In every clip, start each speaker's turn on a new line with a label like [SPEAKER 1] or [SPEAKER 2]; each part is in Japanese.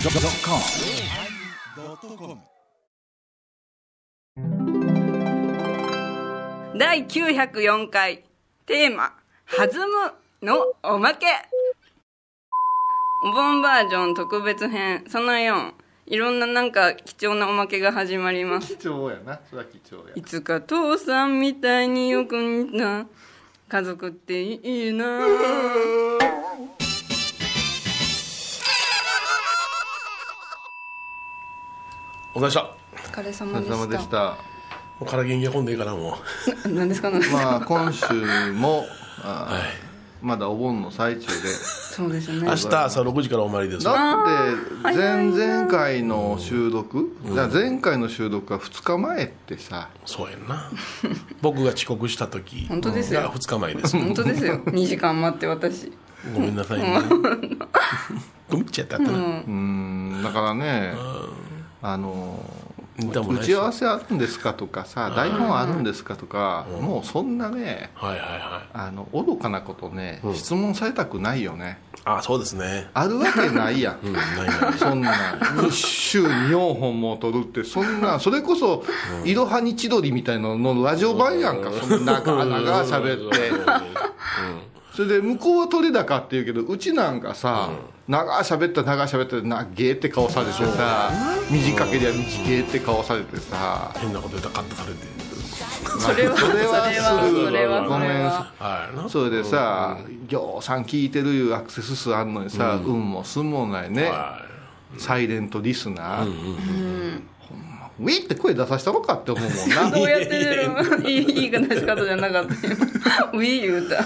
[SPEAKER 1] YONNIRI.com
[SPEAKER 2] 第904回テーマ「弾む」のおまけお盆バージョン特別編その4いろんななんか貴重なおまけが始まります
[SPEAKER 3] 貴重やなそれは貴重や
[SPEAKER 2] いつか父さんみたいによく似た家族っていいな
[SPEAKER 4] お疲れっした
[SPEAKER 2] お疲れ
[SPEAKER 3] お
[SPEAKER 2] 様
[SPEAKER 3] 疲
[SPEAKER 2] で
[SPEAKER 3] れ様で
[SPEAKER 2] し
[SPEAKER 3] したた
[SPEAKER 4] もうから元気が込んでいいかなも
[SPEAKER 2] な 何ですか何ですか、
[SPEAKER 3] まあ今週もあ
[SPEAKER 4] う、
[SPEAKER 3] ー
[SPEAKER 4] はい、
[SPEAKER 3] まだお盆の最中で
[SPEAKER 2] そうですね
[SPEAKER 4] 明日朝6時からお参りです
[SPEAKER 3] だって前々回の収録、じゃあ前回の収録は2日前ってさ
[SPEAKER 4] そうやんな僕が遅刻した時
[SPEAKER 2] 本当ですよ
[SPEAKER 4] が2日前です
[SPEAKER 2] 本当です よ2時間待って私
[SPEAKER 4] ごめんなさいねごめっちゃったったな、
[SPEAKER 3] うーんだからねあの
[SPEAKER 4] 似たも
[SPEAKER 3] 打
[SPEAKER 4] んない
[SPEAKER 3] ち
[SPEAKER 4] し
[SPEAKER 3] 合
[SPEAKER 4] は
[SPEAKER 3] わ
[SPEAKER 4] い
[SPEAKER 3] せあるんですかとかさ台本あるんですかとかもうそんなね
[SPEAKER 4] はいは
[SPEAKER 3] あの愚かなことね、質問されたくないよね
[SPEAKER 4] いあそうですね
[SPEAKER 3] あるわけないやん、
[SPEAKER 4] うんないない
[SPEAKER 3] そんな週に4本も撮るってそんなそれこそ「いろはに千鳥」みたいなののラジオ版やんかそんな長々喋ってそれで向こうは撮れ高っていうけどうちなんかさ長喋った長喋ったなげーって顔されてさ短けりゃ短えって顔されてさ
[SPEAKER 4] 変なこと言ったらカットされて
[SPEAKER 2] それは
[SPEAKER 3] それはする
[SPEAKER 2] それは
[SPEAKER 3] ご
[SPEAKER 2] そ
[SPEAKER 3] めん
[SPEAKER 2] れは
[SPEAKER 4] はいな
[SPEAKER 3] それでさぎょうさん聞いてるいうアクセス数あんのにさ運もすんもないね
[SPEAKER 4] は
[SPEAKER 3] サイレントリスナー、ほんまウィーって声出させたのかって思うもんな
[SPEAKER 2] どうやってる いいいい話し方じゃなかったよ ウィー言うた
[SPEAKER 4] い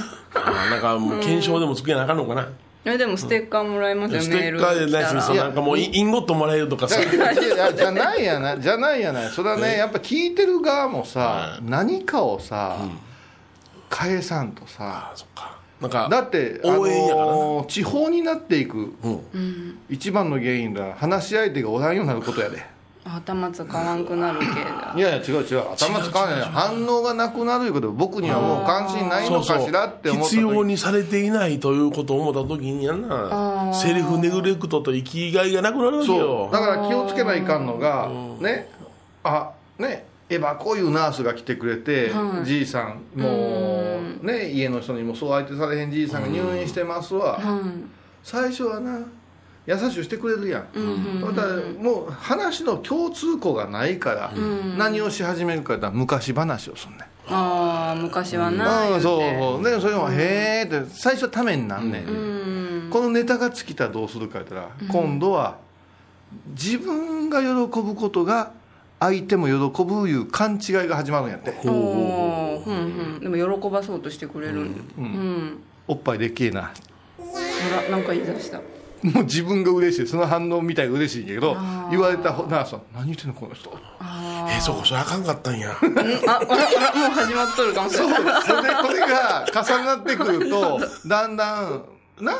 [SPEAKER 4] あなんかもう検証でも作れなあかんのかな
[SPEAKER 2] えでもステッカーもらえますよ、
[SPEAKER 4] ス
[SPEAKER 2] メ
[SPEAKER 4] テ
[SPEAKER 2] ール
[SPEAKER 4] ッカーでないし
[SPEAKER 2] 来た
[SPEAKER 4] そ
[SPEAKER 2] ら
[SPEAKER 4] うなんかもうインインゴットもらえるとかさ
[SPEAKER 3] いやいやじゃないやなじゃないやないそれはねやっぱ聞いてる側もさ、何かをさ、返さんとさ
[SPEAKER 4] あそっかなんか
[SPEAKER 3] だって、あ
[SPEAKER 4] 応援やからな
[SPEAKER 3] のー地方になっていく
[SPEAKER 4] うん
[SPEAKER 3] 一番の原因だ話し相手がおらんようになることやで
[SPEAKER 2] 頭使わんくなる系だ
[SPEAKER 3] いやいや違う違う頭使わない反応がなくなるいうこと僕にはもう関心ないのかしらって思った時
[SPEAKER 4] 必要にされていないということを思った時にやなセリフネグレクトと生きがいがなくなるわけ
[SPEAKER 3] そう
[SPEAKER 4] よ
[SPEAKER 3] だから気をつけないかんのがねあねエヴァこういうナースが来てくれて、
[SPEAKER 2] はい
[SPEAKER 3] じいさんもうね家の人にもそう相手されへんじいさんが入院してますわ、
[SPEAKER 2] うん
[SPEAKER 3] 最初はな優しくしてくれるやん、
[SPEAKER 2] うんうん
[SPEAKER 3] またもう話の共通項がないから、何をし始めるかって言ったら昔話をすんねん
[SPEAKER 2] ああ昔はな、
[SPEAKER 3] うん、
[SPEAKER 2] 言
[SPEAKER 3] そう
[SPEAKER 2] て
[SPEAKER 3] そうでそれも「へえ」って最初ためになんねん、
[SPEAKER 2] うん
[SPEAKER 3] このネタが尽きたらどうするか言ったら、今度は自分が喜ぶことが相手も喜ぶいう勘違いが始まるんやって
[SPEAKER 4] ほうほうほ
[SPEAKER 2] おーうんうんでも喜ばそうとしてくれるうん、
[SPEAKER 3] おっぱいでっけえな
[SPEAKER 2] ほらなんか言い出した
[SPEAKER 3] もう自分が嬉しいその反応みたいが嬉しいんやけど言われたほなさん何言ってんのこの人
[SPEAKER 4] うえそうかそれあかんかったんや
[SPEAKER 2] うんああらあらもう始まっとるかもしれ
[SPEAKER 3] そう
[SPEAKER 2] ない
[SPEAKER 3] それでこれが重なってくるとだんだんな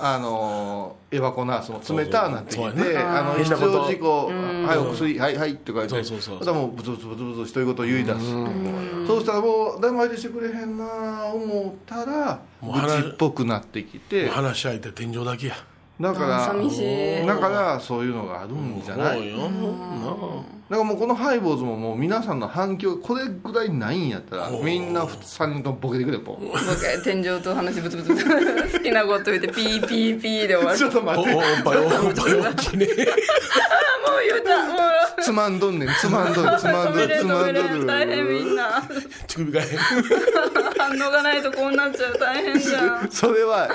[SPEAKER 3] あのエバコナースも冷たくなってき
[SPEAKER 4] そうそうそう
[SPEAKER 3] て
[SPEAKER 4] や
[SPEAKER 3] あの
[SPEAKER 4] 変
[SPEAKER 3] 必
[SPEAKER 4] なこと
[SPEAKER 3] 要事項はいお薬はいはいって書いて
[SPEAKER 4] そうそうそう
[SPEAKER 3] またもうブツブツブツブツ独り言言い出すそうしたらもう誰も相手してくれへんな思ったら
[SPEAKER 4] も
[SPEAKER 3] 愚
[SPEAKER 4] う話
[SPEAKER 3] 痴っぽくなってきて
[SPEAKER 4] 話し相手天井だけや
[SPEAKER 3] だ
[SPEAKER 2] あー
[SPEAKER 3] か
[SPEAKER 2] 寂しい
[SPEAKER 3] らだからそういうのがあるんじゃない
[SPEAKER 4] そうよな
[SPEAKER 3] だからもうこのハイボーズももう皆さんの反響これぐらいないんやったらみんな3人ともボケてくれポン
[SPEAKER 2] 僕天井と話ブツブツブツ好きなこと言ってピーピーピーで終わる
[SPEAKER 3] ちょっと
[SPEAKER 4] お
[SPEAKER 3] 待
[SPEAKER 4] おお
[SPEAKER 3] っ
[SPEAKER 4] ってぱいおおっぱい大きいね
[SPEAKER 2] あもう言うたもう
[SPEAKER 3] つまんどんねんつまんどんつま
[SPEAKER 2] 止
[SPEAKER 3] んどん
[SPEAKER 2] めれ
[SPEAKER 3] つ
[SPEAKER 2] ん
[SPEAKER 3] ま
[SPEAKER 2] 止
[SPEAKER 3] ん
[SPEAKER 2] め
[SPEAKER 3] ど
[SPEAKER 2] れん大変み
[SPEAKER 3] ん
[SPEAKER 2] んな
[SPEAKER 4] 乳首がへん
[SPEAKER 2] 反応がないとこうなっちゃう大変じゃん
[SPEAKER 3] それは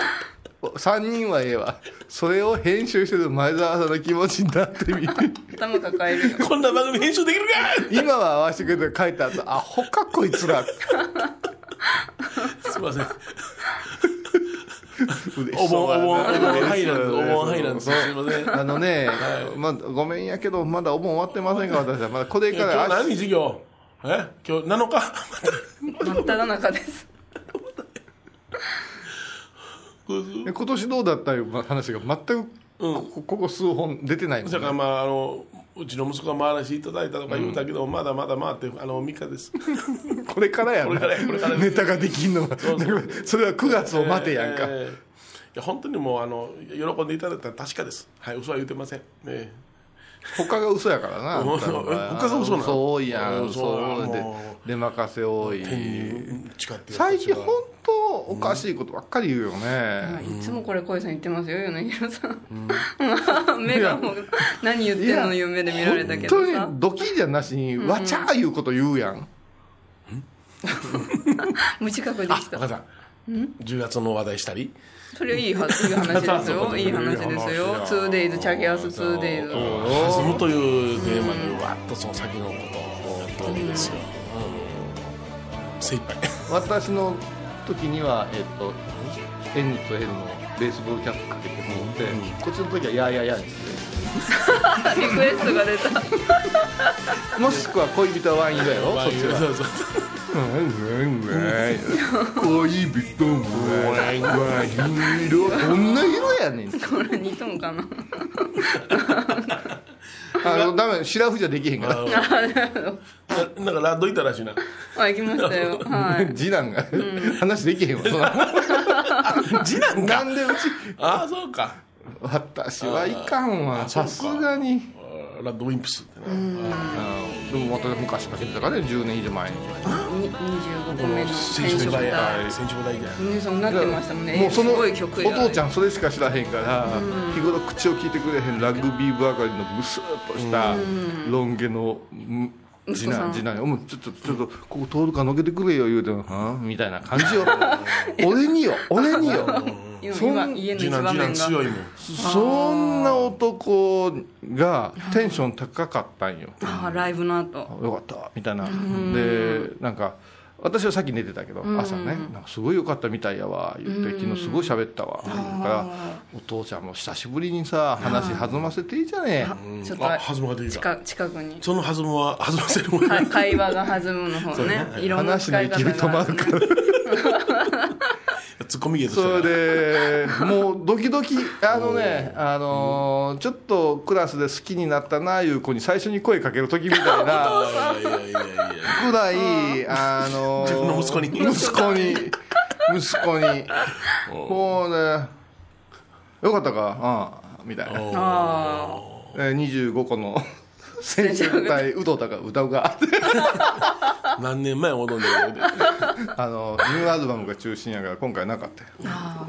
[SPEAKER 3] 3人はええわそれを編集してる前澤さんの気持ちになってみる
[SPEAKER 2] 頭抱えるよ
[SPEAKER 4] こんな番組編集できる
[SPEAKER 3] 今は合わせてくれて書いてあったアホかこいつら
[SPEAKER 4] かすいません
[SPEAKER 3] 嬉
[SPEAKER 4] お
[SPEAKER 3] し
[SPEAKER 4] 盆
[SPEAKER 3] そ
[SPEAKER 4] お
[SPEAKER 3] うやな
[SPEAKER 4] 盆お盆ハイランドお盆ハイランドす
[SPEAKER 3] そう
[SPEAKER 4] いません
[SPEAKER 3] あのね、まあ、ごめんやけどまだお盆終わってませんから私はまだこれか
[SPEAKER 4] 今日
[SPEAKER 3] ら
[SPEAKER 4] 何授業え今日7日
[SPEAKER 2] 真っ只中です
[SPEAKER 3] 今年どうだったいう話が全くここここ数本出てないもんね
[SPEAKER 4] だからまああのうちの息子が回らせていただいたとか言うたけど、まだまだ回ってあの3日です
[SPEAKER 3] これからやな
[SPEAKER 4] これからやこれから
[SPEAKER 3] ネタができんのはなんかそれは9月を待てやんか、
[SPEAKER 4] えー
[SPEAKER 1] や本当にもうあの喜んでいただいたら確かですはい嘘は言ってません、え
[SPEAKER 3] 他が嘘やからな。あんたの場合は
[SPEAKER 1] 他が嘘なの
[SPEAKER 3] 嘘多いや。
[SPEAKER 1] うんん
[SPEAKER 3] そうで
[SPEAKER 1] も、
[SPEAKER 3] 出まかせ多い
[SPEAKER 1] え。天に誓って
[SPEAKER 3] 最近
[SPEAKER 1] 私は
[SPEAKER 3] 本当おかしいことばっかり言うよね。
[SPEAKER 2] いつもこれ恋さん言ってますよ米広さん、 目がもう何言ってんの夢で見られたけ
[SPEAKER 3] 本
[SPEAKER 2] ど
[SPEAKER 3] 当
[SPEAKER 2] さ
[SPEAKER 3] にドキじゃなしに、わちゃーいうこと言うやん。
[SPEAKER 2] 無自覚で
[SPEAKER 1] あ
[SPEAKER 2] し
[SPEAKER 1] 分
[SPEAKER 2] た
[SPEAKER 1] かった10月の話題したり
[SPEAKER 2] それいいはいい話です
[SPEAKER 1] そう
[SPEAKER 2] よ
[SPEAKER 1] か
[SPEAKER 2] いい話ですよ 2days チャゲアス 2days
[SPEAKER 1] 弾むというテーマでわっとその先のことをやったわけですよ、うん、精一杯
[SPEAKER 3] 私の時には、えっと、N と L のベースボールキャップかけてもらって、こっちの時は、やーやーやーにして。
[SPEAKER 2] リクエストが出た
[SPEAKER 3] もしくは恋人はワイン色やろそっちは。
[SPEAKER 1] そうそう
[SPEAKER 3] 恋人はワイン色。こんな色やねん。
[SPEAKER 2] これ2トンかな
[SPEAKER 3] あの、ダメ、シラフじゃできへんから。
[SPEAKER 1] ななんかラッドいたらしい な
[SPEAKER 2] あ行きましたよはい
[SPEAKER 3] 次男が、話できへんわ。 そんな
[SPEAKER 1] 次男
[SPEAKER 3] な
[SPEAKER 1] が
[SPEAKER 3] んでうち、
[SPEAKER 1] ああそうか
[SPEAKER 3] 私はいかんわ。さすがに。
[SPEAKER 1] あーラッドウィンプスってな、
[SPEAKER 3] あーでもまた昔かけてたからね、10年以上前に。
[SPEAKER 2] に25個
[SPEAKER 1] こ
[SPEAKER 2] 目
[SPEAKER 1] の
[SPEAKER 2] の
[SPEAKER 1] 選
[SPEAKER 2] 選
[SPEAKER 1] 手
[SPEAKER 2] 手
[SPEAKER 1] も大
[SPEAKER 2] 台
[SPEAKER 1] 選手も大じゃ
[SPEAKER 2] ねそうなってましたもんね
[SPEAKER 3] もうその
[SPEAKER 2] す
[SPEAKER 3] お
[SPEAKER 2] ごい曲や
[SPEAKER 3] 父ちゃんそれしか知らへんから、日頃口を聞いてくれへんラグビーばかりのブスッとしたロン毛のむ次
[SPEAKER 2] 息子さ
[SPEAKER 3] 男
[SPEAKER 2] ん
[SPEAKER 3] 次男うんちょっとちょっとここ通るからのけてくれよ言うてはみたいな 感じよ俺によ俺によ
[SPEAKER 2] 今
[SPEAKER 3] そん
[SPEAKER 2] 今家の
[SPEAKER 1] 次
[SPEAKER 2] 一
[SPEAKER 1] 男
[SPEAKER 2] 場
[SPEAKER 1] 次男
[SPEAKER 2] 面が
[SPEAKER 1] 強いもん
[SPEAKER 3] そんな男がテンション高かったんよ
[SPEAKER 2] あーライブの後
[SPEAKER 3] よかったみたいなでなんか私はさっき寝てたけど朝ね「なんかすごいよかったみたいやわ」言って「昨日すごい喋ったわ」だからお父ちゃんも久しぶりにさ話弾ませていいじゃね
[SPEAKER 2] ちょっと
[SPEAKER 1] あ弾むが出てきた
[SPEAKER 2] 近近くに
[SPEAKER 1] その弾むは弾ませるもん
[SPEAKER 2] は
[SPEAKER 1] ね
[SPEAKER 2] 会話が弾むの方ねい
[SPEAKER 3] え
[SPEAKER 2] ろんな
[SPEAKER 3] 話
[SPEAKER 2] 使
[SPEAKER 3] の
[SPEAKER 2] い
[SPEAKER 3] 勢い
[SPEAKER 2] 方
[SPEAKER 3] 止
[SPEAKER 2] が
[SPEAKER 3] ま
[SPEAKER 2] ある
[SPEAKER 3] るから
[SPEAKER 1] ツッコミ芸として
[SPEAKER 3] そ
[SPEAKER 1] は
[SPEAKER 3] れでもうドキドキ あのねあのーちょっとクラスで好きになったなあいう子に最初に声かける時みたいな
[SPEAKER 1] いやいやいやいや
[SPEAKER 3] ぐらいあの ー
[SPEAKER 1] 自分の息子に
[SPEAKER 3] 息子に息子にもうねよかったかうんみたいな、
[SPEAKER 2] あ
[SPEAKER 3] えー、25個の選手舞台歌うたか歌うか
[SPEAKER 1] 何年前踊んでる
[SPEAKER 3] あのニューアルバムが中心やから今回なかったよあ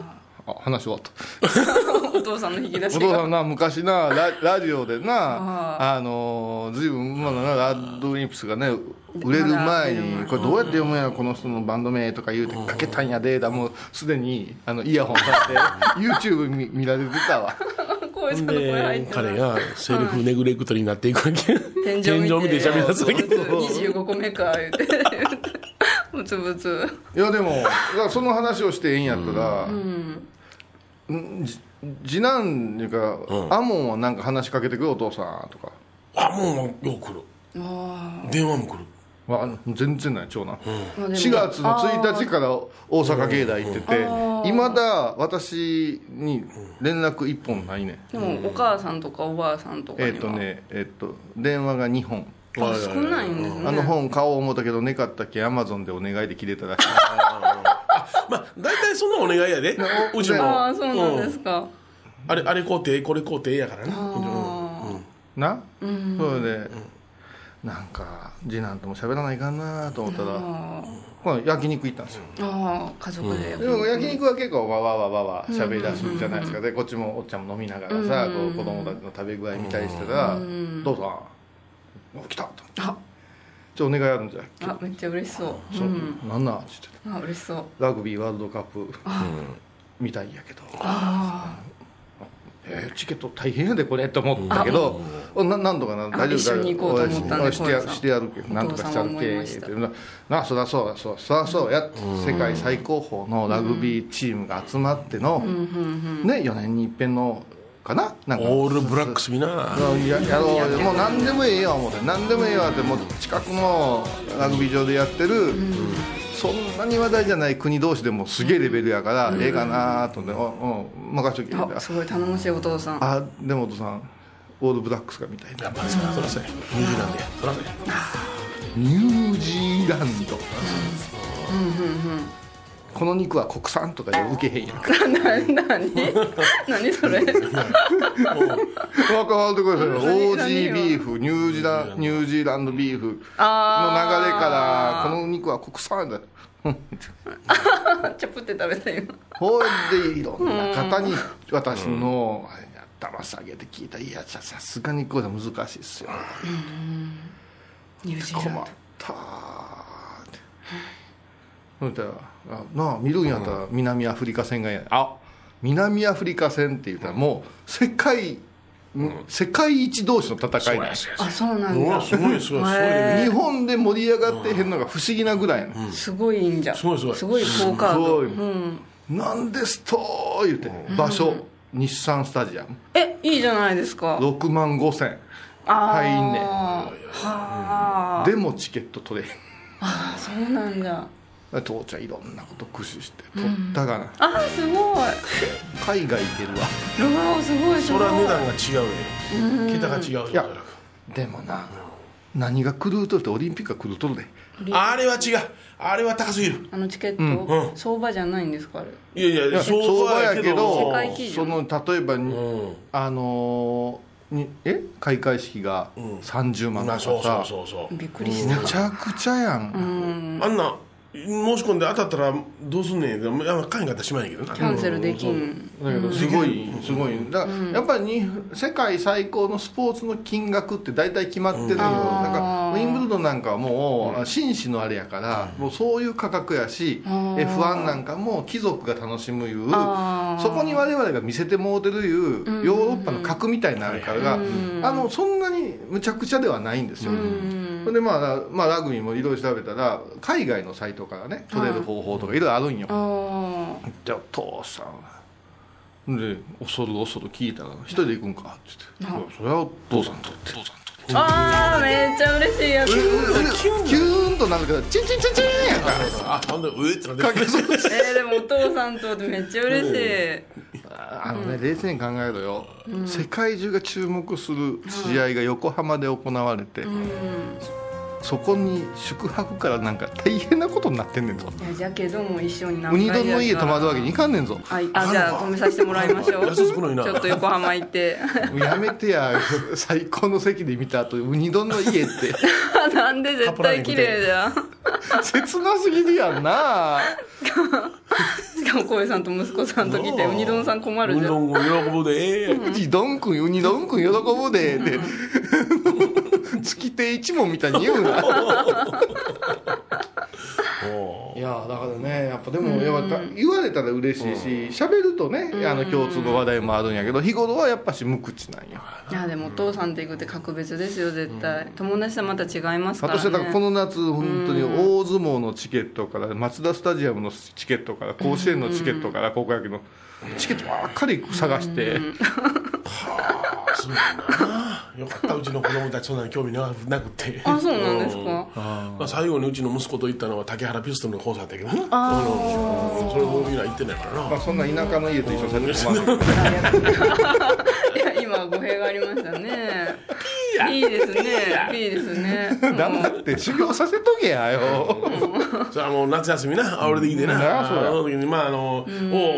[SPEAKER 3] 話終わった
[SPEAKER 2] ーお父さんの引き出し
[SPEAKER 3] お父
[SPEAKER 2] が
[SPEAKER 3] さんな昔 なララジオでなあのー随分今のなラッドウィンプスがね売れる前にこれどうやって読むんやこの人のバンド名とか言うてかけたんやでだもうすでにあのイヤホンさして YouTube 見見られてたわ
[SPEAKER 2] 声さんの声入っ
[SPEAKER 1] で
[SPEAKER 2] て
[SPEAKER 1] 彼
[SPEAKER 2] る
[SPEAKER 1] がセルフネグレクトになっていくわけ
[SPEAKER 2] 天井見て
[SPEAKER 1] 天井見て喋り出すだけ
[SPEAKER 2] 25個目か言うて ぶつぶつ
[SPEAKER 3] いやでもだからその話をしてええんやったら、んじ次男にか、アモンはなんか話しかけてくるお父さんとか
[SPEAKER 1] あもうよう来る電話も来る
[SPEAKER 3] わあ全然ない長男、
[SPEAKER 2] まあでも
[SPEAKER 3] 4月の1日から大阪芸大行ってていま、だ私に連絡1本ないねん
[SPEAKER 2] でもお母さんとかおばあさんとか
[SPEAKER 3] え
[SPEAKER 2] に
[SPEAKER 3] っ、
[SPEAKER 2] は
[SPEAKER 3] とねえっ、と電話が2本
[SPEAKER 2] あ少ないんですね
[SPEAKER 3] あの本買おう思ったけど寝かったけアマゾンでお願いで切れたらしい
[SPEAKER 1] まあ大体そんなお願いやでうちも
[SPEAKER 2] ああそうなんですか、
[SPEAKER 1] あれあれこうてこれこうてやからね
[SPEAKER 3] な、それでなんか次男とも喋らないかんなと思ったら
[SPEAKER 2] あ
[SPEAKER 3] まあ、焼肉行ったんですよ
[SPEAKER 2] ーあー家族で、
[SPEAKER 3] でも焼肉は結構わわわわわ喋り出すじゃないですかでこっちもおっちゃんも飲みながらさこう子供たちの食べ具合見たりしてたら「どうぞあ来た」と「
[SPEAKER 2] あ
[SPEAKER 3] ちょお願いあるんじゃ」
[SPEAKER 2] あめっちゃ嬉しそう
[SPEAKER 3] そうなんなん?」って言って
[SPEAKER 2] あ嬉しそう
[SPEAKER 3] 「ラグビーワールドカップみたいやけど」えーチケット大変やでこれと思ったけどななんとかな
[SPEAKER 2] あ
[SPEAKER 3] 大丈夫
[SPEAKER 2] 一緒に行こうと思ったんで
[SPEAKER 3] おいして
[SPEAKER 2] 小
[SPEAKER 3] や
[SPEAKER 2] 林さん
[SPEAKER 3] してやるけどなんとかしてやる
[SPEAKER 2] お父さんも思いま
[SPEAKER 3] け
[SPEAKER 2] した
[SPEAKER 3] ってななそりゃそうやそうそりゃそうやって世界最高峰のラグビーチームが集まっての、ね、4年に一遍のかななんか
[SPEAKER 1] オールブラックスみな
[SPEAKER 3] ややろうもう何でもええよ思って何でもええわってもう近くのラグビー場でやってる、そんなに話題じゃない国同士でもすげえレベルやから、ええかなと思って「うんうん任しとき」
[SPEAKER 2] あすごい頼もしいお父さん
[SPEAKER 3] あでもお父さんオールブラックスがみたいな
[SPEAKER 1] やっぱりさそらそうやニュージーランドやそらそうや
[SPEAKER 3] ニュージーランドこの肉は国産とかで受けへんやんか
[SPEAKER 2] なになに 何それ何
[SPEAKER 3] 分かってくださいよ OG ビーフニュージーランニュージーランドビーフの流れ
[SPEAKER 2] あ
[SPEAKER 3] からこの肉は国産だ
[SPEAKER 2] あチャプって食べた今
[SPEAKER 3] ほいでいろんな方に私の頭下げて聞いたいやさすがにこれは難しいっすよ
[SPEAKER 2] ニュージーラン
[SPEAKER 3] 困
[SPEAKER 2] ド
[SPEAKER 3] ったってそしたらあなあ見るんやったら南アフリカ戦がやあ南アフリカ戦って言ったらもう世界、世界一同士の戦いなんですよ
[SPEAKER 2] あそうなん
[SPEAKER 4] うわ
[SPEAKER 2] だ
[SPEAKER 4] すごいすごいすごい
[SPEAKER 2] へ
[SPEAKER 3] 日本で盛り上がってへんのが不思議なぐらいの、
[SPEAKER 2] すごいんじゃん
[SPEAKER 4] すごいすごい
[SPEAKER 2] すごい好カード
[SPEAKER 3] すごいなんですとー言うて、場所日産スタジアム
[SPEAKER 2] えいいじゃないですか
[SPEAKER 3] 6万5千
[SPEAKER 2] あー
[SPEAKER 3] 入んねん
[SPEAKER 2] はあ
[SPEAKER 3] でもチケット取れへん
[SPEAKER 2] あそうなんだ
[SPEAKER 3] 父ちゃんいろんなこと駆使して取ったがな、
[SPEAKER 2] あーすごい
[SPEAKER 3] 海外行けるわ
[SPEAKER 2] ロマンすごいす
[SPEAKER 4] そ
[SPEAKER 2] ごい
[SPEAKER 4] れは値段が違うね桁が違うよ
[SPEAKER 3] いやでもな何が狂うとるってオリンピックが狂うとるで
[SPEAKER 4] あれは違うあれは高すぎる
[SPEAKER 2] あのチケット、
[SPEAKER 4] うん
[SPEAKER 2] 相場じゃないんですかあれ
[SPEAKER 4] いやいや
[SPEAKER 3] 相場やけど
[SPEAKER 2] 世界基準
[SPEAKER 3] その例えばに、
[SPEAKER 4] うん
[SPEAKER 3] あのーにえ開会式が30万
[SPEAKER 4] ま
[SPEAKER 3] と
[SPEAKER 4] あ
[SPEAKER 3] か
[SPEAKER 4] そうそ
[SPEAKER 3] さ
[SPEAKER 4] うそうそう
[SPEAKER 2] びっくりし
[SPEAKER 3] め
[SPEAKER 2] た
[SPEAKER 3] ちゃくちゃやん、
[SPEAKER 4] あんな申し込んで当たったらどうすんねんでもいやかんかったらしまいけどな
[SPEAKER 2] キャンセルできん
[SPEAKER 3] だけどすごいすごいだからやっぱりに世界最高のスポーツの金額って大体決まってるよ、だからウィンブルドンなんかはもう紳士のあれやから、もうそういう価格やし、F1 なんかも貴族が楽しむいう
[SPEAKER 2] あー
[SPEAKER 3] そこに我々が見せてもうてるいうヨーロッパの格みたいになるからが、あのそんなにむちゃくちゃではないんですよ、それで、まあ、まあラグビーもいろいろ調べたら海外のサイトからね取れる方法とかいろいろあるんよ、
[SPEAKER 2] あ
[SPEAKER 3] じゃあ父さんで恐る恐る聞いたら「一人で行くんか」って言って「それは父さんと」って
[SPEAKER 2] ーあーめっちゃ嬉しいやつ
[SPEAKER 3] キューンとなるけどチンチンチンチンやか
[SPEAKER 4] あほんでうえってなって
[SPEAKER 2] えー、でもお父さんとってめっちゃ嬉しい
[SPEAKER 3] らあのね冷静に考えろよ、世界中が注目する試合が横浜で行われて、そこに宿泊からなんか大変なことになってんねんぞ
[SPEAKER 2] いやじゃけども一緒に何
[SPEAKER 3] ウ
[SPEAKER 2] 回
[SPEAKER 3] ニ
[SPEAKER 2] やる
[SPEAKER 3] 丼の家泊まるわけにいかんねんぞ
[SPEAKER 2] あいあじゃあ止めさせてもらいましょう
[SPEAKER 4] 安少ないな
[SPEAKER 2] ちょっと横浜行って
[SPEAKER 3] やめてや最高の席で見た後ウニ丼の家って
[SPEAKER 2] なんで絶対綺麗じゃん
[SPEAKER 3] 切なすぎるやんな
[SPEAKER 2] しかも小江さんと息子さんと来てウニ丼さん困る
[SPEAKER 4] う
[SPEAKER 2] じゃん
[SPEAKER 4] どん喜ぶで
[SPEAKER 3] うちどんくん、うにどんくん喜ぶで、で、月亭一門みたいに言う な。いやだからね、やっぱでも、やっぱ言われたら嬉しいし、喋るとね、あの共通の話題もあるんやけど、日頃はやっぱし無口なんよ。
[SPEAKER 2] いやでもお父さんと行くって格別ですよ絶対、友達とまた違いますから、ね、
[SPEAKER 3] 私はだからこの夏、本当に大相撲のチケットから、マツダスタジアムのチケットから、甲子園のチケットから、高校野球のチケットばっかり探して、
[SPEAKER 4] そうやなよかったうちの子供たちそんなに興味なくて
[SPEAKER 2] あそうなんですか
[SPEAKER 4] まあ、最後にうちの息子と行ったのは竹原ピストルのコンサートやけどな
[SPEAKER 2] あ
[SPEAKER 4] うんそれも以来行ってないからな
[SPEAKER 3] まあ、そんな田舎の家と一緒にされて困るけど。
[SPEAKER 2] いや今語弊がありましたねいいですねいいですね
[SPEAKER 3] 黙って修行させとけやよ。
[SPEAKER 4] それはもう夏休みな、あ俺できてな、
[SPEAKER 3] うんなあそうや
[SPEAKER 4] あの時に、まああの、おう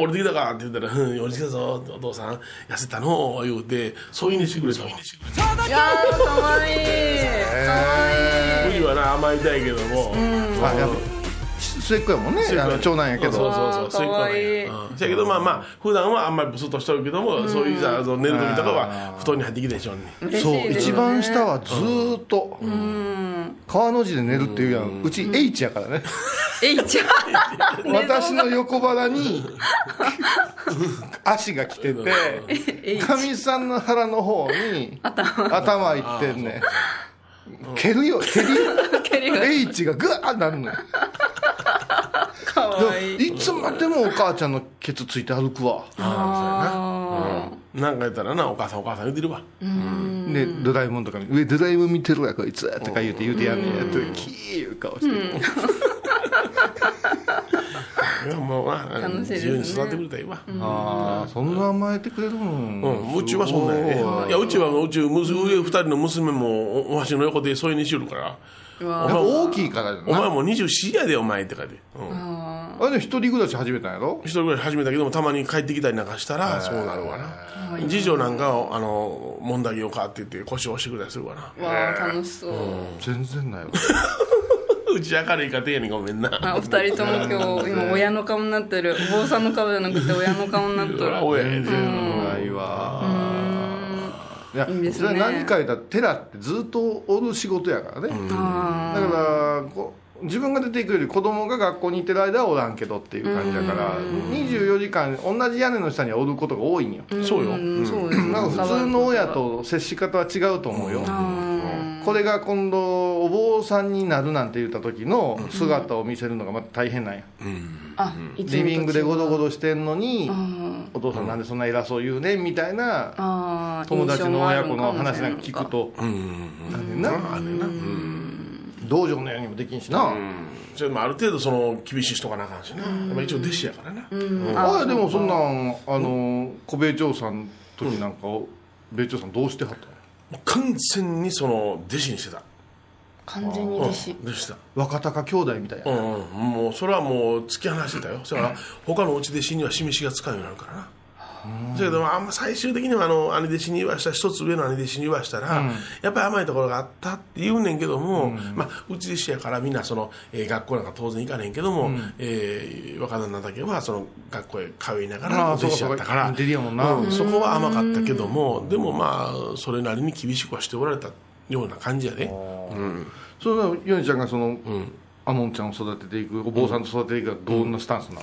[SPEAKER 4] 俺できたかって言ったら、うん、俺できたぞ、お父さん、痩せたの、言うて、そういうにしてくれたわ。う
[SPEAKER 2] いやーかわいいかわいい
[SPEAKER 4] ちはな、甘えたいけども、
[SPEAKER 3] あやっぱ末っ子やもんねあの長男やけ
[SPEAKER 4] そう
[SPEAKER 3] ど
[SPEAKER 4] そうそう、そういう子
[SPEAKER 2] わあ
[SPEAKER 4] なんや
[SPEAKER 2] かわ
[SPEAKER 4] うん。そやけど、まあまあ、普段はあんまりブスッとしとるけども、そういう、じゃあ、その寝る時とかは、布団に入ってきてしょんね。
[SPEAKER 2] 嬉しい
[SPEAKER 3] そう
[SPEAKER 2] です
[SPEAKER 3] 一
[SPEAKER 2] よね
[SPEAKER 3] 番下はずーっと川の字で寝るっていうやんうち H やからね
[SPEAKER 2] えいちゃん
[SPEAKER 3] 私の横腹 に足が来ててかみさんの腹の方に頭いってんね蹴るよ 蹴り
[SPEAKER 2] 蹴りが
[SPEAKER 3] H がグワーなるのよ
[SPEAKER 2] かわいい
[SPEAKER 3] いつまでもお母ちゃんのケツついて歩くわ
[SPEAKER 2] あ
[SPEAKER 4] なんか言ったらな、お母さん、お母さん言うてるわ。
[SPEAKER 3] でドラえもんとかに「上ドラえもん見てるわこいつ」とか言うて言うてやんねやってキーいう顔してる
[SPEAKER 4] いやもうな、
[SPEAKER 2] 楽しいです
[SPEAKER 4] 自
[SPEAKER 2] ね
[SPEAKER 4] 由に育ってくれたらいいわ。
[SPEAKER 3] ああそんな甘えてくれるん
[SPEAKER 4] うん、うちはそんなんやねいやうちはうちむす上二人の娘もおわしの横で添い寝しよるから
[SPEAKER 2] うわ
[SPEAKER 4] お
[SPEAKER 3] やっぱ
[SPEAKER 4] 前も
[SPEAKER 3] 大きいからじゃ
[SPEAKER 4] お前
[SPEAKER 3] ない
[SPEAKER 4] もう24やで、お前ってかで。うん。
[SPEAKER 2] あ
[SPEAKER 3] あれで一人暮らし始めたんやろ
[SPEAKER 4] 一人ぐらい始めたけども、たまに帰ってきたりなんかしたら、そうなるわ
[SPEAKER 2] は
[SPEAKER 4] な。
[SPEAKER 2] い
[SPEAKER 4] 次女なんかを、あの、もんだげを買ってって腰を押してくれたりするわな。
[SPEAKER 2] ーわあ楽しそう、
[SPEAKER 3] 全然ないわ
[SPEAKER 4] うち明るい家庭やねん、ごめんな。
[SPEAKER 2] あお二人とも今 日今親の顔になってる坊さんの顔じゃなくて親の顔になってる
[SPEAKER 4] そら親やで。
[SPEAKER 3] ないわいや
[SPEAKER 2] いいですね
[SPEAKER 3] それは何回だテラってずっとおる仕事やからね、
[SPEAKER 2] あ
[SPEAKER 3] だからこう自分が出ていくより子供が学校に行ってる間はおらんけどっていう感じだから、24時間同じ屋根の下におることが多いんよ、
[SPEAKER 4] そうよ。
[SPEAKER 2] ーうんそうですね
[SPEAKER 3] なんか普通の親と接し方は違うと思うよ、
[SPEAKER 2] うん
[SPEAKER 3] これが今度お坊さんになるなんて言った時の姿を見せるのがまた大変なんや、
[SPEAKER 2] あいつもと違
[SPEAKER 3] リ
[SPEAKER 2] う
[SPEAKER 3] ビングでゴロゴロしてんのに、
[SPEAKER 2] うん
[SPEAKER 3] お父さんなんでそんな偉そう言うねんみたいな
[SPEAKER 2] あー
[SPEAKER 3] 友達の親子の
[SPEAKER 2] 印
[SPEAKER 3] 話
[SPEAKER 2] 象もあるか
[SPEAKER 3] なんか
[SPEAKER 2] もしれん
[SPEAKER 3] 聞
[SPEAKER 2] の
[SPEAKER 3] くと
[SPEAKER 4] うんうんうん。
[SPEAKER 3] なんでな
[SPEAKER 4] あれな。うん
[SPEAKER 3] 道場のようにもできんしな、
[SPEAKER 4] それでもある程度その厳しい人がなあかんしな、やっぱ一応弟子やからな、
[SPEAKER 3] あでもそんなんあの小米長さんの時なんかを米長さんどうしてはったの
[SPEAKER 4] もう完全にその弟子にしてた
[SPEAKER 2] 完全に弟子
[SPEAKER 4] うん弟子だ
[SPEAKER 3] 若隆兄弟みたいな、
[SPEAKER 4] うん、うん、もうそれはもう突き放してた よそれは他のおち弟子には示しがつかんようになるからなだけどあんま最終的にはあの兄弟子に言わした一つ上の兄弟子に言わしたら、やっぱり甘いところがあったって言うねんけども、まあ、うち弟子やからみんなその、えー学校なんか当然行かねんけども、えー若旦那だけはその学校へ通いながら
[SPEAKER 3] あ
[SPEAKER 4] お
[SPEAKER 3] あ
[SPEAKER 4] 弟子やったから
[SPEAKER 3] そうかそうかインテリやもんな
[SPEAKER 4] うんそこは甘かったけどもでもまあそれなりに厳しくはしておられたような感じやで、うん、
[SPEAKER 3] それはヨネちゃんがその、アモンちゃんを育てていくお坊さんと育てていくのはどんなスタンスなの、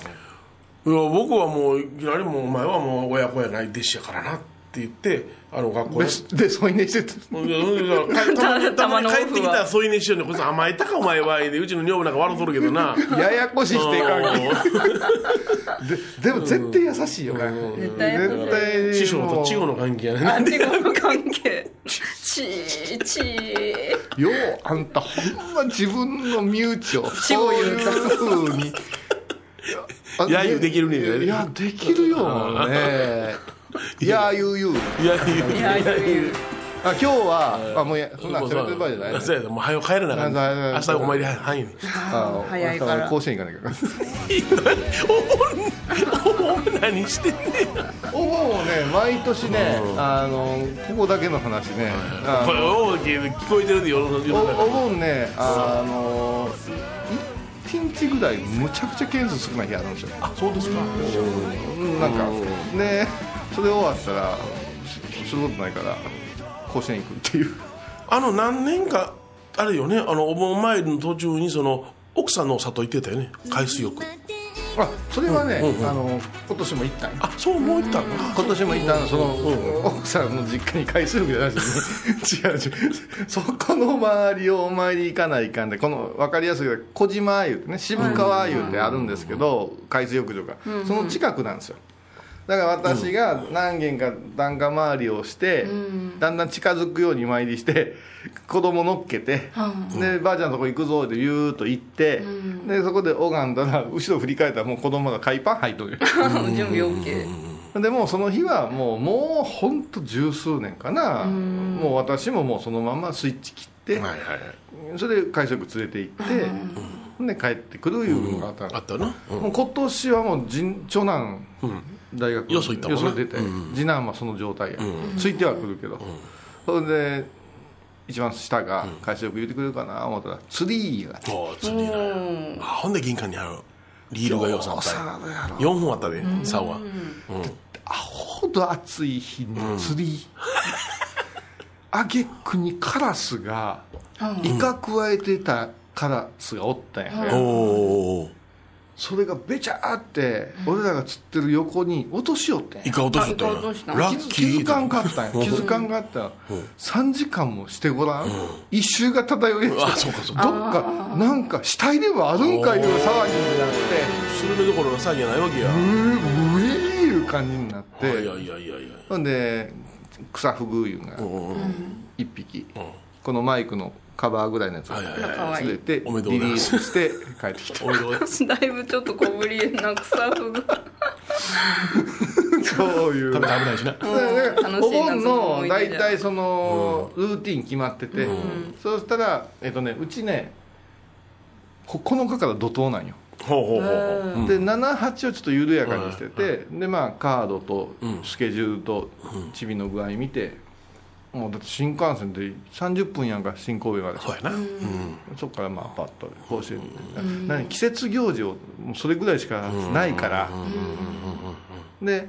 [SPEAKER 4] いや僕はもういきなりもうお前はもう親子やない弟子やからなって言ってあの学校で
[SPEAKER 3] でで添い寝してた
[SPEAKER 4] うんいやたまにたまに
[SPEAKER 2] たまのオフは
[SPEAKER 4] 帰ってきたら添い寝しようねこいつ甘えたかお前はでうちの女房なんか笑うとるけどな
[SPEAKER 3] ややこしいしていかんけど
[SPEAKER 4] うん
[SPEAKER 3] ででも絶対優しいよね、
[SPEAKER 2] 絶対優しい
[SPEAKER 3] 対
[SPEAKER 4] 師 匠と稚
[SPEAKER 3] も
[SPEAKER 4] 語の関係やね
[SPEAKER 2] あ違う関係ちーちー
[SPEAKER 3] うようあんたほんま自分の身内をそういうふうにあ
[SPEAKER 4] 揶揄できるね
[SPEAKER 3] いやできるよね いやゆうゆう
[SPEAKER 4] いやいや
[SPEAKER 2] いやいやいや
[SPEAKER 3] あ今日はあもうやそんなん喋ってる場合じゃない
[SPEAKER 4] そうやでもう早く帰れなあかん
[SPEAKER 3] そうやそうや
[SPEAKER 4] 明日お参りは はいね
[SPEAKER 3] あ
[SPEAKER 2] 早いから
[SPEAKER 3] 明日甲子園行かなきゃいけない
[SPEAKER 4] お前お前何してんねん
[SPEAKER 3] お盆をね毎年ね、あのここだけの話ね、あ
[SPEAKER 4] これ大きい聞こえてるで世の世
[SPEAKER 3] お
[SPEAKER 4] の中
[SPEAKER 3] お盆ねあの1日ぐらいむちゃくちゃ件数少ない日あるんですよ、
[SPEAKER 4] あそうですか
[SPEAKER 3] うんなんかねそれ終わったらすすることないから甲子園行くっていう
[SPEAKER 4] あの何年かあれよねあのお盆参りの途中にその奥さんのお里行ってたよね海水浴
[SPEAKER 3] あそれはね、あの今年も行ったんよ
[SPEAKER 4] あそうもう行ったのか
[SPEAKER 3] 今年も行ったのその、奥さんの実家に返するわけじゃないし、ね、違う違うそこの周りをお参り行かないかんでこの分かりやすいけど小島湯ってね渋川湯ってあるんですけど、海水浴場が、その近くなんですよだから私が何軒か檀家回りをして、だんだん近づくように参りして子供乗っけて、でばあちゃんのとこ行くぞってゆーっと行って、でそこで拝んだら後ろ振り返ったらもう子供が海パン履いとるよ
[SPEAKER 2] 準備 OK
[SPEAKER 3] でもうその日はもうもうほんと十数年かなもう私ももうそのままスイッチ切って、
[SPEAKER 4] はいはいはい
[SPEAKER 3] それで海水浴連れて行って、で帰ってくるいうのがあったの
[SPEAKER 4] あったなうん
[SPEAKER 3] もう今年はもう人長男、大学
[SPEAKER 4] よそ行ったもんな
[SPEAKER 3] 出て、次男はその状態や、ついてはくるけど、それで一番下が海水浴言ってくれるかな思ったらツリーが
[SPEAKER 4] おー釣りなあほんで銀貨にあるリールがよさん
[SPEAKER 3] あるやろ
[SPEAKER 4] 4本あったで竿は
[SPEAKER 3] アホほど暑い日に釣り、あげくにカラスが、イカ加えてたカラスがおったんやね、
[SPEAKER 4] おお
[SPEAKER 3] それがべちゃーって俺らが釣ってる横に落としよってん
[SPEAKER 4] イ
[SPEAKER 3] や
[SPEAKER 4] カ落としと
[SPEAKER 2] あイカ落とし
[SPEAKER 4] った
[SPEAKER 2] た
[SPEAKER 4] んや
[SPEAKER 3] 気
[SPEAKER 4] ラッ
[SPEAKER 3] づ
[SPEAKER 4] キ
[SPEAKER 3] 気づかん
[SPEAKER 4] ー
[SPEAKER 3] かったんや気づかんかったんや3時間もしてごらん、一周が漂いや
[SPEAKER 4] あ
[SPEAKER 3] し
[SPEAKER 4] そう
[SPEAKER 3] て
[SPEAKER 4] かそう
[SPEAKER 3] どっ
[SPEAKER 4] か
[SPEAKER 3] かなんか死体でもあるんかいう騒ぎになって
[SPEAKER 4] スルメどころの騒ぎやないわけや
[SPEAKER 3] うーうえーいう感じになっ
[SPEAKER 4] い
[SPEAKER 3] て
[SPEAKER 4] やいやいやいやいや
[SPEAKER 3] ほんで草ふぐいうんが一匹、このマイクのカバーぐらいのやつを
[SPEAKER 4] はいはいはい
[SPEAKER 2] 可愛い
[SPEAKER 3] 連れてリ
[SPEAKER 4] おめでとうござ
[SPEAKER 3] リ
[SPEAKER 4] い
[SPEAKER 3] ー
[SPEAKER 4] ます
[SPEAKER 3] スして帰って きた
[SPEAKER 4] おいでおいで
[SPEAKER 2] だいぶちょっと小ぶりな草ふぐ
[SPEAKER 3] そういう
[SPEAKER 4] 食べた危ないしな
[SPEAKER 3] だから
[SPEAKER 2] 楽しい
[SPEAKER 3] お盆
[SPEAKER 2] 夏の
[SPEAKER 3] の
[SPEAKER 2] 思い出
[SPEAKER 3] 大
[SPEAKER 2] じゃん
[SPEAKER 3] 体そのルーティン決まってて、そうしたらえっとねうちね9日から怒涛なんよ、
[SPEAKER 4] ほうほうほうほううん
[SPEAKER 3] で78をちょっと緩やかにしてて、でまあカードとスケジュールとチビの具合見て、もうだって新幹線で30分やんか新神戸まで
[SPEAKER 4] そうやなうん
[SPEAKER 3] そこからまあパッと甲子園に何季節行事をもうそれぐらいしかないからで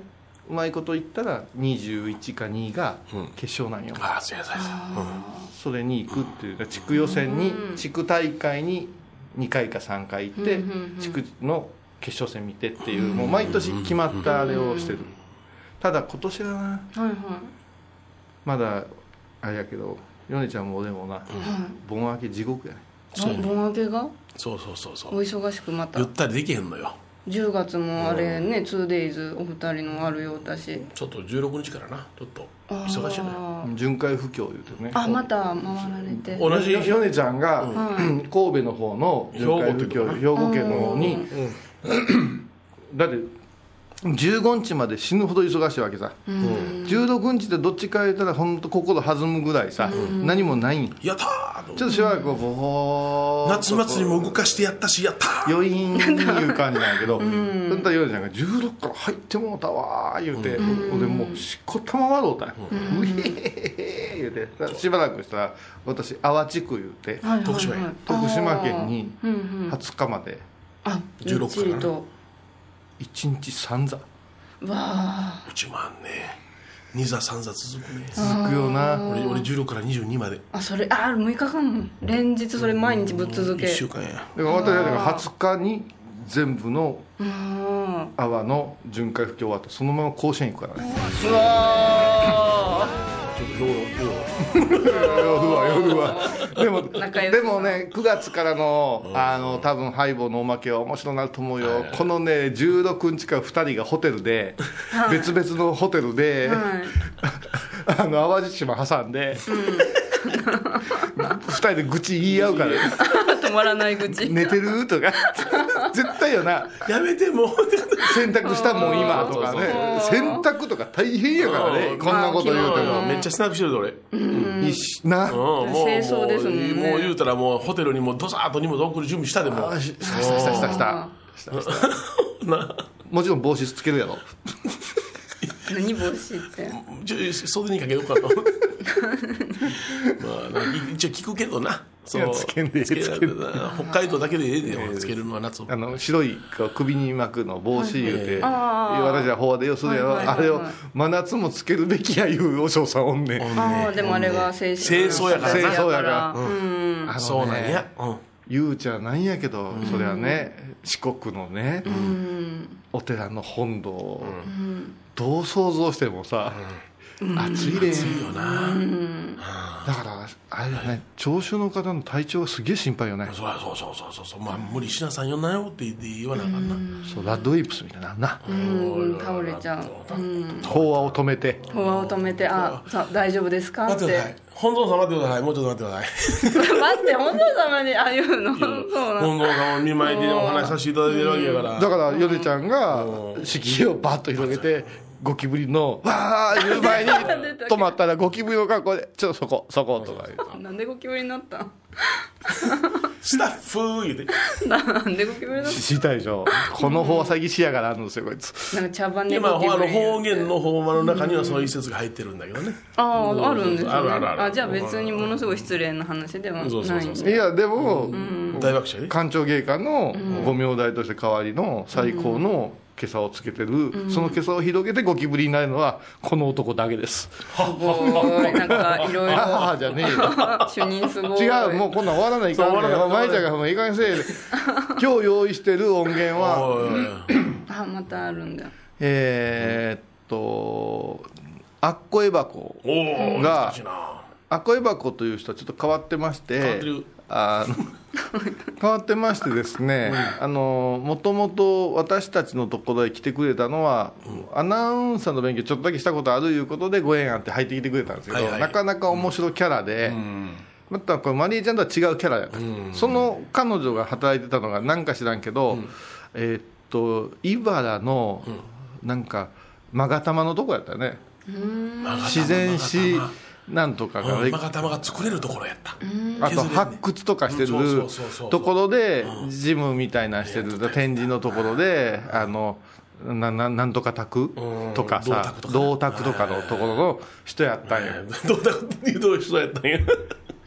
[SPEAKER 3] うまいこと言ったら21か2が決勝なんよ、
[SPEAKER 4] ああそうやそうやそうや
[SPEAKER 3] それに行くっていう地区予選に、地区大会に2回か3回行って、地区の決勝戦見てっていう、もう毎年決まったあれをしてる、ただ今年はな
[SPEAKER 2] はいはい
[SPEAKER 3] まだあれやけど米ちゃんも俺もな、盆明け地獄やね
[SPEAKER 4] そうや
[SPEAKER 2] 盆明けが
[SPEAKER 4] そうそうそうそ
[SPEAKER 2] お
[SPEAKER 4] う
[SPEAKER 2] 忙しくまた
[SPEAKER 4] ゆったりできへんのよ
[SPEAKER 2] 10月もあれね 2days お二人のあるようだし
[SPEAKER 4] ちょっと16日からなちょっと忙しいのよ
[SPEAKER 2] あー
[SPEAKER 3] 巡回不況言うてね
[SPEAKER 2] あまた回られて
[SPEAKER 4] 同じ
[SPEAKER 3] よ米ちゃんが、神戸の方の
[SPEAKER 4] 兵庫
[SPEAKER 3] 巡回不況兵庫県の方に、だって15日まで死ぬほど忙しいわけさ、16日でどっちか言ったら本当心弾むぐらいさ、何もないんち
[SPEAKER 4] やったー
[SPEAKER 3] ょっとしばらくこうぼーっ
[SPEAKER 4] 夏
[SPEAKER 3] と
[SPEAKER 4] 祭りも動かしてやったしやったー
[SPEAKER 3] 余韻にいう感じなんやけど、そしたらヨネちゃんが「16から入ってもうたわ」言うて、俺もうしこたま笑うたんや、うえへへ言うてしばらくしたら私淡地区言うて、
[SPEAKER 2] はいはいはい
[SPEAKER 4] 徳島へ
[SPEAKER 3] 徳島県に
[SPEAKER 2] あーうんうん
[SPEAKER 3] 20日まで
[SPEAKER 2] あ
[SPEAKER 4] 16
[SPEAKER 2] びっちりと
[SPEAKER 3] 1日3座
[SPEAKER 2] わあ
[SPEAKER 4] うちもあんね2座3座続くね
[SPEAKER 3] 続くよな
[SPEAKER 4] 俺俺16から22まで
[SPEAKER 2] あそれあ6日間も連日それ毎日ぶっ続け
[SPEAKER 4] 1週間や
[SPEAKER 3] だから私はだから20日に全部の
[SPEAKER 2] あ
[SPEAKER 3] 阿波の巡回不況終わってそのまま甲子園行くからね
[SPEAKER 2] ーうわー
[SPEAKER 4] ちょっと夜夜
[SPEAKER 3] 夜は夜はでも
[SPEAKER 2] 仲良し
[SPEAKER 3] でもね9月からのあの多分ハイボーのおまけは面白くなると思うよこのね16日から2人がホテルで別々のホテルで
[SPEAKER 2] はい
[SPEAKER 3] あの淡路島挟んで2人で愚痴言い合うからね
[SPEAKER 2] 止まらない口
[SPEAKER 3] 寝て るとか絶対よな
[SPEAKER 4] やめてもう
[SPEAKER 3] 洗濯したもん今とかね洗濯とか大変やからねこんなこと言うても
[SPEAKER 4] めっちゃスナップしてるで俺うん
[SPEAKER 3] いいしな
[SPEAKER 4] もう
[SPEAKER 2] 清掃ですもんね
[SPEAKER 4] もう言うたらもうホテルにもうドサーッと荷物送る準備したでも
[SPEAKER 3] あししたしたしたしたしたしたした
[SPEAKER 4] うな
[SPEAKER 3] もちろん帽子つけるやろ
[SPEAKER 2] 何帽子って
[SPEAKER 4] ちょ袖にかけようかと まあなんか一応聞くけどなそ
[SPEAKER 3] いやつけんでええ
[SPEAKER 4] つけられ
[SPEAKER 3] つ
[SPEAKER 4] て
[SPEAKER 3] け
[SPEAKER 4] な北海道だけでええで俺つけるのは夏
[SPEAKER 3] あの白いこう首に巻くの帽子言うて、
[SPEAKER 2] あー
[SPEAKER 3] 私は法でよするやろ、
[SPEAKER 2] はいはいはいはい
[SPEAKER 3] あれを真夏もつけるべきやいうお嬢さんおんねん
[SPEAKER 2] ああでもあれが清
[SPEAKER 4] 清掃やからな
[SPEAKER 3] 清掃やから
[SPEAKER 2] うん
[SPEAKER 3] あのね
[SPEAKER 4] そうなんやうん
[SPEAKER 3] ゆうちゃなんやけど、それはね四国のね、お寺の本堂を、どう想像してもさ、暑いで、
[SPEAKER 4] いいよな
[SPEAKER 3] だからあれだね聴衆の方の体調がすげえ心配よね、
[SPEAKER 4] そうそうそうそうそうそうまあ無理しなさいよなよって言って言わなあかんな
[SPEAKER 3] そうラッドウィップスみたいなな
[SPEAKER 2] うん倒れちゃう
[SPEAKER 3] 法話を止めて
[SPEAKER 2] フォアを止めて「あさ大丈夫ですか?」っ
[SPEAKER 4] 待ってくださ
[SPEAKER 2] て
[SPEAKER 4] い本尊様待ってくださいもうちょっと待ってください
[SPEAKER 2] 待って本当様にあ言うのそうなの
[SPEAKER 4] 本尊様を見舞いでお話しさせていただいてるわけやから
[SPEAKER 3] だからヨネちゃんが敷居をバッと広げてゴキブリの「わー」言う 前に止まったらゴキブリの格好で「ちょっとそこそこ」とか言う
[SPEAKER 2] なんでゴキブリになったん
[SPEAKER 4] スタッフ言うて
[SPEAKER 2] なんでゴキブリになっ
[SPEAKER 3] 死体でしょこの法は詐欺師やからあるんですよこいつ
[SPEAKER 2] たなんか茶番で
[SPEAKER 4] 今
[SPEAKER 2] ゴキ
[SPEAKER 4] あ
[SPEAKER 2] ブ
[SPEAKER 4] の
[SPEAKER 2] リ
[SPEAKER 4] 方言の法話の中にはそういう施設が入ってるんだけどね
[SPEAKER 2] あああるんですね
[SPEAKER 4] あるあるある
[SPEAKER 2] じゃあ別にものすごい失礼な話ではない
[SPEAKER 4] そうそうそうそ
[SPEAKER 3] いやでも、
[SPEAKER 4] 大爆笑ね
[SPEAKER 3] 官庁芸官のご名代として代わりの最高の袈裟をつけてる、その袈裟を広げてゴキブリになるのはこの男だけです
[SPEAKER 2] おいなんかいろいろ
[SPEAKER 3] ああじゃねえよ
[SPEAKER 2] 主任すご い
[SPEAKER 3] 違うもうこんなん終わらないかん
[SPEAKER 4] そう
[SPEAKER 3] ね
[SPEAKER 4] 終わらない
[SPEAKER 3] ん舞ちゃんがもういい加減せえで今日用意してる音源 は
[SPEAKER 4] おいおいおい
[SPEAKER 2] あまたあるんだ
[SPEAKER 3] えーっと、アッコエバコ、
[SPEAKER 4] おー
[SPEAKER 3] が
[SPEAKER 4] 懐かしいな
[SPEAKER 3] アッコエバコという人はちょっと変わってまして、
[SPEAKER 4] 変わってる
[SPEAKER 3] あの 変わってましてですね、あのもともと私たちのところへ来てくれたのは、アナウンサーの勉強ちょっとだけしたことあるいうことでご縁あって入ってきてくれたんですけど、
[SPEAKER 4] はいはい
[SPEAKER 3] なかなか面白いキャラで、またこれマリーちゃんとは違うキャラやった、その彼女が働いてたのが何か知らんけど、えーっと茨のなんかまがたまのとこやったね自然史なんとかが
[SPEAKER 4] う
[SPEAKER 3] で
[SPEAKER 4] ん、まがたまが作れるところやった、
[SPEAKER 3] あと
[SPEAKER 4] 削れんね
[SPEAKER 3] 発掘とかしてる
[SPEAKER 4] うんそうそうそうそう
[SPEAKER 3] ところでジムみたいなのしてる展示のところであのなななんとか宅とかさ
[SPEAKER 4] うん
[SPEAKER 3] 銅
[SPEAKER 4] 銅
[SPEAKER 3] 卓とかのところの人やったんや、
[SPEAKER 4] どんなこと言うと人やったんや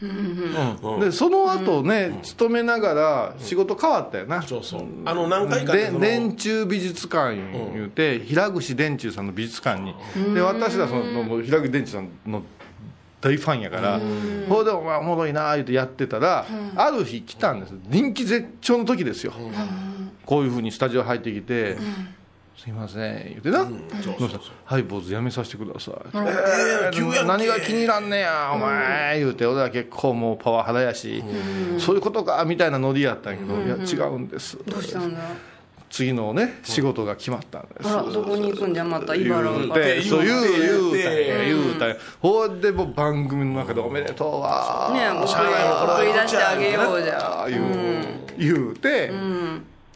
[SPEAKER 3] うんでその後ね勤めながら仕事変わったよな
[SPEAKER 4] そうそうあの何回か
[SPEAKER 3] で
[SPEAKER 4] その
[SPEAKER 3] 電柱美術館言うて、平口電柱さんの美術館にで私らそのもう平口電柱さんの大ファンやからほいでお前おもろいなー言うてやってたら、ある日来たんです人気絶頂の時ですよ、こういうふうにスタジオ入ってきて「すいません」言うてな「
[SPEAKER 4] そうそうそう
[SPEAKER 3] はい坊主やめさせてください」
[SPEAKER 4] えー急やんけ
[SPEAKER 3] 何が気に入らんねやお前、言うて俺は結構もうパワハラやし、そういうことかみたいなノリやったんやけど、いや違うんです
[SPEAKER 2] どうしたんだ
[SPEAKER 3] 次のね仕事が決まったんです、
[SPEAKER 2] あらどこに行くんじゃまた
[SPEAKER 3] 言
[SPEAKER 2] 茨城
[SPEAKER 3] う
[SPEAKER 2] か
[SPEAKER 3] て
[SPEAKER 2] ら
[SPEAKER 4] 言うて
[SPEAKER 3] そう言う言うたんや
[SPEAKER 4] 言うて
[SPEAKER 3] 言うたんやほんでもう番組の中で「おめでとうわー」
[SPEAKER 2] ねえもう送り送り出してあげようじゃ
[SPEAKER 3] あー言う,、言うて、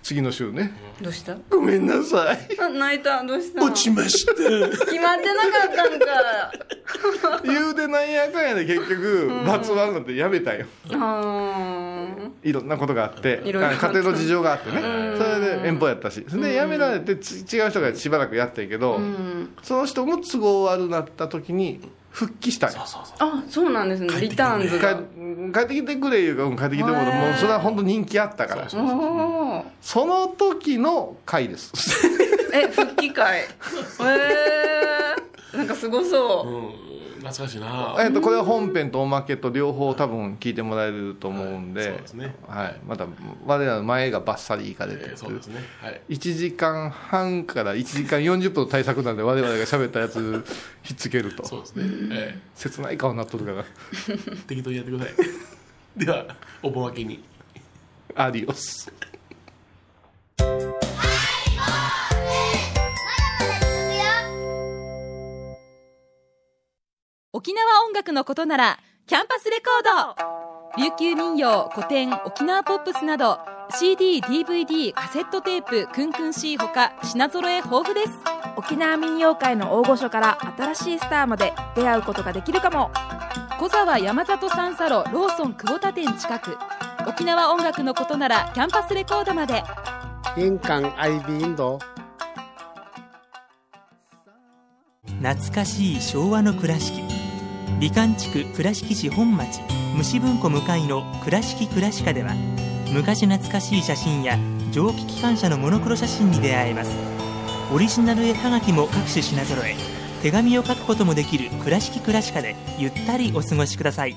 [SPEAKER 3] 次の週ね
[SPEAKER 2] どうした
[SPEAKER 3] 「ごめんなさい
[SPEAKER 2] あ泣いたどうした
[SPEAKER 4] 落ちました
[SPEAKER 2] 決まってなかったん か」
[SPEAKER 3] 言うてなんやかんやで結局罰悪なんてやめたんよ
[SPEAKER 2] あー
[SPEAKER 3] いろんなことがあって
[SPEAKER 2] いろいろあった
[SPEAKER 3] 家庭の事情があってねそれで遠方やったしそれで辞められてつ違う人がしばらくやってんけどその人も都合悪なった時に復帰したんよ
[SPEAKER 2] あそうなんですねリターンズ
[SPEAKER 3] 帰
[SPEAKER 2] が
[SPEAKER 3] 帰ってきてくれいうかうん帰ってきてもらう
[SPEAKER 2] へー
[SPEAKER 3] もうそれは本当人気あったから
[SPEAKER 2] おおー
[SPEAKER 3] その時の回です
[SPEAKER 2] え復帰 会えー、なんかすごそう、
[SPEAKER 4] うん懐かしいな
[SPEAKER 3] えっとこれは本編とおまけと両方多分聞いてもらえると思うんで,、はい
[SPEAKER 4] そうですね
[SPEAKER 3] また我らの前がバッサリいかれて
[SPEAKER 4] え
[SPEAKER 3] る
[SPEAKER 4] ーそうですねはい
[SPEAKER 3] 1時間半から1時間40分の対策なんで我々が喋ったやつ ひっつけると
[SPEAKER 4] そうですね、え
[SPEAKER 3] 切ない顔になっとるから
[SPEAKER 4] ー適当にやってください ではお盆明けに
[SPEAKER 3] アディオス
[SPEAKER 5] 沖縄音楽のことならキャンパスレコード琉球民謡古典沖縄ポップスなど CDDVD カセットテープクンクン C ほか品揃え豊富です
[SPEAKER 6] 沖縄民謡界の大御所から新しいスターまで出会うことができるかも
[SPEAKER 5] 小沢山里三佐路ローソン久保田店近く沖縄音楽のことならキャンパスレコードまで
[SPEAKER 7] 印鑑 IB インド
[SPEAKER 8] 懐かしい昭和の倉敷美観地区倉敷市本町虫文庫向かいの「倉敷倉敷科」では昔懐かしい写真や蒸気機関車のモノクロ写真に出会えますオリジナル絵はがきも各種品揃え手紙を書くこともできる「倉敷倉敷科」でゆったりお過ごしください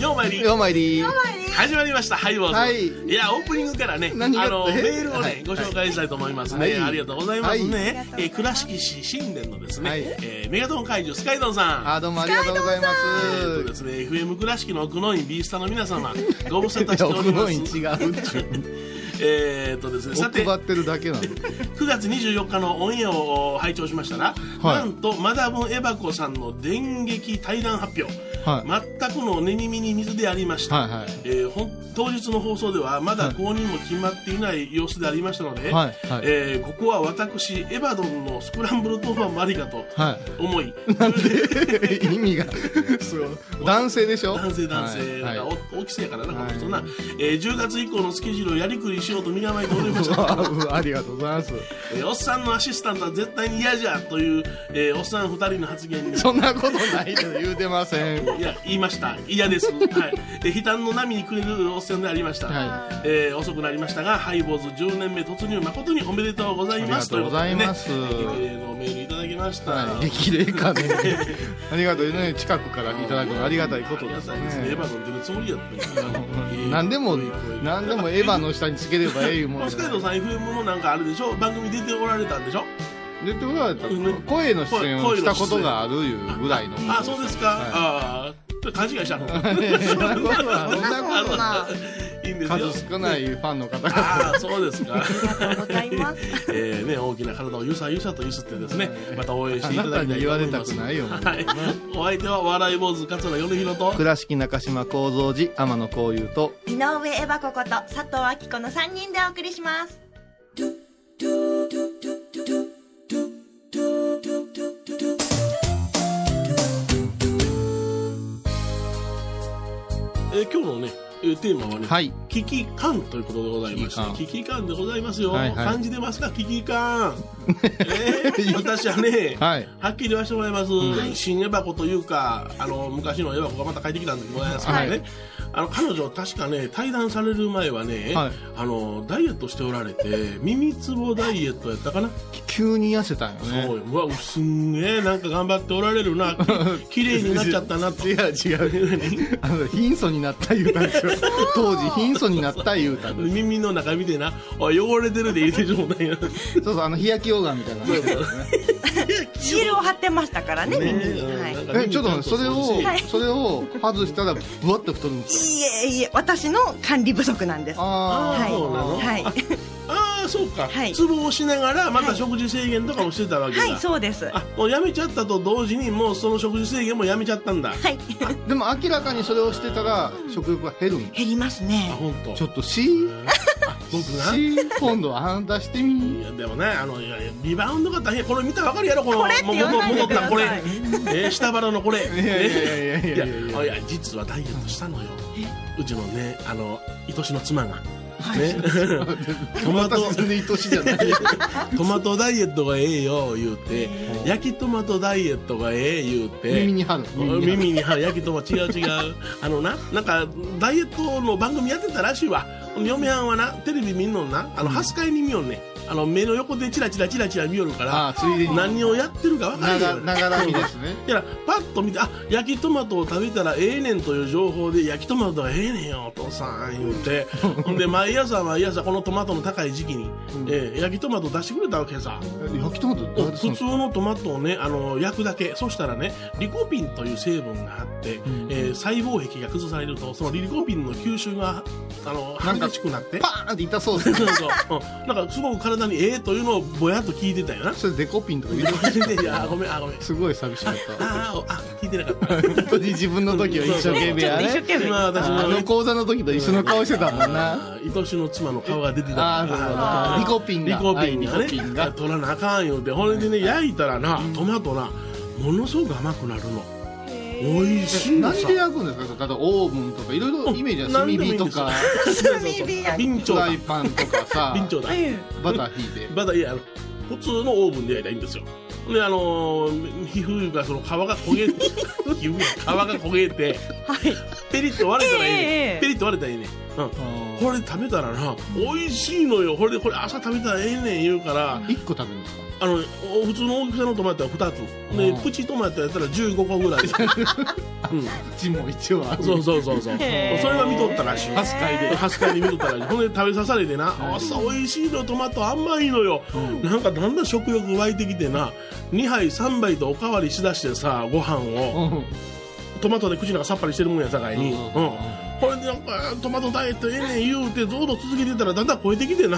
[SPEAKER 4] ようまいり
[SPEAKER 3] ようまいり
[SPEAKER 4] 始まりましたハイボーズ、
[SPEAKER 3] はい
[SPEAKER 4] いやオープニングからねあ
[SPEAKER 3] 何があった
[SPEAKER 4] のメールをね、
[SPEAKER 3] はい
[SPEAKER 4] ご紹介したいと思いますね、
[SPEAKER 3] はい
[SPEAKER 4] ありがとうございますね、えー倉敷市新田のですね、
[SPEAKER 3] はい
[SPEAKER 4] えーメガトン会場スカイドンさん
[SPEAKER 3] あどうもありがとうございま
[SPEAKER 4] えーとですすね FM 倉敷の奥の院ビースタの皆様ご無沙汰し
[SPEAKER 3] い
[SPEAKER 4] て
[SPEAKER 3] や
[SPEAKER 4] お
[SPEAKER 3] 奥
[SPEAKER 4] りま
[SPEAKER 3] の
[SPEAKER 4] す
[SPEAKER 3] 院違うっちゅう
[SPEAKER 4] えーっとですねさ
[SPEAKER 3] 奥
[SPEAKER 4] て
[SPEAKER 3] ばってるだけなの
[SPEAKER 4] 9月24日のオンエアを拝聴しましたら、
[SPEAKER 3] はい
[SPEAKER 4] なんとマダム・エバコさんの電撃対談発表、
[SPEAKER 3] は
[SPEAKER 4] 全くの寝耳に水でありました、
[SPEAKER 3] はいはい
[SPEAKER 4] えーほん当日の放送ではまだ公認も決まっていない様子でありましたの
[SPEAKER 3] は
[SPEAKER 4] で、
[SPEAKER 3] いはい
[SPEAKER 4] えーここは私エバドンのスクランブル当番もありかと
[SPEAKER 3] は
[SPEAKER 4] 思い、
[SPEAKER 3] い意味が男性でしょ
[SPEAKER 4] 男性男性、
[SPEAKER 3] はい
[SPEAKER 4] なん
[SPEAKER 3] はい
[SPEAKER 4] かお大きさやからな、この人な、えー10月以降のスケジュールをやりくりしようと身構えておりま したが
[SPEAKER 3] うわありがとうございます
[SPEAKER 4] えーおっさんのアシスタントは絶対に嫌じゃという、えーおっさん2人の発言に。
[SPEAKER 3] そんなことないと言うてません
[SPEAKER 4] いや言いました 嫌です、はい、えー悲嘆の波にくれるおっさんでありました、
[SPEAKER 3] は
[SPEAKER 4] えー遅くなりましたがハイボーズ10年目突入誠におめでとうございます
[SPEAKER 3] ありがとうございます
[SPEAKER 4] ということでね、激励のメールいただきました、
[SPEAKER 3] はい激励かねありがとうね近くからいただくのありがたいこと
[SPEAKER 4] あり
[SPEAKER 3] で
[SPEAKER 4] が
[SPEAKER 3] す
[SPEAKER 4] たいですねエ
[SPEAKER 3] ね
[SPEAKER 4] ヴァの出るつもりやったの に
[SPEAKER 3] 何でも
[SPEAKER 4] えー
[SPEAKER 3] 何でもエヴァの下につければええいうもん
[SPEAKER 4] マ
[SPEAKER 3] じ
[SPEAKER 4] ス
[SPEAKER 3] ゃ
[SPEAKER 4] カイ
[SPEAKER 3] ない
[SPEAKER 4] ドさん FM のなんかあれでしょ番組出ておられたんでしょ
[SPEAKER 3] 出てこられた声の出演をしたことがあるいうぐらいの
[SPEAKER 4] あ そうですか、ああーちょっと勘違いしたの
[SPEAKER 3] そんなことはそんなことは
[SPEAKER 4] あーいいんですよ
[SPEAKER 3] 数少ないファンの方が
[SPEAKER 4] ああそうですか
[SPEAKER 9] ありがとうございます
[SPEAKER 4] えーね、大きな体をゆさゆさとゆすってですねまた応援していただきた
[SPEAKER 3] あなた
[SPEAKER 4] いと思
[SPEAKER 3] に
[SPEAKER 4] い
[SPEAKER 3] 言われた
[SPEAKER 4] ま
[SPEAKER 3] く
[SPEAKER 4] す
[SPEAKER 3] ないよ
[SPEAKER 4] はい、お相手は笑い坊主桂米広と
[SPEAKER 3] 倉敷中島幸三寺天野幸雄と
[SPEAKER 5] 井上エバ子こと佐藤明子の3人でお送りします
[SPEAKER 4] えー今日のね、えーテーマはね、
[SPEAKER 3] はい
[SPEAKER 4] 危機感ということでございまして、危機感でございますよ。
[SPEAKER 3] はいはい
[SPEAKER 4] 感じてますか、危機感。えー私は ね、
[SPEAKER 3] はい
[SPEAKER 4] はっきり言わせてもらいます。新エバ子というか、あの、昔のエバ子がまた帰ってきたんでございますからね。
[SPEAKER 3] はい
[SPEAKER 4] あの彼女確かね対談される前はね、
[SPEAKER 3] はい
[SPEAKER 4] あのダイエットしておられて耳つぼダイエットやったかな、
[SPEAKER 3] 急に痩せたんよね
[SPEAKER 4] そううわすんげえなんか頑張っておられる な綺麗になっちゃったなと
[SPEAKER 3] 違う違うあの貧相になった言うたんですよ当時貧相になった言うたんです
[SPEAKER 4] 耳の中見てな「おい汚れてるでいいでしょ」み たいな
[SPEAKER 3] そうそうあの日焼け溶岩みたいなのしてたよね
[SPEAKER 5] シールを貼ってましたからね耳に、はい、い
[SPEAKER 3] えちょっと待ってそれ
[SPEAKER 5] はい
[SPEAKER 3] をそれを外したらぶわっと太るんですよ
[SPEAKER 5] えいえ私の管理不足なんですは
[SPEAKER 3] あ
[SPEAKER 5] い
[SPEAKER 4] そうなの
[SPEAKER 5] はい、
[SPEAKER 4] ああそうか、
[SPEAKER 5] はい
[SPEAKER 4] ツボをしながらま
[SPEAKER 5] は
[SPEAKER 4] た
[SPEAKER 5] い
[SPEAKER 4] 食事制限とかもしてたわけだ、
[SPEAKER 5] はい、そうですは
[SPEAKER 4] あもうやめちゃったと同時にもうその食事制限もやめちゃったんだ、
[SPEAKER 5] い
[SPEAKER 3] あでも明らかにそれをしてたら食欲が減るん
[SPEAKER 5] 減ります
[SPEAKER 4] あ
[SPEAKER 5] ね
[SPEAKER 4] 本当
[SPEAKER 3] ちょっと C
[SPEAKER 4] 僕 が
[SPEAKER 3] C 今度は出してみ
[SPEAKER 4] いやでもねあのいやいやリバウンドが大変これ見たらわかるやろこの
[SPEAKER 5] これって言わないで
[SPEAKER 4] もももももったこれ
[SPEAKER 5] ください
[SPEAKER 4] えー下腹のこれ
[SPEAKER 3] いやいやいやいやいや
[SPEAKER 4] えーいやいや実はダイエットしたのようちのねあの愛しの妻が、 ねトマト
[SPEAKER 3] 私全然愛しじゃない
[SPEAKER 4] トマトダイエットがええよ言うて焼きトマトダイエットがええ言うて
[SPEAKER 3] 耳に貼る
[SPEAKER 4] 耳に歯焼きトマト違う違うあのななんかダイエットの番組やってたらしいわ嫁はんはなテレビ見んのなあの初回に見よんねあの目の横でチラチラチラチラ見よるか
[SPEAKER 3] あ
[SPEAKER 4] ら
[SPEAKER 3] あついでに
[SPEAKER 4] 何をやってるか分か
[SPEAKER 3] な
[SPEAKER 4] らん
[SPEAKER 3] が
[SPEAKER 4] やん
[SPEAKER 3] ながらみですね
[SPEAKER 4] だからパッと見てあ焼きトマトを食べたらええねんという情報で焼きトマトはええねんよお父さん言うて ほんで毎朝毎朝このトマトの高い時期に、えー焼きトマト出してくれたわけさ
[SPEAKER 3] 焼きトマトどうやってするん
[SPEAKER 4] 普
[SPEAKER 3] です
[SPEAKER 4] 通のトマトをねあの焼くだけそしたらねリコピンという成分があって、えー細胞壁が崩されるとそのリコピンの吸収があの
[SPEAKER 3] なんか
[SPEAKER 4] 激しくなって
[SPEAKER 3] かパーンって痛そうですね
[SPEAKER 4] そうそう、うん、なんかすごく体にええというのをぼやっと聞いて たよな
[SPEAKER 3] それデコピンとか言う
[SPEAKER 4] いやあごめんあごめん
[SPEAKER 3] すごい寂しかった
[SPEAKER 4] あーあ聞いてなか った
[SPEAKER 3] 本当に自分の時は一生懸命あれ
[SPEAKER 4] 今私
[SPEAKER 3] あの
[SPEAKER 4] の
[SPEAKER 3] 講座の時と一緒の顔してたもんな
[SPEAKER 4] あー愛しの妻の顔が出てた
[SPEAKER 3] ああリコピン
[SPEAKER 4] リ
[SPEAKER 3] が
[SPEAKER 4] コピ
[SPEAKER 3] は
[SPEAKER 4] ンが
[SPEAKER 3] いリ
[SPEAKER 4] ね
[SPEAKER 3] コピンが
[SPEAKER 4] 取らなあかんよってほんでね焼いたらなトマトなものすごく甘くなるの美味しい
[SPEAKER 3] な
[SPEAKER 4] の
[SPEAKER 3] ん
[SPEAKER 4] さ
[SPEAKER 3] で焼くんですか例えばオーブンとかいろいろイメージは炭火とか
[SPEAKER 4] 炭
[SPEAKER 5] 火焼
[SPEAKER 4] 備
[SPEAKER 3] フ
[SPEAKER 4] 長
[SPEAKER 3] ラ
[SPEAKER 4] だ
[SPEAKER 3] イパンとかさ
[SPEAKER 4] 備長だ
[SPEAKER 3] バター引いて
[SPEAKER 4] まだいやあの普通のオーブンで焼いたらいいんですよであのー皮膚がその皮が焦げて 皮膚が皮が焦げてペリッと割れたらいい
[SPEAKER 5] ええ
[SPEAKER 4] ねペリッと割れたらいいねうんこれ食べたらな美味しいのよこれでこれ朝食べたらええねん言うから
[SPEAKER 3] 1個食べるんですか
[SPEAKER 4] あのお普通の大きさのトマトは2つで
[SPEAKER 3] うん
[SPEAKER 4] プチトマトやったら15 個ぐらい、う
[SPEAKER 3] うちも一応あ
[SPEAKER 4] ん、
[SPEAKER 3] る
[SPEAKER 4] そうそうそうそうそれは見とったらしい
[SPEAKER 3] 八回で
[SPEAKER 4] ハスカイで見とったらしいほんで食べさされてな「朝美味しいのトマト甘いのよ」なんかだんだん食欲湧いてきてな2杯3杯とおかわりしだしてさご飯を
[SPEAKER 3] うん
[SPEAKER 4] トマトで口の中さっぱりしてるもんやさかいに、
[SPEAKER 3] う
[SPEAKER 4] うんんこれでなんかトマトダイエットええねん言うてずっと続けてたらだんだん超えてきてな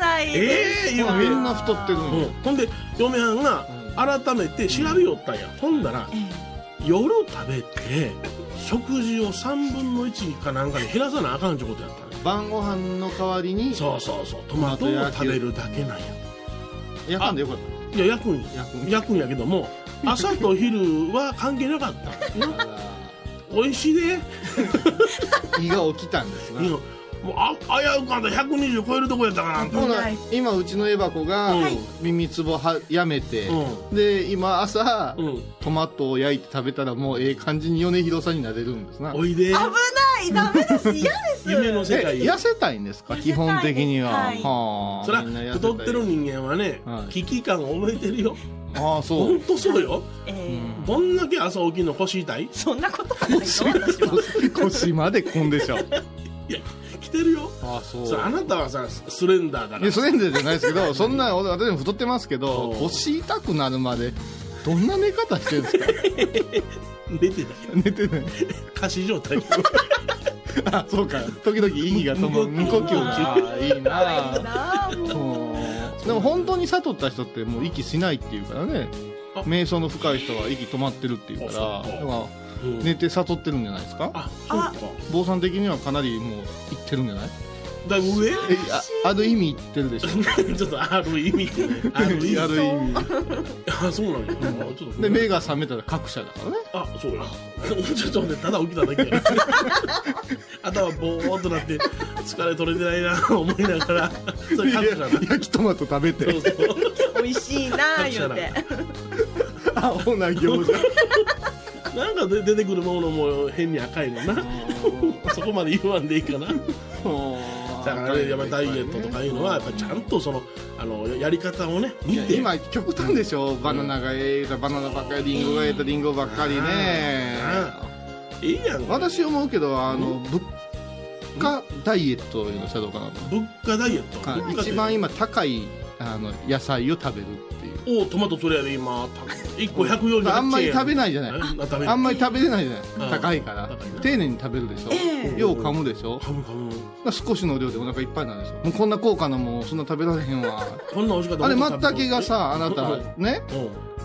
[SPEAKER 5] ない
[SPEAKER 4] ええ言うて
[SPEAKER 3] みんな太ってるん
[SPEAKER 4] う
[SPEAKER 3] よ
[SPEAKER 4] んほんで嫁はんが改めて調べよったんや、ほんだら、夜食べて食事を3分の1かなんかに減らさなあかんちゅうことやったんや
[SPEAKER 3] 晩ご飯の代わりに
[SPEAKER 4] そうそうそうトマトを食べるだけなんや
[SPEAKER 3] 焼かんでよかっ
[SPEAKER 4] いや焼くんや
[SPEAKER 3] 焼く
[SPEAKER 4] 焼くんやけども朝と昼は関係なかったな美味しいで
[SPEAKER 3] た胃が起きたんですない
[SPEAKER 4] やもうあ危うかった120超えるとこやったかなと
[SPEAKER 3] ほな今うちのエバ子が
[SPEAKER 4] はい
[SPEAKER 3] 耳つぼはやめて、
[SPEAKER 4] う
[SPEAKER 3] で今朝、
[SPEAKER 4] うん
[SPEAKER 3] トマトを焼いて食べたらもうええ感じに米広さんになれるんですな
[SPEAKER 4] おいで
[SPEAKER 5] 危ないダメです嫌で す
[SPEAKER 4] 夢の世
[SPEAKER 3] え
[SPEAKER 4] 界へ
[SPEAKER 3] 痩せたいんですか
[SPEAKER 5] 痩せたい
[SPEAKER 3] 基本的には、
[SPEAKER 5] はい
[SPEAKER 3] はあ
[SPEAKER 4] そりゃ
[SPEAKER 3] みんな痩せたい
[SPEAKER 4] 太ってる人間はね、
[SPEAKER 3] はい
[SPEAKER 4] 危機感を覚えてるよ
[SPEAKER 3] ああそ
[SPEAKER 4] 本
[SPEAKER 3] う
[SPEAKER 4] 当そうよ
[SPEAKER 5] えー
[SPEAKER 4] どんだけ朝起きるの腰痛い
[SPEAKER 5] そんなことはないよ私は
[SPEAKER 3] 腰までこんでしょ
[SPEAKER 4] いや来てるよ
[SPEAKER 3] ああそ
[SPEAKER 4] それあなたはさスレンダーだ
[SPEAKER 3] い
[SPEAKER 4] か
[SPEAKER 3] や
[SPEAKER 4] ら
[SPEAKER 3] それんでじゃないですけどそんな俺私も太ってますけど
[SPEAKER 4] そう
[SPEAKER 3] 腰痛くなるまでどんな寝方してるんですか
[SPEAKER 4] 寝てない
[SPEAKER 3] 寝てない
[SPEAKER 4] 仮死状態
[SPEAKER 7] あそうか時々意義が飛ぶ無呼吸
[SPEAKER 3] あいいなあ
[SPEAKER 5] なあもう
[SPEAKER 3] でも本当に悟った人ってもう息しないっていうからね瞑想の深い人は息止まってるっていうから
[SPEAKER 4] あそうか
[SPEAKER 3] だから
[SPEAKER 4] うん
[SPEAKER 3] 寝て悟ってるんじゃないですか
[SPEAKER 4] あそうか
[SPEAKER 3] 坊さん的にはかなりもう行ってるんじゃない
[SPEAKER 4] だいぶ上
[SPEAKER 3] えあある意味行ってるでしょ
[SPEAKER 4] ちょっとある意味ってねある意
[SPEAKER 3] あ
[SPEAKER 4] 味
[SPEAKER 3] る意味
[SPEAKER 4] あそうなんやあちょっと
[SPEAKER 3] で目が覚めたら各社だからね
[SPEAKER 4] あそうやちょっとね ただ起きただけや頭ボーっとなって疲れ取れてないな思いながらそれ各社な
[SPEAKER 7] 焼きトマト食べて
[SPEAKER 4] そうそう
[SPEAKER 5] 美味しいな あ言うて
[SPEAKER 7] 青な餃子
[SPEAKER 4] なんかで出てくるものも変に赤いのな そこまで言わんでいいかなだからねやっぱりダイエットとかいうのはやっぱりちゃんとそのあのやり方をね見て
[SPEAKER 3] 今極端でしょバナナがええだバナナばっかりリンゴがええだリンゴばっかりね
[SPEAKER 4] いいやん
[SPEAKER 3] 私思うけどあの物価ダイエットをしたらどうかなと
[SPEAKER 4] 物価ダイエット
[SPEAKER 3] か
[SPEAKER 4] 物価
[SPEAKER 3] 一番今高いあの野菜を食べるっていう
[SPEAKER 4] おトマトそれやで今1個148円
[SPEAKER 3] あんまり食べないじゃない
[SPEAKER 4] あ食べない
[SPEAKER 3] あんまり食べれないじゃない
[SPEAKER 4] うん
[SPEAKER 3] 高いから
[SPEAKER 4] 高いな
[SPEAKER 3] 丁寧に食べるでしょ、
[SPEAKER 5] え
[SPEAKER 3] よう噛むでしょ
[SPEAKER 4] 噛む噛む
[SPEAKER 3] 少しの量でお腹いっぱいなんでしょもうこんな高価なもんそんな食べられへんわ
[SPEAKER 4] こんな美味しかった
[SPEAKER 3] あれ松茸がさあな
[SPEAKER 4] うん
[SPEAKER 3] たね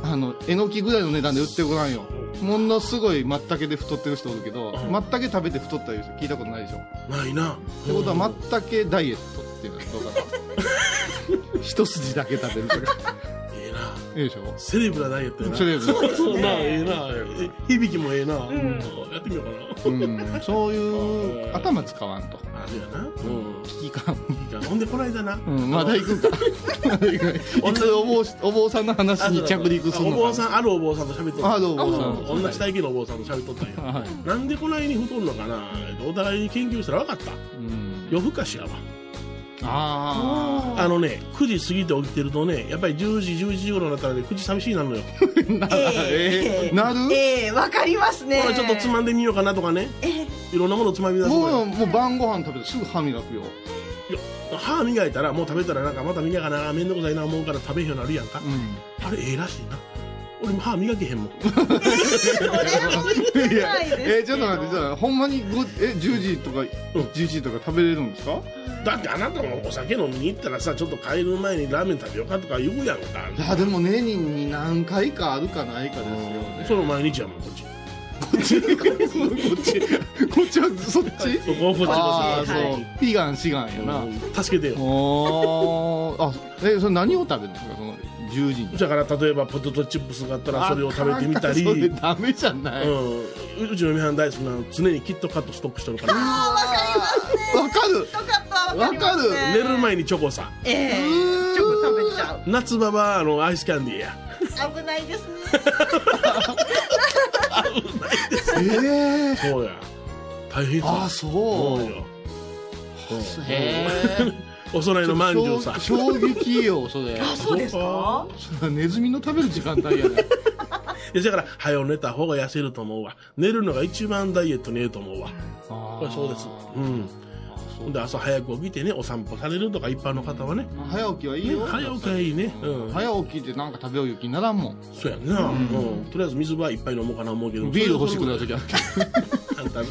[SPEAKER 4] うん
[SPEAKER 3] あのえのきぐらいの値段で売ってごらんよものすごい松茸で太ってる人おるけど
[SPEAKER 4] うん
[SPEAKER 3] 松茸食べて太ったいう人聞いたことないでしょっ
[SPEAKER 4] ないな
[SPEAKER 3] てことは松茸ダイエットっていうのはどうか な一筋だけ食べるとか
[SPEAKER 4] ええない
[SPEAKER 3] いでしょ
[SPEAKER 4] セレブなダイエットやな
[SPEAKER 3] それぞ
[SPEAKER 4] そうなええなえ響きもええな、
[SPEAKER 5] ん
[SPEAKER 4] やってみようか
[SPEAKER 3] れうんそういう頭使わんと
[SPEAKER 4] なあれやなうん
[SPEAKER 3] 危機感
[SPEAKER 4] ほんでこの間な、
[SPEAKER 3] うん、まだ行 くか。まだ行くかいつお坊しお坊さんの話に着陸する
[SPEAKER 4] あお坊
[SPEAKER 3] のか。
[SPEAKER 4] さんあるお坊さんと喋っとった
[SPEAKER 3] あるお坊さん
[SPEAKER 4] う同じ体型のお坊さんと喋っとったんよ、
[SPEAKER 3] はい。
[SPEAKER 4] なんでこないに太るのかなお互いに研究したら分かった
[SPEAKER 3] うん。
[SPEAKER 4] 夜更かしやわ
[SPEAKER 3] あ
[SPEAKER 4] あのね9時過ぎて起きてるとねやっぱり10時11時頃になったらね9時寂しいなのよ、
[SPEAKER 5] え
[SPEAKER 3] あ。なる？
[SPEAKER 5] ええわかりますね
[SPEAKER 4] ほらちょっとつまんでみようかなとかね、いろんなものつまみ出すの
[SPEAKER 3] 僕
[SPEAKER 4] よ
[SPEAKER 3] ももう晩ご飯食べてすぐ歯磨くよ。
[SPEAKER 4] いや歯磨いたらもう食べたらなんかまた磨かな面倒くさいな思うから食べへんようになるやんか、
[SPEAKER 3] う
[SPEAKER 4] あれええらしいな俺も歯磨けへんもん
[SPEAKER 5] それは無理
[SPEAKER 3] ん。い
[SPEAKER 5] じ
[SPEAKER 3] や
[SPEAKER 5] ゃないですけど
[SPEAKER 3] えじゃあ待ってじゃあほんまにごえ10時とか11時とか食べれるんですか？
[SPEAKER 4] だってあなたもお酒飲みに行ったらさちょっと帰る前にラーメン食べようかとか言うやんか
[SPEAKER 3] いやでも年に何回かあるかないかですよね。
[SPEAKER 4] その毎日やもんこっち
[SPEAKER 3] こっち こっちこっちはそっち？
[SPEAKER 4] そここっちこ
[SPEAKER 3] ああ
[SPEAKER 4] そ
[SPEAKER 3] そう。悲願志願やな。
[SPEAKER 4] うん助けてよ
[SPEAKER 3] おーあえそれ何を食べるんですかその十時に
[SPEAKER 4] だから例えばポテトチップスがあったらそれを食べてみたり
[SPEAKER 3] あそれダメじゃないわ、
[SPEAKER 4] うん、うちの嫁はん大好きなの常にキットカットストックしてるから
[SPEAKER 3] かる
[SPEAKER 5] か
[SPEAKER 3] わかる
[SPEAKER 4] 寝る前にチョコさ
[SPEAKER 5] ええチョコ食べちゃう
[SPEAKER 4] 夏場はあのアイスキャンディーや
[SPEAKER 5] 危ないですね
[SPEAKER 3] ええ
[SPEAKER 4] そうや大変
[SPEAKER 3] ああ
[SPEAKER 4] さ
[SPEAKER 3] そ
[SPEAKER 4] そう
[SPEAKER 3] う
[SPEAKER 4] よ
[SPEAKER 3] へ
[SPEAKER 4] お供えのまんじゅうさ
[SPEAKER 3] え衝撃よそれ
[SPEAKER 5] そうですか
[SPEAKER 3] それは ネズミの食べる時間帯やね
[SPEAKER 4] いやだから早よ寝た方が痩せると思うわ寝るのが一番ダイエットにええと思うわ
[SPEAKER 3] あ
[SPEAKER 4] これそうですうん
[SPEAKER 3] あそ
[SPEAKER 4] ほ
[SPEAKER 3] うん
[SPEAKER 4] で朝早く起きてねお散歩されるとか一般の方はね
[SPEAKER 3] 早起きはいいよ
[SPEAKER 4] 早起きはいいねうん
[SPEAKER 3] 早起きってなんか食べよう気にならんもん
[SPEAKER 4] そうやんなうんとりあえず水はいっぱい飲もうかな思うけど
[SPEAKER 3] ビール欲しく なる
[SPEAKER 4] そ
[SPEAKER 3] 時あ
[SPEAKER 4] れはあんたの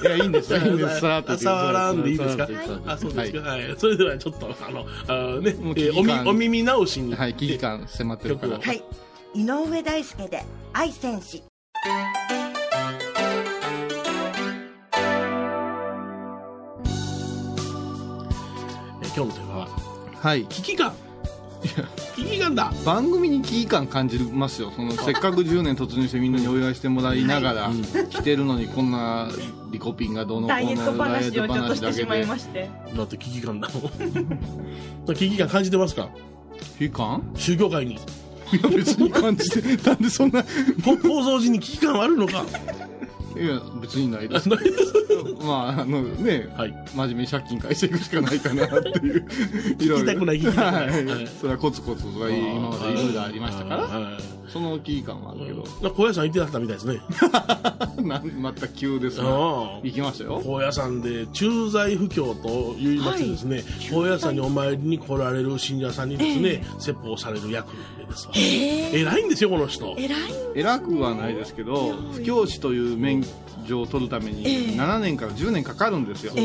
[SPEAKER 3] るいやいいんです いいんですさらっと言って
[SPEAKER 4] 朝笑うんでいいですか
[SPEAKER 3] さらっと言って
[SPEAKER 4] あそうですか
[SPEAKER 3] は
[SPEAKER 4] はいそれではちょっとあのあーね
[SPEAKER 3] もう危
[SPEAKER 4] えーお
[SPEAKER 3] 機
[SPEAKER 4] み
[SPEAKER 3] 感
[SPEAKER 4] お耳直し
[SPEAKER 3] い
[SPEAKER 4] に
[SPEAKER 3] はい危機感迫ってるから
[SPEAKER 4] 曲を
[SPEAKER 5] はい井上大輔で愛戦士
[SPEAKER 4] えー今日のテーマは
[SPEAKER 3] はい
[SPEAKER 4] 危機感危機感だ
[SPEAKER 3] 番組に危機感感じますよそのせっかく10年突入してみんなにお祝いしてもらいながら来てるのにこんなリコピンがどうのこうの
[SPEAKER 5] ダイエット話をちょっとしてしまいま
[SPEAKER 3] し
[SPEAKER 5] して
[SPEAKER 4] だって危機感 だもん危機感感じてますか
[SPEAKER 3] 危機感
[SPEAKER 4] 宗教界に
[SPEAKER 3] いや別に感じてなんでそんない
[SPEAKER 4] こ 構造時に危機感はあるのか
[SPEAKER 3] や別にないです
[SPEAKER 4] ないです
[SPEAKER 3] まああのね、
[SPEAKER 4] はい
[SPEAKER 3] 真面目に借金返していくしかないかなっていう聞
[SPEAKER 4] きたくない 聞きたく
[SPEAKER 3] は
[SPEAKER 4] ないはい
[SPEAKER 3] い、それはコツコツとか今までいろいろありましたから
[SPEAKER 4] はい
[SPEAKER 3] その危機感はあるけど
[SPEAKER 4] なんか高野山行ってなかったみたいですね
[SPEAKER 3] なんまた急ですが
[SPEAKER 4] ああ
[SPEAKER 3] 行きましたよ
[SPEAKER 4] 高野山で駐在不況と言いましてですね、高野山にお参りに来られる信者さんにですね、説法される役目ですわ、偉いんですよこの人
[SPEAKER 5] 偉い
[SPEAKER 3] 偉くはないですけど不教師という免状を取るために
[SPEAKER 8] ええ
[SPEAKER 3] 7年から10年かかるんですよ、
[SPEAKER 8] え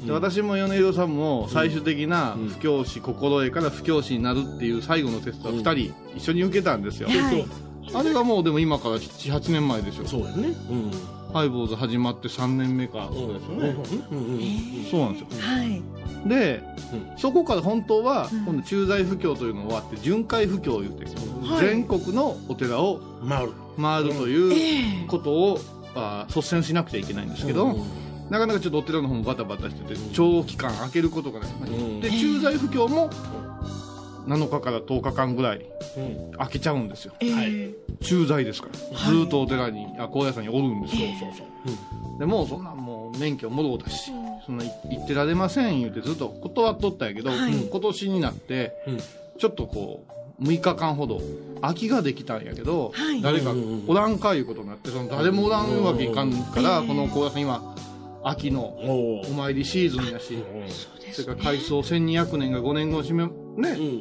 [SPEAKER 8] え
[SPEAKER 3] で私も米広さんも最終的な不教師心得から不教師になるっていう最後のテストは2人一緒に受けたんですよ、
[SPEAKER 8] はい
[SPEAKER 3] あれがもうでも今から78年前でしょ
[SPEAKER 4] そうやねうん
[SPEAKER 3] ハイボーズ始まって3年目か
[SPEAKER 4] そうですよねうんうん
[SPEAKER 3] そうなんですよ
[SPEAKER 8] はい
[SPEAKER 3] で、
[SPEAKER 4] う
[SPEAKER 3] そこから本当は今度駐在布教というのが終わって巡回布教を言って、
[SPEAKER 8] はい
[SPEAKER 3] 全国のお寺を
[SPEAKER 4] うんまあ
[SPEAKER 3] 回るということを、あー率先しなくちゃいけないんですけど、なかなかちょっとお寺の方もバタバタしてて長期間開けることがない、
[SPEAKER 4] ん
[SPEAKER 3] で駐在布教も7日から10日間ぐらい
[SPEAKER 4] うん
[SPEAKER 3] 開けちゃうんですよ
[SPEAKER 8] えー
[SPEAKER 3] 駐在ですから、ずーっとお寺にあ高野山におるんですよ、でもうそんなんもう免許もろうだし、そんな行ってられません言うてずっと断っとったんやけど、今年になって、
[SPEAKER 4] うん
[SPEAKER 3] ちょっとこう6日間ほど空きができたんやけど、
[SPEAKER 8] はい
[SPEAKER 3] 誰かおらんかいうことになってその誰もおらんわけいかんから、この高野山今秋の
[SPEAKER 4] お
[SPEAKER 3] お参りシーズンやし、それから改装1200年が5年後を締めね、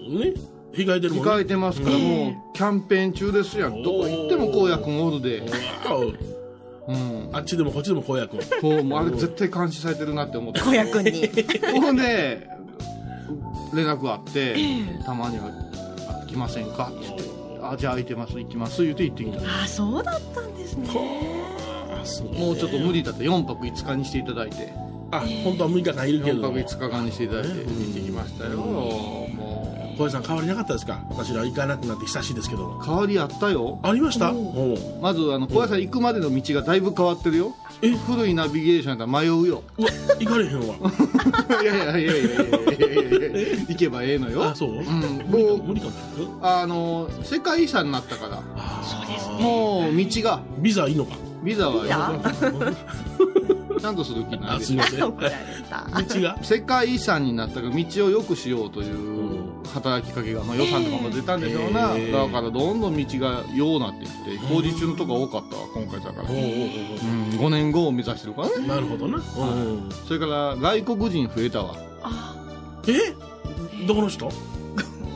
[SPEAKER 4] うんね被害出るもん
[SPEAKER 3] 控えてますから、もうキャンペーン中ですやん、どこ行っても公約オールで、
[SPEAKER 4] わお
[SPEAKER 3] うん、
[SPEAKER 4] あっちでもこっちでも公約
[SPEAKER 3] こうもうあれ絶対監視されてるなって思 って
[SPEAKER 8] 子役に
[SPEAKER 3] ほんで連絡があって、たまにはあ「来ませんか?」って言って「あじゃあ空いてます行きます」言って行ってきた、
[SPEAKER 8] あそうだったんですね
[SPEAKER 3] もうちょっと無理だって4泊5日にしていただいて
[SPEAKER 4] あ本当は6日間いるけ
[SPEAKER 3] 4
[SPEAKER 4] ど
[SPEAKER 3] 泊5日間にしていただいて行ってきましたよ、も
[SPEAKER 4] 小林さん変わりなかったですか私ら行かなくなって久しいですけど
[SPEAKER 3] う変わりあったよ
[SPEAKER 4] ありましたおう
[SPEAKER 3] まずあの小屋さん行くまでの道がだいぶ変わってるよ
[SPEAKER 4] え
[SPEAKER 3] 古いナビゲーションやったら迷うよ
[SPEAKER 4] うわ行かれへん わ
[SPEAKER 3] いやいやいやいやいやいやいや行けばええのよ
[SPEAKER 4] あそう
[SPEAKER 3] うん、
[SPEAKER 4] 無理
[SPEAKER 3] も
[SPEAKER 4] か
[SPEAKER 3] う
[SPEAKER 4] 無理かも
[SPEAKER 3] あの世界遺産になったから
[SPEAKER 4] そうです
[SPEAKER 3] もう道が
[SPEAKER 4] ビザいい のか
[SPEAKER 3] ビザは
[SPEAKER 8] ビザ
[SPEAKER 3] ちゃんとする気な
[SPEAKER 4] あ
[SPEAKER 3] いですす
[SPEAKER 4] いません
[SPEAKER 8] 怒られた
[SPEAKER 4] 道が
[SPEAKER 3] 世界遺産になったから道を良くしようという働きかけが、まあ、予算とかも出たんでしょうな、
[SPEAKER 4] ええ
[SPEAKER 3] だからどんどん道がようなってきて工事中のとこが多かったわ今回だから、
[SPEAKER 4] おうおうお
[SPEAKER 3] うん、5年後を目指してるからね
[SPEAKER 4] うなるほどなうん
[SPEAKER 3] それから外国人増えたわ
[SPEAKER 4] えどこの人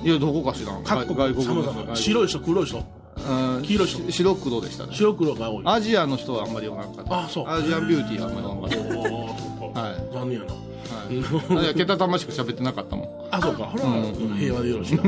[SPEAKER 3] いやどこか知らん
[SPEAKER 4] 各
[SPEAKER 3] 外国
[SPEAKER 4] 国様
[SPEAKER 3] 人外
[SPEAKER 4] 々白い人黒い人
[SPEAKER 3] 国うん
[SPEAKER 4] 黄色い人
[SPEAKER 3] 白黒でしたね
[SPEAKER 4] 白黒が多い
[SPEAKER 3] アジアの人はあんまりおらんかった
[SPEAKER 4] あそう
[SPEAKER 3] アジアンビューティーはあんまりおらんかった
[SPEAKER 4] おうおうおう
[SPEAKER 3] はい
[SPEAKER 4] 残念やな
[SPEAKER 3] はい、いやけたたましく喋ってなかったもん
[SPEAKER 4] あそうかうん平和でよろしいな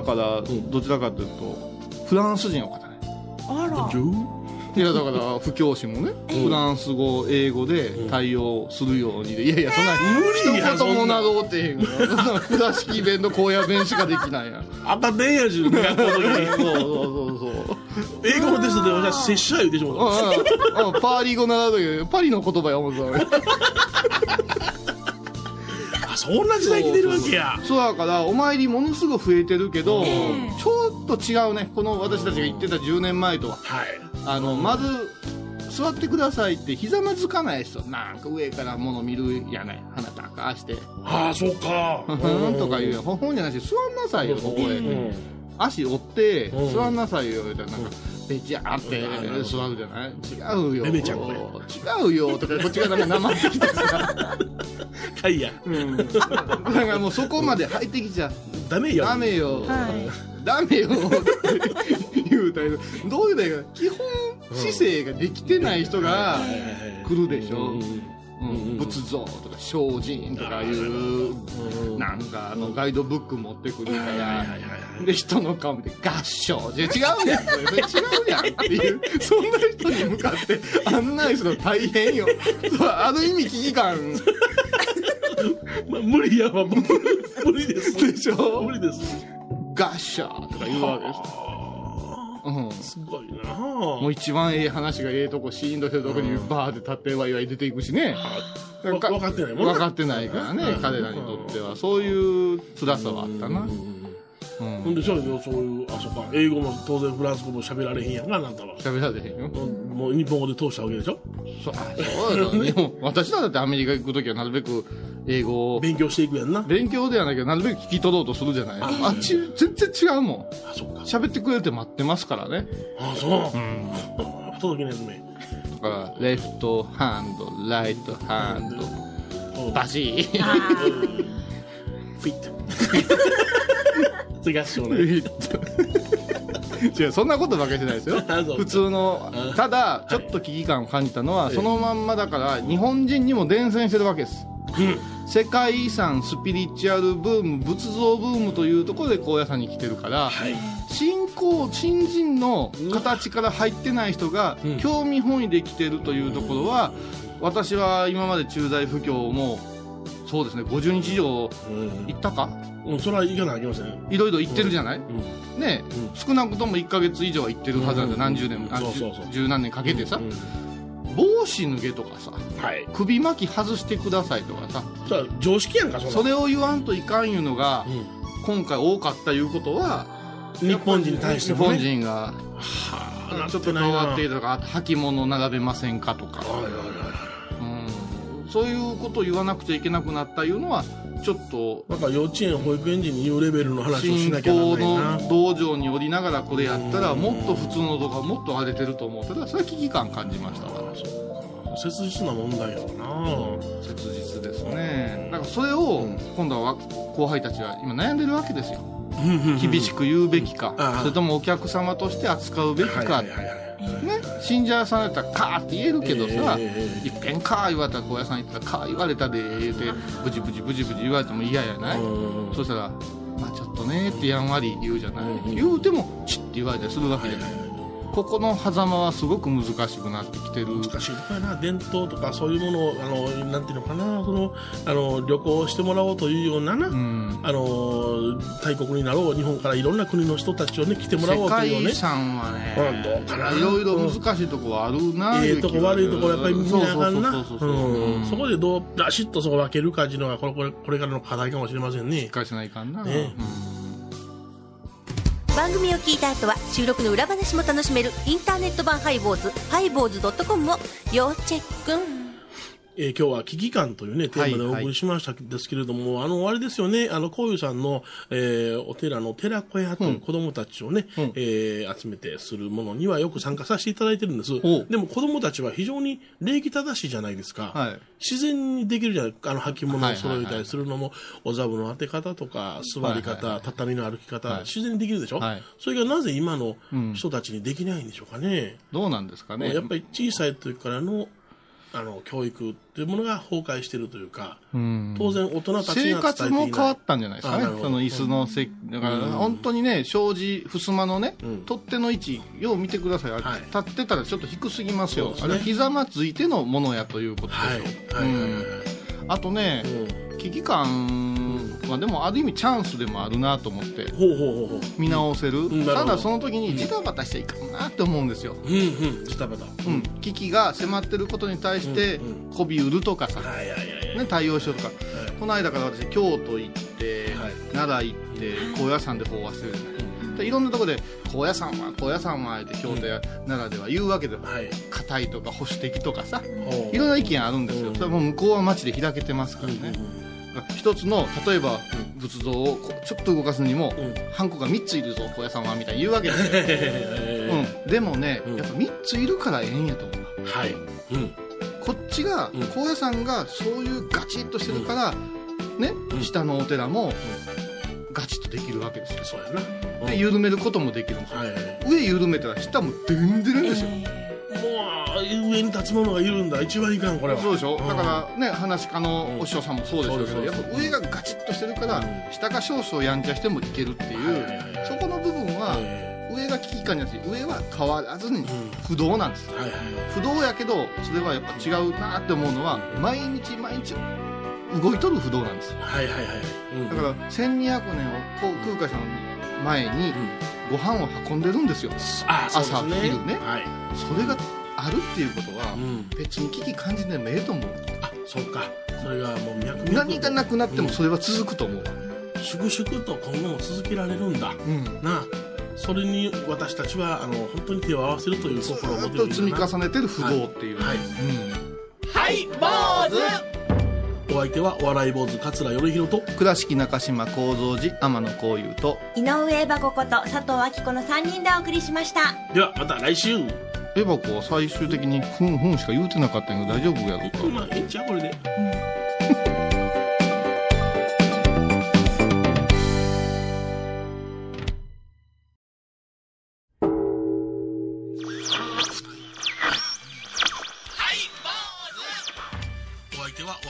[SPEAKER 3] だからどちらかというとフランス人の方ね
[SPEAKER 8] あら
[SPEAKER 4] ジュー
[SPEAKER 3] いやだから不教師もねフランス語英語で対応するようにでいやいやそんな
[SPEAKER 4] 無理や
[SPEAKER 3] 一言
[SPEAKER 4] そ
[SPEAKER 3] も
[SPEAKER 4] んな
[SPEAKER 3] などうってへんよそんな倉敷弁と高野弁しかできないやん
[SPEAKER 4] あかんねんやし学校の時 に
[SPEAKER 3] そうそうそうそう
[SPEAKER 4] 英語のテストで私は拙者言うてしまった
[SPEAKER 3] うんうんパーリー語習うときパリの言葉や思うぞ
[SPEAKER 4] あそんな時代に出るわけや
[SPEAKER 3] そうだからお参りものすごい増えてるけど、ちょっと違うねこの私たちが言ってた10年前とは
[SPEAKER 4] はい
[SPEAKER 3] あのまず座ってくださいってひざまずかない人なんか上から物見るやない鼻高あして「
[SPEAKER 4] ああそうか
[SPEAKER 3] ふふん」とか言うやんほほんじゃないし座んなさいよここへ、足折って
[SPEAKER 4] うん
[SPEAKER 3] 座んなさいよ言うたらなんかべちゃーって座るじゃない違うよ
[SPEAKER 4] べべちゃんこ
[SPEAKER 3] 違うよとかこっちがなんか生ってきて さ、
[SPEAKER 4] はいや
[SPEAKER 3] うん、だからもうそこまで入ってきちゃ
[SPEAKER 4] ダメよ
[SPEAKER 3] ダメよ、
[SPEAKER 8] はい
[SPEAKER 3] ダメよって言うたけどどういうのや基本姿勢ができてない人が来るでしょ、うん、仏像とか精進とかいうなんかあのガイドブック持ってくるからで人の顔見て「合唱」じゃ違うやんそれそれ違うやんっていうそんな人に向かって案内するの大変よそうある意味危機感
[SPEAKER 4] まあ無理やわもう無理です
[SPEAKER 3] でしょ
[SPEAKER 4] 無理です
[SPEAKER 3] 「合唱」とか言うわけですうん
[SPEAKER 4] すごいな
[SPEAKER 3] も
[SPEAKER 4] あ
[SPEAKER 3] う一番ええ話がええとこシーンとしてるとこにバーで立ってワイワイ出ていくしね、
[SPEAKER 4] わ分かってないもんな
[SPEAKER 3] 分かってないからね、彼らにとってはそういう辛さはあったな、うん
[SPEAKER 4] ほんでしょよそういうあそうか英語も当然フランス語も喋られへんやんかあなたは
[SPEAKER 3] 喋られへんよ
[SPEAKER 4] もう日本語で通したわけでしょ
[SPEAKER 3] そうあそうだよ日本私らだってアメリカ行く時はなるべく英語を
[SPEAKER 4] 勉強していくやんな
[SPEAKER 3] 勉強ではないけどなるべく聞き取ろうとするじゃないあっち全然違うもん
[SPEAKER 4] あそっか
[SPEAKER 3] 喋ってくれて待ってますからね
[SPEAKER 4] あそう 届けないとね
[SPEAKER 3] だからレフトハンドライトハンドバシー
[SPEAKER 4] フィットそれ合唱ね
[SPEAKER 3] えっと違うそんなことばかりじゃないですよ
[SPEAKER 4] あそう
[SPEAKER 3] 普通のただちょっと危機感を感じたのは、そのまんまだから日本人にも伝染してるわけです、世界遺産スピリチュアルブーム仏像ブームというところで高野山に来てるから、
[SPEAKER 4] い
[SPEAKER 3] 信仰新人の形から入ってない人が
[SPEAKER 4] ん
[SPEAKER 3] 興味本位で来てるというところは、私は今まで駐在布教もそうですね50日以上行ったか、
[SPEAKER 4] うん、それはいかなあきません。うん
[SPEAKER 3] いろいろ行ってるじゃない、ね、
[SPEAKER 4] う
[SPEAKER 3] 少なくとも1か月以上は行ってるはずなんだ、
[SPEAKER 4] うん
[SPEAKER 3] 何十年あ
[SPEAKER 4] そうそうそう
[SPEAKER 3] 十何年かけてさ、帽子脱げとかさ
[SPEAKER 4] はい。
[SPEAKER 3] 首巻き外してくださいとかさ
[SPEAKER 4] それは常識やんか、そんな
[SPEAKER 3] それを言わんといかんいうのが、
[SPEAKER 4] うん
[SPEAKER 3] 今回多かったいうことは
[SPEAKER 4] 日本人に対して
[SPEAKER 3] 日
[SPEAKER 4] も、
[SPEAKER 3] 本
[SPEAKER 4] ね。
[SPEAKER 3] 人が
[SPEAKER 4] はあな
[SPEAKER 3] ちょっと変わっているとかあと履物並べませんかとか、
[SPEAKER 4] はいはいは
[SPEAKER 3] うん、そういうことを言わなくちゃいけなくなったいうのはちょっと
[SPEAKER 4] い。なんか幼稚園、保育園児に言うレベルの話をし
[SPEAKER 3] 信
[SPEAKER 4] なきゃな
[SPEAKER 3] 仰
[SPEAKER 4] らないな。
[SPEAKER 3] の道場におりながらこれやったらもっと普通の動画もっと荒れてると思うただそれは危機感感じましたわ
[SPEAKER 4] 切実な問題やろな。
[SPEAKER 3] 切実ですねだからそれを今度は後輩たちは今悩んでるわけですよ厳しく言うべき
[SPEAKER 4] あ
[SPEAKER 3] か
[SPEAKER 4] あ
[SPEAKER 3] それともお客様として扱うべき
[SPEAKER 4] はい
[SPEAKER 3] か
[SPEAKER 4] はい
[SPEAKER 3] ね
[SPEAKER 4] はいはい。
[SPEAKER 3] 信者さんやったら「かー」って言えるけどさ
[SPEAKER 4] えええええ
[SPEAKER 3] いっぺん「かー」言われたら高野さん行ったら「かー」言われたで言うてブチブチブチブチ言われても嫌やない
[SPEAKER 4] うん
[SPEAKER 3] そしたら「まあちょっとね」ってやんわり言うじゃない言うても「チッ」って言われたりするわけじゃないここの狭間はすごく難しくなってきてる
[SPEAKER 4] 難しいとこやな伝統とかそういうものをあのなんていうのかなそのあの旅行してもらおうというようなな、
[SPEAKER 3] うん
[SPEAKER 4] あの大国になろう日本からいろんな国の人たちをね来てもらお
[SPEAKER 3] 世
[SPEAKER 4] うと
[SPEAKER 3] 界
[SPEAKER 4] いう
[SPEAKER 3] 遺
[SPEAKER 4] ね
[SPEAKER 3] 産は
[SPEAKER 4] うんどうかな
[SPEAKER 3] ねいろいろ難しいとこあるな
[SPEAKER 4] ええとこ悪いところやっぱり見なあかんな
[SPEAKER 3] そうそうそうそう
[SPEAKER 4] うんそこでどうラシッとそこ分けるかっていうのがこれこれこれからの課題かもしれませんね
[SPEAKER 3] 返せないかんな、
[SPEAKER 4] ね
[SPEAKER 5] 番組を聞いた後は収録の裏話も楽しめるインターネット版ハイボーズハイボーズ .com を要チェック
[SPEAKER 4] えー今日は危機感というね、テーマでお送りしましたですけれども、あの、あれですよね、あの、こういうさんの、えーお寺の寺子屋という子供たちをね、えー集めてするものにはよく参加させていただいてるんです。
[SPEAKER 3] お
[SPEAKER 4] でも子供たちは非常に礼儀正しいじゃないですか。
[SPEAKER 3] はい
[SPEAKER 4] 自然にできるじゃないあの、履物
[SPEAKER 3] はいは
[SPEAKER 4] を
[SPEAKER 3] いは
[SPEAKER 4] 揃
[SPEAKER 3] い
[SPEAKER 4] えたりするのも、お座布の当て方とか、座り
[SPEAKER 3] はい
[SPEAKER 4] 方、
[SPEAKER 3] はい
[SPEAKER 4] 畳の歩き方、
[SPEAKER 3] はい
[SPEAKER 4] 自然にできるでしょ、
[SPEAKER 3] はい
[SPEAKER 4] それがなぜ今の
[SPEAKER 3] うん
[SPEAKER 4] 人たちにできないんでしょうかね。
[SPEAKER 3] どうなんですかね
[SPEAKER 4] やっぱり小さい時からのあの教育というものが崩壊しているというか、
[SPEAKER 3] うん
[SPEAKER 4] 当然大人たちに
[SPEAKER 3] 生
[SPEAKER 4] は伝えて
[SPEAKER 3] 活
[SPEAKER 4] いない
[SPEAKER 3] も変わったんじゃないですかね
[SPEAKER 4] あなるほ、ど
[SPEAKER 3] その椅子のせだから本当にね、障子、襖のね、
[SPEAKER 4] ん
[SPEAKER 3] 取っ手の位置、よう見てください、あれ
[SPEAKER 4] はい
[SPEAKER 3] 立ってたらちょっと低すぎますよ、
[SPEAKER 4] そうです
[SPEAKER 3] あ
[SPEAKER 4] ね
[SPEAKER 3] れはひざまついてのものやということでしょ、
[SPEAKER 4] はいはいはいはい
[SPEAKER 3] あとね、危機感はでもある意味、チャンスでもあるなと思って、
[SPEAKER 4] ほうほうほうほう
[SPEAKER 3] 見直せる、
[SPEAKER 4] んなるほ
[SPEAKER 3] た
[SPEAKER 4] ど
[SPEAKER 3] だその時に、ジタバタしちゃいかんなって思うんですよ。
[SPEAKER 4] うんうんジタバタ
[SPEAKER 3] うん、危機が迫ってることに対して
[SPEAKER 4] うん
[SPEAKER 3] 媚び売るとかさ、
[SPEAKER 4] はいはいはいはい
[SPEAKER 3] ね、対応しようとか、この間から私京都行って、
[SPEAKER 4] はい
[SPEAKER 3] 奈良行って高野山で飽和してるじゃない、でいろんなとこで高野山は高野山はって京都や奈良では言うわけでも
[SPEAKER 4] はい
[SPEAKER 3] 硬いとか保守的とかさ
[SPEAKER 4] ほう
[SPEAKER 3] いろんな意見あるんですよ、
[SPEAKER 4] うん
[SPEAKER 3] それはもう向こうは街で開けてますからね、一つの例えば仏像をこうちょっと動かすにも、
[SPEAKER 4] ん
[SPEAKER 3] ハンコが3ついるぞ高野山はみたいに言うわけ ですよ、うん、でもね、やっぱ3ついるからええんやと思う
[SPEAKER 4] はいうん
[SPEAKER 3] こっちが
[SPEAKER 4] うん
[SPEAKER 3] 高野山がそういうガチッとしてるから、ね
[SPEAKER 4] うん
[SPEAKER 3] 下のお寺もガチッとできるわけですよ
[SPEAKER 4] そうやな
[SPEAKER 3] で緩めることもできるんですよ
[SPEAKER 4] はいはい
[SPEAKER 3] 上緩めたら下もでんでるんですよ、
[SPEAKER 4] もう上に立つ者がいるんだ一番いかんこれは
[SPEAKER 3] そうでしょ
[SPEAKER 4] ん
[SPEAKER 3] だからね話し家のお師匠さんもそうでしょうけど、
[SPEAKER 4] うん
[SPEAKER 3] やっぱ上がガチッとしてるから、
[SPEAKER 4] うん
[SPEAKER 3] 下が少々やんちゃしてもいけるっていう、
[SPEAKER 4] はいはいはい
[SPEAKER 3] そこの部分は、
[SPEAKER 4] え
[SPEAKER 3] 上が危機感じゃなくて上は変わらずに不動なんです、
[SPEAKER 4] ーはいはいはい
[SPEAKER 3] 不動やけどそれはやっぱ違うなって思うのは毎日毎日動いとる不動なんです
[SPEAKER 4] はいはいはいうん
[SPEAKER 3] だから1200年をこう空海さんの前に
[SPEAKER 4] う
[SPEAKER 3] ご
[SPEAKER 4] ん
[SPEAKER 3] 飯を運んでるんですよ、
[SPEAKER 4] あそうです
[SPEAKER 3] 朝昼ね
[SPEAKER 4] はい
[SPEAKER 3] それがあるっていうことは
[SPEAKER 4] うん
[SPEAKER 3] 別に危機感じてもええと思う
[SPEAKER 4] あそうかそれがもう脈々と
[SPEAKER 3] 何がなくなってもそれは続くと思う、
[SPEAKER 4] 粛々と今後も続けられるんだ
[SPEAKER 3] うん
[SPEAKER 4] なあそれに私たちはあの本当に手を合わせるという
[SPEAKER 3] ず
[SPEAKER 4] 心を
[SPEAKER 3] ー
[SPEAKER 4] 持
[SPEAKER 3] っ
[SPEAKER 4] てるん
[SPEAKER 3] と
[SPEAKER 4] だ
[SPEAKER 3] 積み
[SPEAKER 4] な
[SPEAKER 3] 重ねてる不動っていう、
[SPEAKER 4] はい
[SPEAKER 3] うん
[SPEAKER 4] お相手はお笑い坊主桂頼宏と
[SPEAKER 3] 倉敷中島幸三寺天野幸雄と
[SPEAKER 5] 井上バ子こと佐藤明子の3人でお送りしました
[SPEAKER 4] ではまた来週
[SPEAKER 3] エバコは最終的に「ふんふん」しか言うてなかったんやけど大丈夫やろうか
[SPEAKER 4] まあいいんちゃうこれで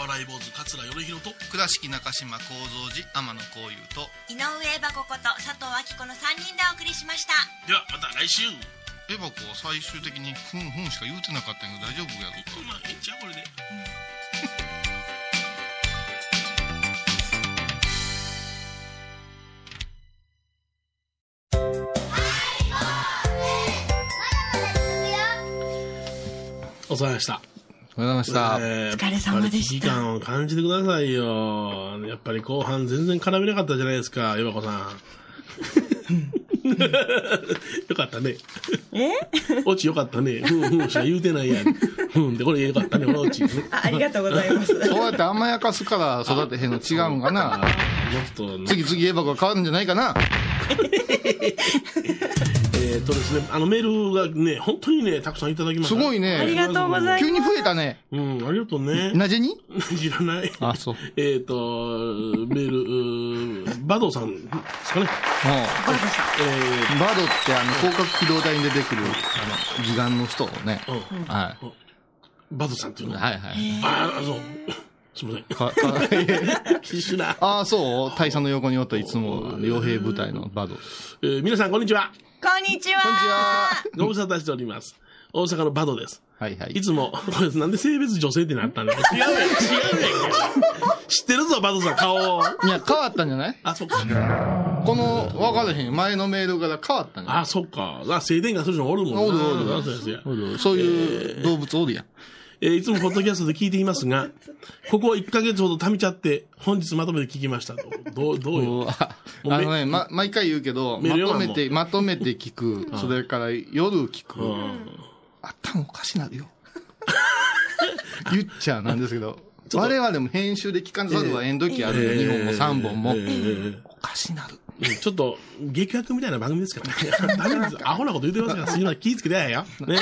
[SPEAKER 4] ライ坊主桂米広と
[SPEAKER 10] 倉敷中島幸三寺天野幸雄と
[SPEAKER 5] 井上和子こと佐藤明子の3人でお送りしました
[SPEAKER 4] ではまた来週
[SPEAKER 10] エバコは最終的に「ふんふん」しか言うてなかったんやけど大丈夫やろうか
[SPEAKER 4] まあええんちゃうこれでお疲れ様でした。
[SPEAKER 3] おはようございました。
[SPEAKER 4] えー
[SPEAKER 5] お疲れ様
[SPEAKER 4] やっ
[SPEAKER 5] でした
[SPEAKER 4] ぱり危機感を感じてくださいよ。やっぱり後半全然絡めなかったじゃないですか、よば こさん。よかったね。えオチよかったね。ふんふんしか言うてないやん。ふんで、これよかったね、このオ チ、ね。
[SPEAKER 11] あありがとうございます。
[SPEAKER 3] そうやって甘やかすから育てへんの違うんか
[SPEAKER 4] あ
[SPEAKER 3] な。
[SPEAKER 4] ーもうちょっと、
[SPEAKER 3] 次々エバコが変わるんじゃないかな。
[SPEAKER 4] えーっとですね、あのメールがね、本当にね、たくさんいただきまし
[SPEAKER 3] す
[SPEAKER 4] た。
[SPEAKER 3] ごい
[SPEAKER 11] あ
[SPEAKER 3] ね。
[SPEAKER 11] りがとうござい
[SPEAKER 3] 急
[SPEAKER 11] ます。
[SPEAKER 3] に増えたね。
[SPEAKER 4] うん、ありがとうね。
[SPEAKER 3] なぜに
[SPEAKER 4] 知らない。
[SPEAKER 3] あ、そう。も
[SPEAKER 4] えーっと、メールうー、バドさんですかね。え
[SPEAKER 3] う、バドってあの、広角機動隊に出てくる、あの、義眼の人をね。
[SPEAKER 4] ー
[SPEAKER 3] は
[SPEAKER 4] うん、バドさんっていう
[SPEAKER 3] い。
[SPEAKER 4] の。
[SPEAKER 3] はいはい。
[SPEAKER 4] ああ、そう。 すみません。
[SPEAKER 3] かか
[SPEAKER 4] 必死な。
[SPEAKER 3] ああ、そう大佐の横におったいつも、傭兵部隊のバド。こんに
[SPEAKER 4] えー皆さん、こんにちは。
[SPEAKER 11] こんにちは。
[SPEAKER 3] ちは。
[SPEAKER 4] ご無沙汰しております。大阪のバドです。
[SPEAKER 3] はいはい
[SPEAKER 4] い。つも、 これなんで性別女性ってなったんだよ。違うやん、違うやん。知ってるぞ、バドさん、顔を。
[SPEAKER 3] いや、変わったんじゃない
[SPEAKER 4] あ、そっか。
[SPEAKER 3] この、分かれへん。前のメールから変わったんじゃない
[SPEAKER 4] あ、そっか。あ、静電がする人おるもんな。
[SPEAKER 3] おるおる
[SPEAKER 4] あそうですよ
[SPEAKER 3] そういう動物おるやん。
[SPEAKER 4] えーいつもポッドキャストで聞いていますが、ここ1ヶ月ほど溜めちゃって、本日まとめて聞きましたと。どう、どう
[SPEAKER 3] う
[SPEAKER 4] よ。
[SPEAKER 3] わあのね、ま、毎回言うけど、
[SPEAKER 4] メー
[SPEAKER 3] ま
[SPEAKER 4] ル
[SPEAKER 3] と
[SPEAKER 4] 読
[SPEAKER 3] め
[SPEAKER 4] まんもん
[SPEAKER 3] て、まとめて聞く。それから夜聞
[SPEAKER 4] う
[SPEAKER 3] く。
[SPEAKER 4] ん
[SPEAKER 3] 頭おかしなるよ。 言っちゃなんですけど。
[SPEAKER 4] ょっと
[SPEAKER 3] 我々も編集で聞かざるは縁時ある。2本も3本も
[SPEAKER 4] え。ー
[SPEAKER 3] おかしなる。
[SPEAKER 4] ちょっと、劇薬みたいな番組ですから ね。ダメです。アホなこと言ってますから、そういうのは気ぃつけてやよ。ね。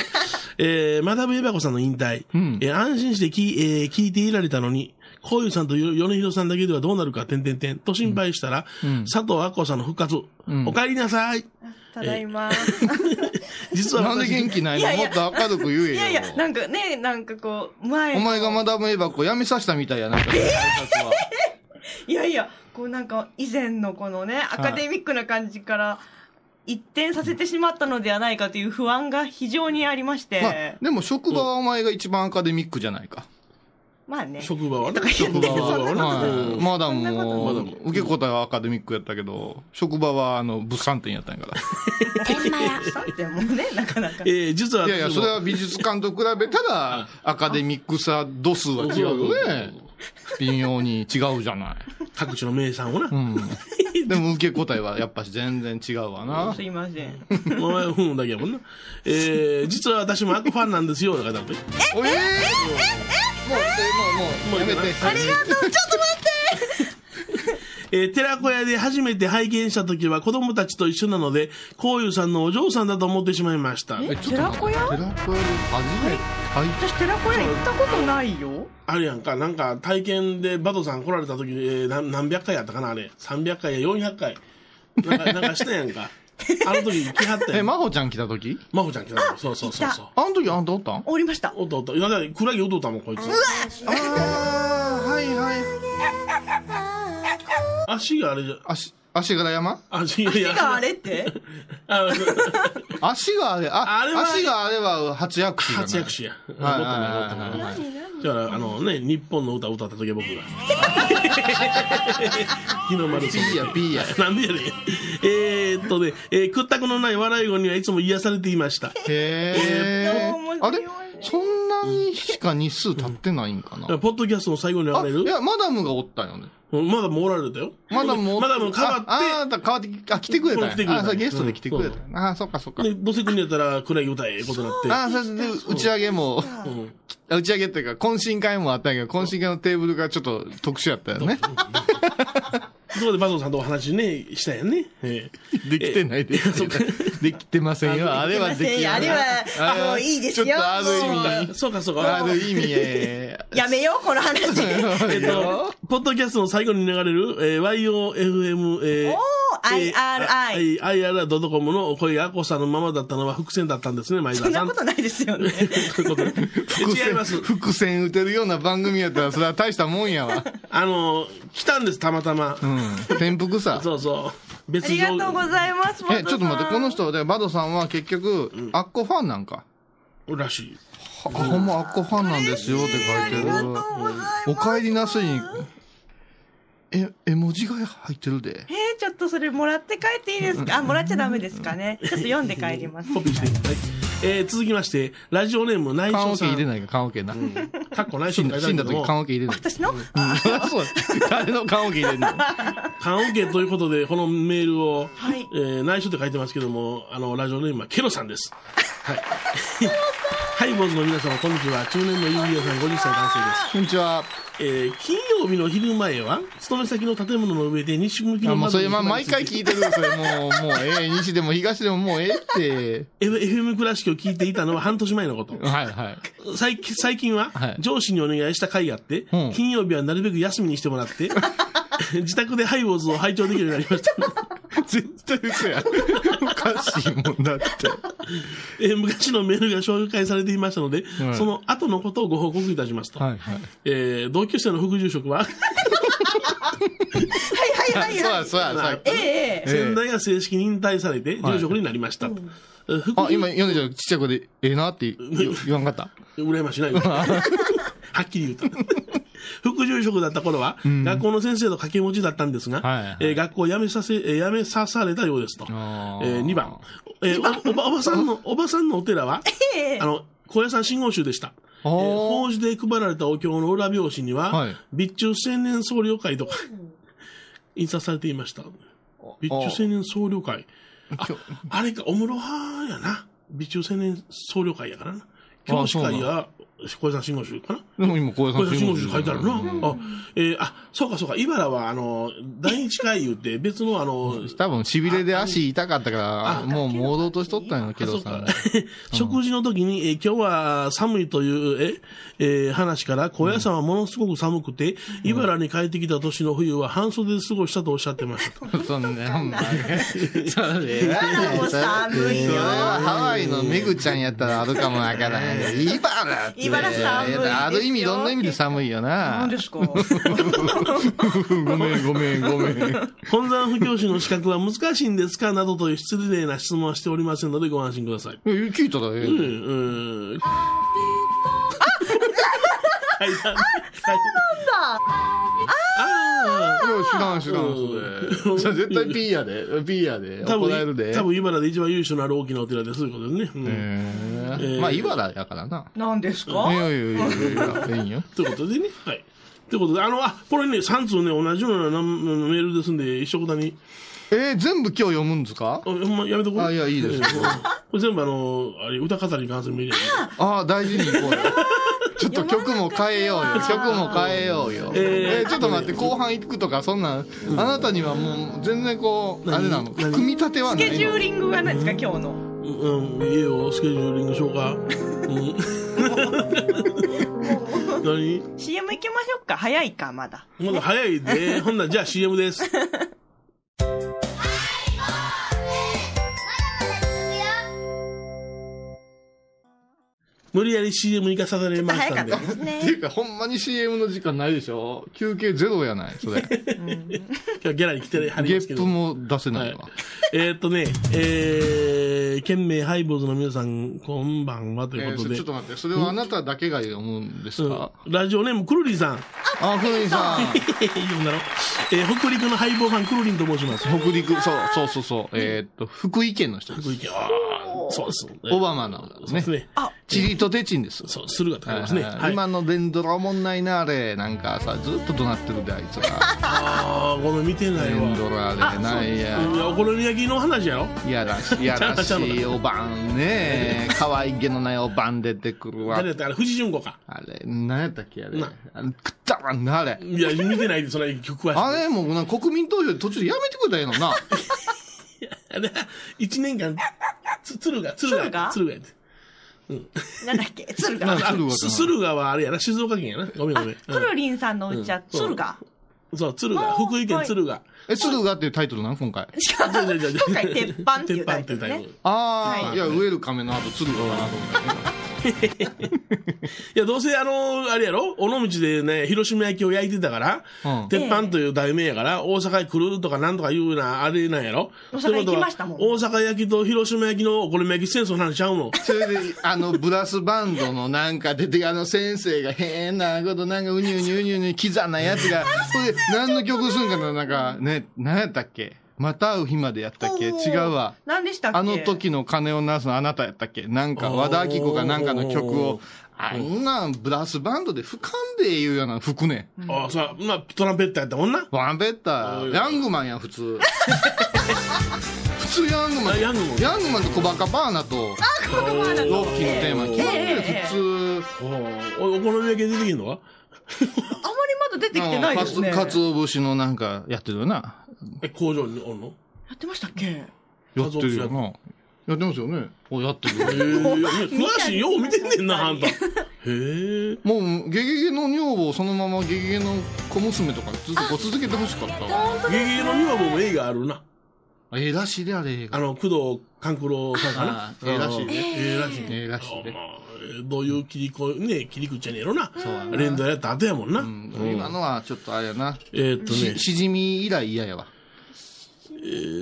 [SPEAKER 4] えー、マダムエバコさんの引退。
[SPEAKER 3] ん
[SPEAKER 4] えー安心して聞,、えー聞いていられたのに、こういうさんとよ米広さんだけではどうなるか、てんてんてん、と心配したら、佐藤アッコさんの復活。
[SPEAKER 3] ん
[SPEAKER 4] お帰りなさい。
[SPEAKER 11] ただいま。
[SPEAKER 4] 実は
[SPEAKER 3] なんで
[SPEAKER 4] 私、
[SPEAKER 3] 元気ない
[SPEAKER 11] いや
[SPEAKER 3] の
[SPEAKER 11] い
[SPEAKER 3] も
[SPEAKER 11] や
[SPEAKER 3] っと明るく言
[SPEAKER 11] いや
[SPEAKER 3] え
[SPEAKER 11] い
[SPEAKER 3] よ
[SPEAKER 11] や、。なんかね、なんかこう、前。
[SPEAKER 3] お前がマダムエバコ辞めさせたみたいやな。なんかその挨拶はい
[SPEAKER 11] やいや、こうなんか以前のこのね、アカデミックな感じから、一転させてしまったのではないかという不安が非常にありまして。
[SPEAKER 3] まあ、でも職場はお前が一番アカデミックじゃないか。
[SPEAKER 11] まあね。
[SPEAKER 4] 職場はね、職場
[SPEAKER 3] はい
[SPEAKER 4] はねうん
[SPEAKER 3] マダム
[SPEAKER 4] そんな
[SPEAKER 3] も
[SPEAKER 4] こ、と
[SPEAKER 3] 受け答えはアカデミックやったけど、職場はあの、物産展やったんや か
[SPEAKER 5] 天満屋
[SPEAKER 11] さてもうね、 なかなか。
[SPEAKER 4] えー実は
[SPEAKER 3] ら。い
[SPEAKER 4] 私
[SPEAKER 3] やいや、それは美術館と比べた ら、アカデミックさ度数は違うよね。微妙に違うじゃない。
[SPEAKER 4] 各地の名産をな、
[SPEAKER 3] うん。でも受け答えはやっぱし全然違うわ な
[SPEAKER 11] す。いません。
[SPEAKER 4] お前、うんだけやもんな。えー実は私もアッコファンなんですよ、だからだって。
[SPEAKER 3] おええもう、もう、もう、やめて。
[SPEAKER 4] えー寺子屋で初めて拝見した時は子供たちと一緒なので、こういうさんのお嬢さんだと思ってしまいました。
[SPEAKER 3] えちょっと待って寺子屋で初めて、はい。
[SPEAKER 11] 私、寺子屋行ったことないよ。
[SPEAKER 4] あるやんか、なんか体験でバドさん来られた時、えーな何百回やったかな、あれ。300回や400回。なんか、なんかしたや んか。あの時来はった
[SPEAKER 3] え、
[SPEAKER 4] やん。
[SPEAKER 3] まほちゃん来た時
[SPEAKER 4] まほちゃん来たのそうそうそうそう。
[SPEAKER 3] あの時あんたおったん
[SPEAKER 11] おりました。
[SPEAKER 4] おったおった。いや、だからクラゲおっとったもん、こいつ。
[SPEAKER 3] ああ、はいはい。
[SPEAKER 4] 足があれじゃ、
[SPEAKER 3] 足、足柄山
[SPEAKER 4] 足が、いや
[SPEAKER 11] 手があれって
[SPEAKER 4] あ
[SPEAKER 3] 足があれ、あ、
[SPEAKER 4] あれは
[SPEAKER 3] 足があれは初躍詞。
[SPEAKER 4] 活躍。しや。もっと
[SPEAKER 3] はい
[SPEAKER 4] も
[SPEAKER 3] はいはいはい
[SPEAKER 4] っともっとも。じゃあ、あのね、日本の歌歌った時僕が。 日の丸さん
[SPEAKER 3] B や B や。
[SPEAKER 4] なんでやねん。えーっとね、えー屈託のない笑い声にはいつも癒されていました。
[SPEAKER 3] へえ
[SPEAKER 11] 面。白
[SPEAKER 3] あ
[SPEAKER 11] い
[SPEAKER 3] れそんなにしか日数経ってないんかな。
[SPEAKER 4] ポッドキャストの最後に
[SPEAKER 3] あ、
[SPEAKER 4] 流
[SPEAKER 3] い
[SPEAKER 4] れる
[SPEAKER 3] や、マダムがおったよね。
[SPEAKER 4] うんまだもおられたよ。
[SPEAKER 3] マダムもおっ
[SPEAKER 4] マダム変わって
[SPEAKER 3] あ、あー変わってき、あ、来てくれたんや
[SPEAKER 4] 来てくれ
[SPEAKER 3] あ、
[SPEAKER 4] たんや
[SPEAKER 3] そうゲストで来てくれたんや。ああ、そっかそっか。
[SPEAKER 4] で、どうせ国やったら、暗い歌ええことにな
[SPEAKER 3] ああ、
[SPEAKER 4] っ
[SPEAKER 3] それで、打ち上げも、打ち上げっていうか、懇親会もあったんやけど、懇親会のテーブルがちょっと特殊やったよね。
[SPEAKER 4] て、そこでバトさんとお話ね、したやんね。ええ
[SPEAKER 3] できてないで。できてませんよ。あれはでき
[SPEAKER 11] あれはもういいですよ
[SPEAKER 3] ちょっとある意味、
[SPEAKER 4] そうか、そう
[SPEAKER 3] あ
[SPEAKER 4] か。
[SPEAKER 3] る意味、えー
[SPEAKER 11] やめよう、この話。
[SPEAKER 4] えっと、ポッドキャストの最後に流れる、えー YOFM、えー
[SPEAKER 11] IRI。
[SPEAKER 4] IRI.com の声がアコさんのままだったのは伏線だったんですね、前田さん。そんなこと
[SPEAKER 11] ないですよね。
[SPEAKER 3] 伏線伏線打てるような番組やった らそれは大したもんやわ
[SPEAKER 4] あの来たんですたまたま、
[SPEAKER 3] 転覆さ
[SPEAKER 4] そうそう
[SPEAKER 11] ありがとうございます。
[SPEAKER 3] えちょっと待ってこの人でバドさんは結局、アッコファンなんから
[SPEAKER 4] しい
[SPEAKER 3] あほんまアッコファンなんですよって書いてるおかえりなすいにえ絵文字が入ってるで
[SPEAKER 11] えー、ちょっとそれもらって帰っていいですかあ、もらっちゃダメですかね。ちょっと読んで帰ります。
[SPEAKER 4] コピーしてはいえー続きましてラジオネーム内
[SPEAKER 3] 缶
[SPEAKER 4] 緒
[SPEAKER 3] オケ
[SPEAKER 4] さん
[SPEAKER 3] 入れないか缶オケな、
[SPEAKER 4] かっこ内
[SPEAKER 3] 死
[SPEAKER 4] 緒
[SPEAKER 3] ん
[SPEAKER 4] って
[SPEAKER 3] だ
[SPEAKER 4] 書いてあ
[SPEAKER 3] 死ん
[SPEAKER 4] る
[SPEAKER 3] だ
[SPEAKER 4] けど
[SPEAKER 3] 時
[SPEAKER 4] も
[SPEAKER 3] 缶オケ入れない
[SPEAKER 11] 私の
[SPEAKER 3] うん そう誰の缶オケ入れんの
[SPEAKER 4] 缶オケということで、このメールを、
[SPEAKER 11] はい
[SPEAKER 4] えー内緒って書いてますけども、あの、ラジオネームはケロさんです。はい。ハイボーズの皆様、こんにちは。中年のユーリアさん、50歳男性です。
[SPEAKER 3] こんにちは。
[SPEAKER 4] えー金曜日の昼前は、勤め先の建物の上で西向きの
[SPEAKER 3] あもうそ
[SPEAKER 4] 窓
[SPEAKER 3] れ、ま、毎回聞いてるそれもうもうええ西でも東でももうええって
[SPEAKER 4] F- FM 倉敷を聞いていた のは半年前のこと。
[SPEAKER 3] はいはい
[SPEAKER 4] 最近最近は、上司にお願いした回があって、
[SPEAKER 3] うん
[SPEAKER 4] 金曜日はなるべく休みにしてもらって、 自宅でハイボーズを拝聴できるようになりました。
[SPEAKER 3] 絶対嘘や。おかしいもんだって。
[SPEAKER 4] えー昔のメールが紹介されていましたので、
[SPEAKER 3] はい
[SPEAKER 4] その後のことをご報告いたしますと。
[SPEAKER 3] はいはい
[SPEAKER 4] えー同級生の副住職は、
[SPEAKER 11] はいはいはいはい。
[SPEAKER 3] そうやそうやそうや
[SPEAKER 11] えええ え
[SPEAKER 4] 先代が正式に引退されて住職になりました。えー副
[SPEAKER 3] あ、今、ヨネちゃん、ちっちゃい子で、ええなって言言わんかった。
[SPEAKER 4] 羨まし いないよはっきり言うと。 副住職だった頃は、
[SPEAKER 3] うん
[SPEAKER 4] 学校の先生と掛け持ちだったんですが、
[SPEAKER 3] はいはい
[SPEAKER 4] えー学校を辞めさせ、えー辞めさされたようですと。えー、2番。えーおおば、おばさんの、おばさんのお寺は、
[SPEAKER 11] ええ
[SPEAKER 4] あの、高野山信号集でした。えー法事で配られたお経の裏表紙には、
[SPEAKER 3] はい
[SPEAKER 4] 備中青年総領会とか、印刷されていました。備中青年総領会。あ、あれか、お室派やな。備中青年総領会やからな。教師会や、小林さん信号集かな。
[SPEAKER 3] でも今、小
[SPEAKER 4] 小
[SPEAKER 3] 林さん
[SPEAKER 4] 林さん信号集書いてあるな。
[SPEAKER 3] うん
[SPEAKER 4] あ、えーあ、そうかそうか、茨は、あの、第一回言って、別のあの、
[SPEAKER 3] 多分、痺れで足痛かったから、もう、朦朧としとったんやろ、ケロ さん。
[SPEAKER 4] 食事の時に、えー今日は寒いという、え、えー話から、小屋さんはものすごく寒くて、茨に帰ってきた年の冬は半袖で過ごしたとおっしゃってました。
[SPEAKER 3] そんな、ほんまにそれ
[SPEAKER 4] やだもう
[SPEAKER 11] 寒いよ
[SPEAKER 3] それはハワイのメグちゃんやったらあるかもわからんけど、茨って。
[SPEAKER 11] 茨寒いですよ
[SPEAKER 3] いやある意味、いろんな意味で寒いよな。何
[SPEAKER 11] です か
[SPEAKER 3] ごめん、ごめん、ごめん。
[SPEAKER 4] 本山不教師の資格は難しいんですかなどという失礼な質問はしておりませんのでご安心ください。
[SPEAKER 3] 聞いたらええ
[SPEAKER 4] うん、 うん。書いてあるあ
[SPEAKER 3] いや知らん知らんそれそれ絶対 P やで P やで
[SPEAKER 4] 多
[SPEAKER 3] 怒られる
[SPEAKER 4] 分、
[SPEAKER 3] で
[SPEAKER 4] 多分茨で一番優秀のある大きなお寺です、そういうことですね。うんえー
[SPEAKER 3] まあ茨やからな
[SPEAKER 11] 何ですか
[SPEAKER 3] いやいやいやいやいやいいよ
[SPEAKER 4] というこ とでね。はい。ということで、あの、あ、これね、3通ね、同じようななメールですんで、一緒くたに。
[SPEAKER 3] えー、全部今日読むんですか
[SPEAKER 4] ほんま、やめ とこう。
[SPEAKER 3] あいやいいですよ
[SPEAKER 4] えーこれ全部あの、あれ、歌語りに関するメールやね
[SPEAKER 3] ああ大事にい こうよちょっと曲も変えようよ曲も変えようよえ
[SPEAKER 4] えー
[SPEAKER 3] ーちょっと待って後半行くとかそんなんあなたにはもう全然こうあれなの組み立ては
[SPEAKER 11] ス
[SPEAKER 3] ない
[SPEAKER 11] ケ
[SPEAKER 3] の
[SPEAKER 11] ジューリングがないですか、今日の。
[SPEAKER 4] うん、いいよ、スケジューリングしようか。うん。 何
[SPEAKER 11] CM 行きましょうか。早いか、まだ。
[SPEAKER 4] まだ早いで。ほんならじゃあ CM です。無理やり CM に行かされましたんで。
[SPEAKER 3] っていうかほんまに CM の時間ないでしょ休憩ゼロやないそ れ
[SPEAKER 4] 今日ギャラに来てはり
[SPEAKER 3] ゲ
[SPEAKER 4] ますけ
[SPEAKER 3] ッ
[SPEAKER 4] ど
[SPEAKER 3] プ。も出せないわ、
[SPEAKER 4] えーっとね、えー、県名ハイボーズの皆さん、こんばんはということ
[SPEAKER 3] えー
[SPEAKER 4] で。
[SPEAKER 3] ちょっと待って、それはあなただけが読むんですか、
[SPEAKER 4] ラジオネーム、くるりんさん。
[SPEAKER 3] あ、くるりんさん。
[SPEAKER 4] 呼んだろ。えー北陸のハイボーファン、くるりんと申します。
[SPEAKER 3] 北陸、そう、そうそうそう、えーっと、福井県の人です。
[SPEAKER 4] 福井県、ああ、そうです。
[SPEAKER 3] オバマなのですね。
[SPEAKER 4] あ
[SPEAKER 3] チリとテチンです。
[SPEAKER 4] そう、するが高いですねはい
[SPEAKER 3] 今の連ドラおもんないな、あれ。なんかさ、ずっと怒鳴ってるで、あいつら。
[SPEAKER 4] ああ、ごめん、見てないわ。
[SPEAKER 3] 連ドラで、ないや。
[SPEAKER 4] いやお好み焼きの話やろ
[SPEAKER 3] いやらしい、いやらしいおばんね。可愛げのないおばん出てくるわ
[SPEAKER 4] 誰。だったかな藤純子か。
[SPEAKER 3] あれ、何やったっけ、あれ。あのくったらんな、あれ。
[SPEAKER 4] いや、見てないで、それ曲は。
[SPEAKER 3] あれ、もうな、国民投票で途中でやめてくれたらええのな。
[SPEAKER 4] あれ、1年間、つ、鶴が、鶴が、鶴がやって。
[SPEAKER 11] なんだっけ、鶴
[SPEAKER 4] あ
[SPEAKER 11] が。
[SPEAKER 4] あ鶴がはあれやな、静岡県やな。ごめんごめん。
[SPEAKER 11] くるりんさんのうちは、
[SPEAKER 4] うん
[SPEAKER 11] 鶴が。
[SPEAKER 4] そう、鶴が、福井県鶴が。
[SPEAKER 3] え、鶴がっていうタイトルなん今回。
[SPEAKER 11] 今回、鉄板っていうタイト
[SPEAKER 4] 鉄板
[SPEAKER 11] ル
[SPEAKER 4] って
[SPEAKER 11] ね
[SPEAKER 4] いう。
[SPEAKER 3] あ
[SPEAKER 4] は
[SPEAKER 3] あ、
[SPEAKER 4] い
[SPEAKER 3] いや、ウェルカメの後、鶴がかなと思ったけど。
[SPEAKER 4] いや、どうせあの、あれやろ尾道でね、広島焼きを焼いてたから、鉄板という題名やから、大阪へ来るとかなんとかいうような、あれなんやろ
[SPEAKER 11] 大阪行きましたもん
[SPEAKER 4] ってことは大阪焼きと広島焼きのお好み焼き戦争なんちゃうの
[SPEAKER 3] それで、あの、ブラスバンドのなんか出て、あの先生が変なこと、なんかうにゅうにゅうにゅうにゅう刻んなやつが、それで、何の曲するんかな、なんか、ね、何やったっけまた会う日までやったっけ違うわ。
[SPEAKER 11] 何でしたっけ
[SPEAKER 3] あの時の鐘を鳴らすのあなたやったっけなんか、和田アキ子がなんかの曲を、あんなんブラスバンドで吹かんでいうようなの吹くねん。
[SPEAKER 4] ああ、さ、まあ、トランペッターやったもんな。
[SPEAKER 3] ワンベッター、ヤングマンやん、普通。普通ヤングマン。
[SPEAKER 4] ヤングマン。
[SPEAKER 3] ヤングマンとコバカバーナと、ロッキーのテーマ決まってる、普通。
[SPEAKER 4] おお好み焼き出てきんのか
[SPEAKER 11] あまりまだ出てきてないですね。
[SPEAKER 3] かつお節のなんかやってるよな。
[SPEAKER 4] え、工場におんの
[SPEAKER 11] やってましたっけ
[SPEAKER 3] やってるよな。やってますよね。お、やってるよ。
[SPEAKER 4] へ え詳しい、よう見てんねんな、あんた。へえ。
[SPEAKER 3] もう、ゲゲゲの女房そのままゲゲゲの小娘とかずっとこう続けてほしかったわ。
[SPEAKER 4] ゲゲゲの女房も映画あるな。
[SPEAKER 3] ええらしいであれ映画。
[SPEAKER 4] あの、工藤官九郎さんかな
[SPEAKER 3] あ。ーええらしいね
[SPEAKER 4] ええらしいね。
[SPEAKER 3] ええらしいで。
[SPEAKER 4] どういう切りこ、ね、切り口やねんやろな。
[SPEAKER 3] そうやな
[SPEAKER 4] 連動やった後やもんな。うん
[SPEAKER 3] 今のはちょっとあれやな。
[SPEAKER 4] えーっとね
[SPEAKER 3] し、しじみ以来嫌やわ。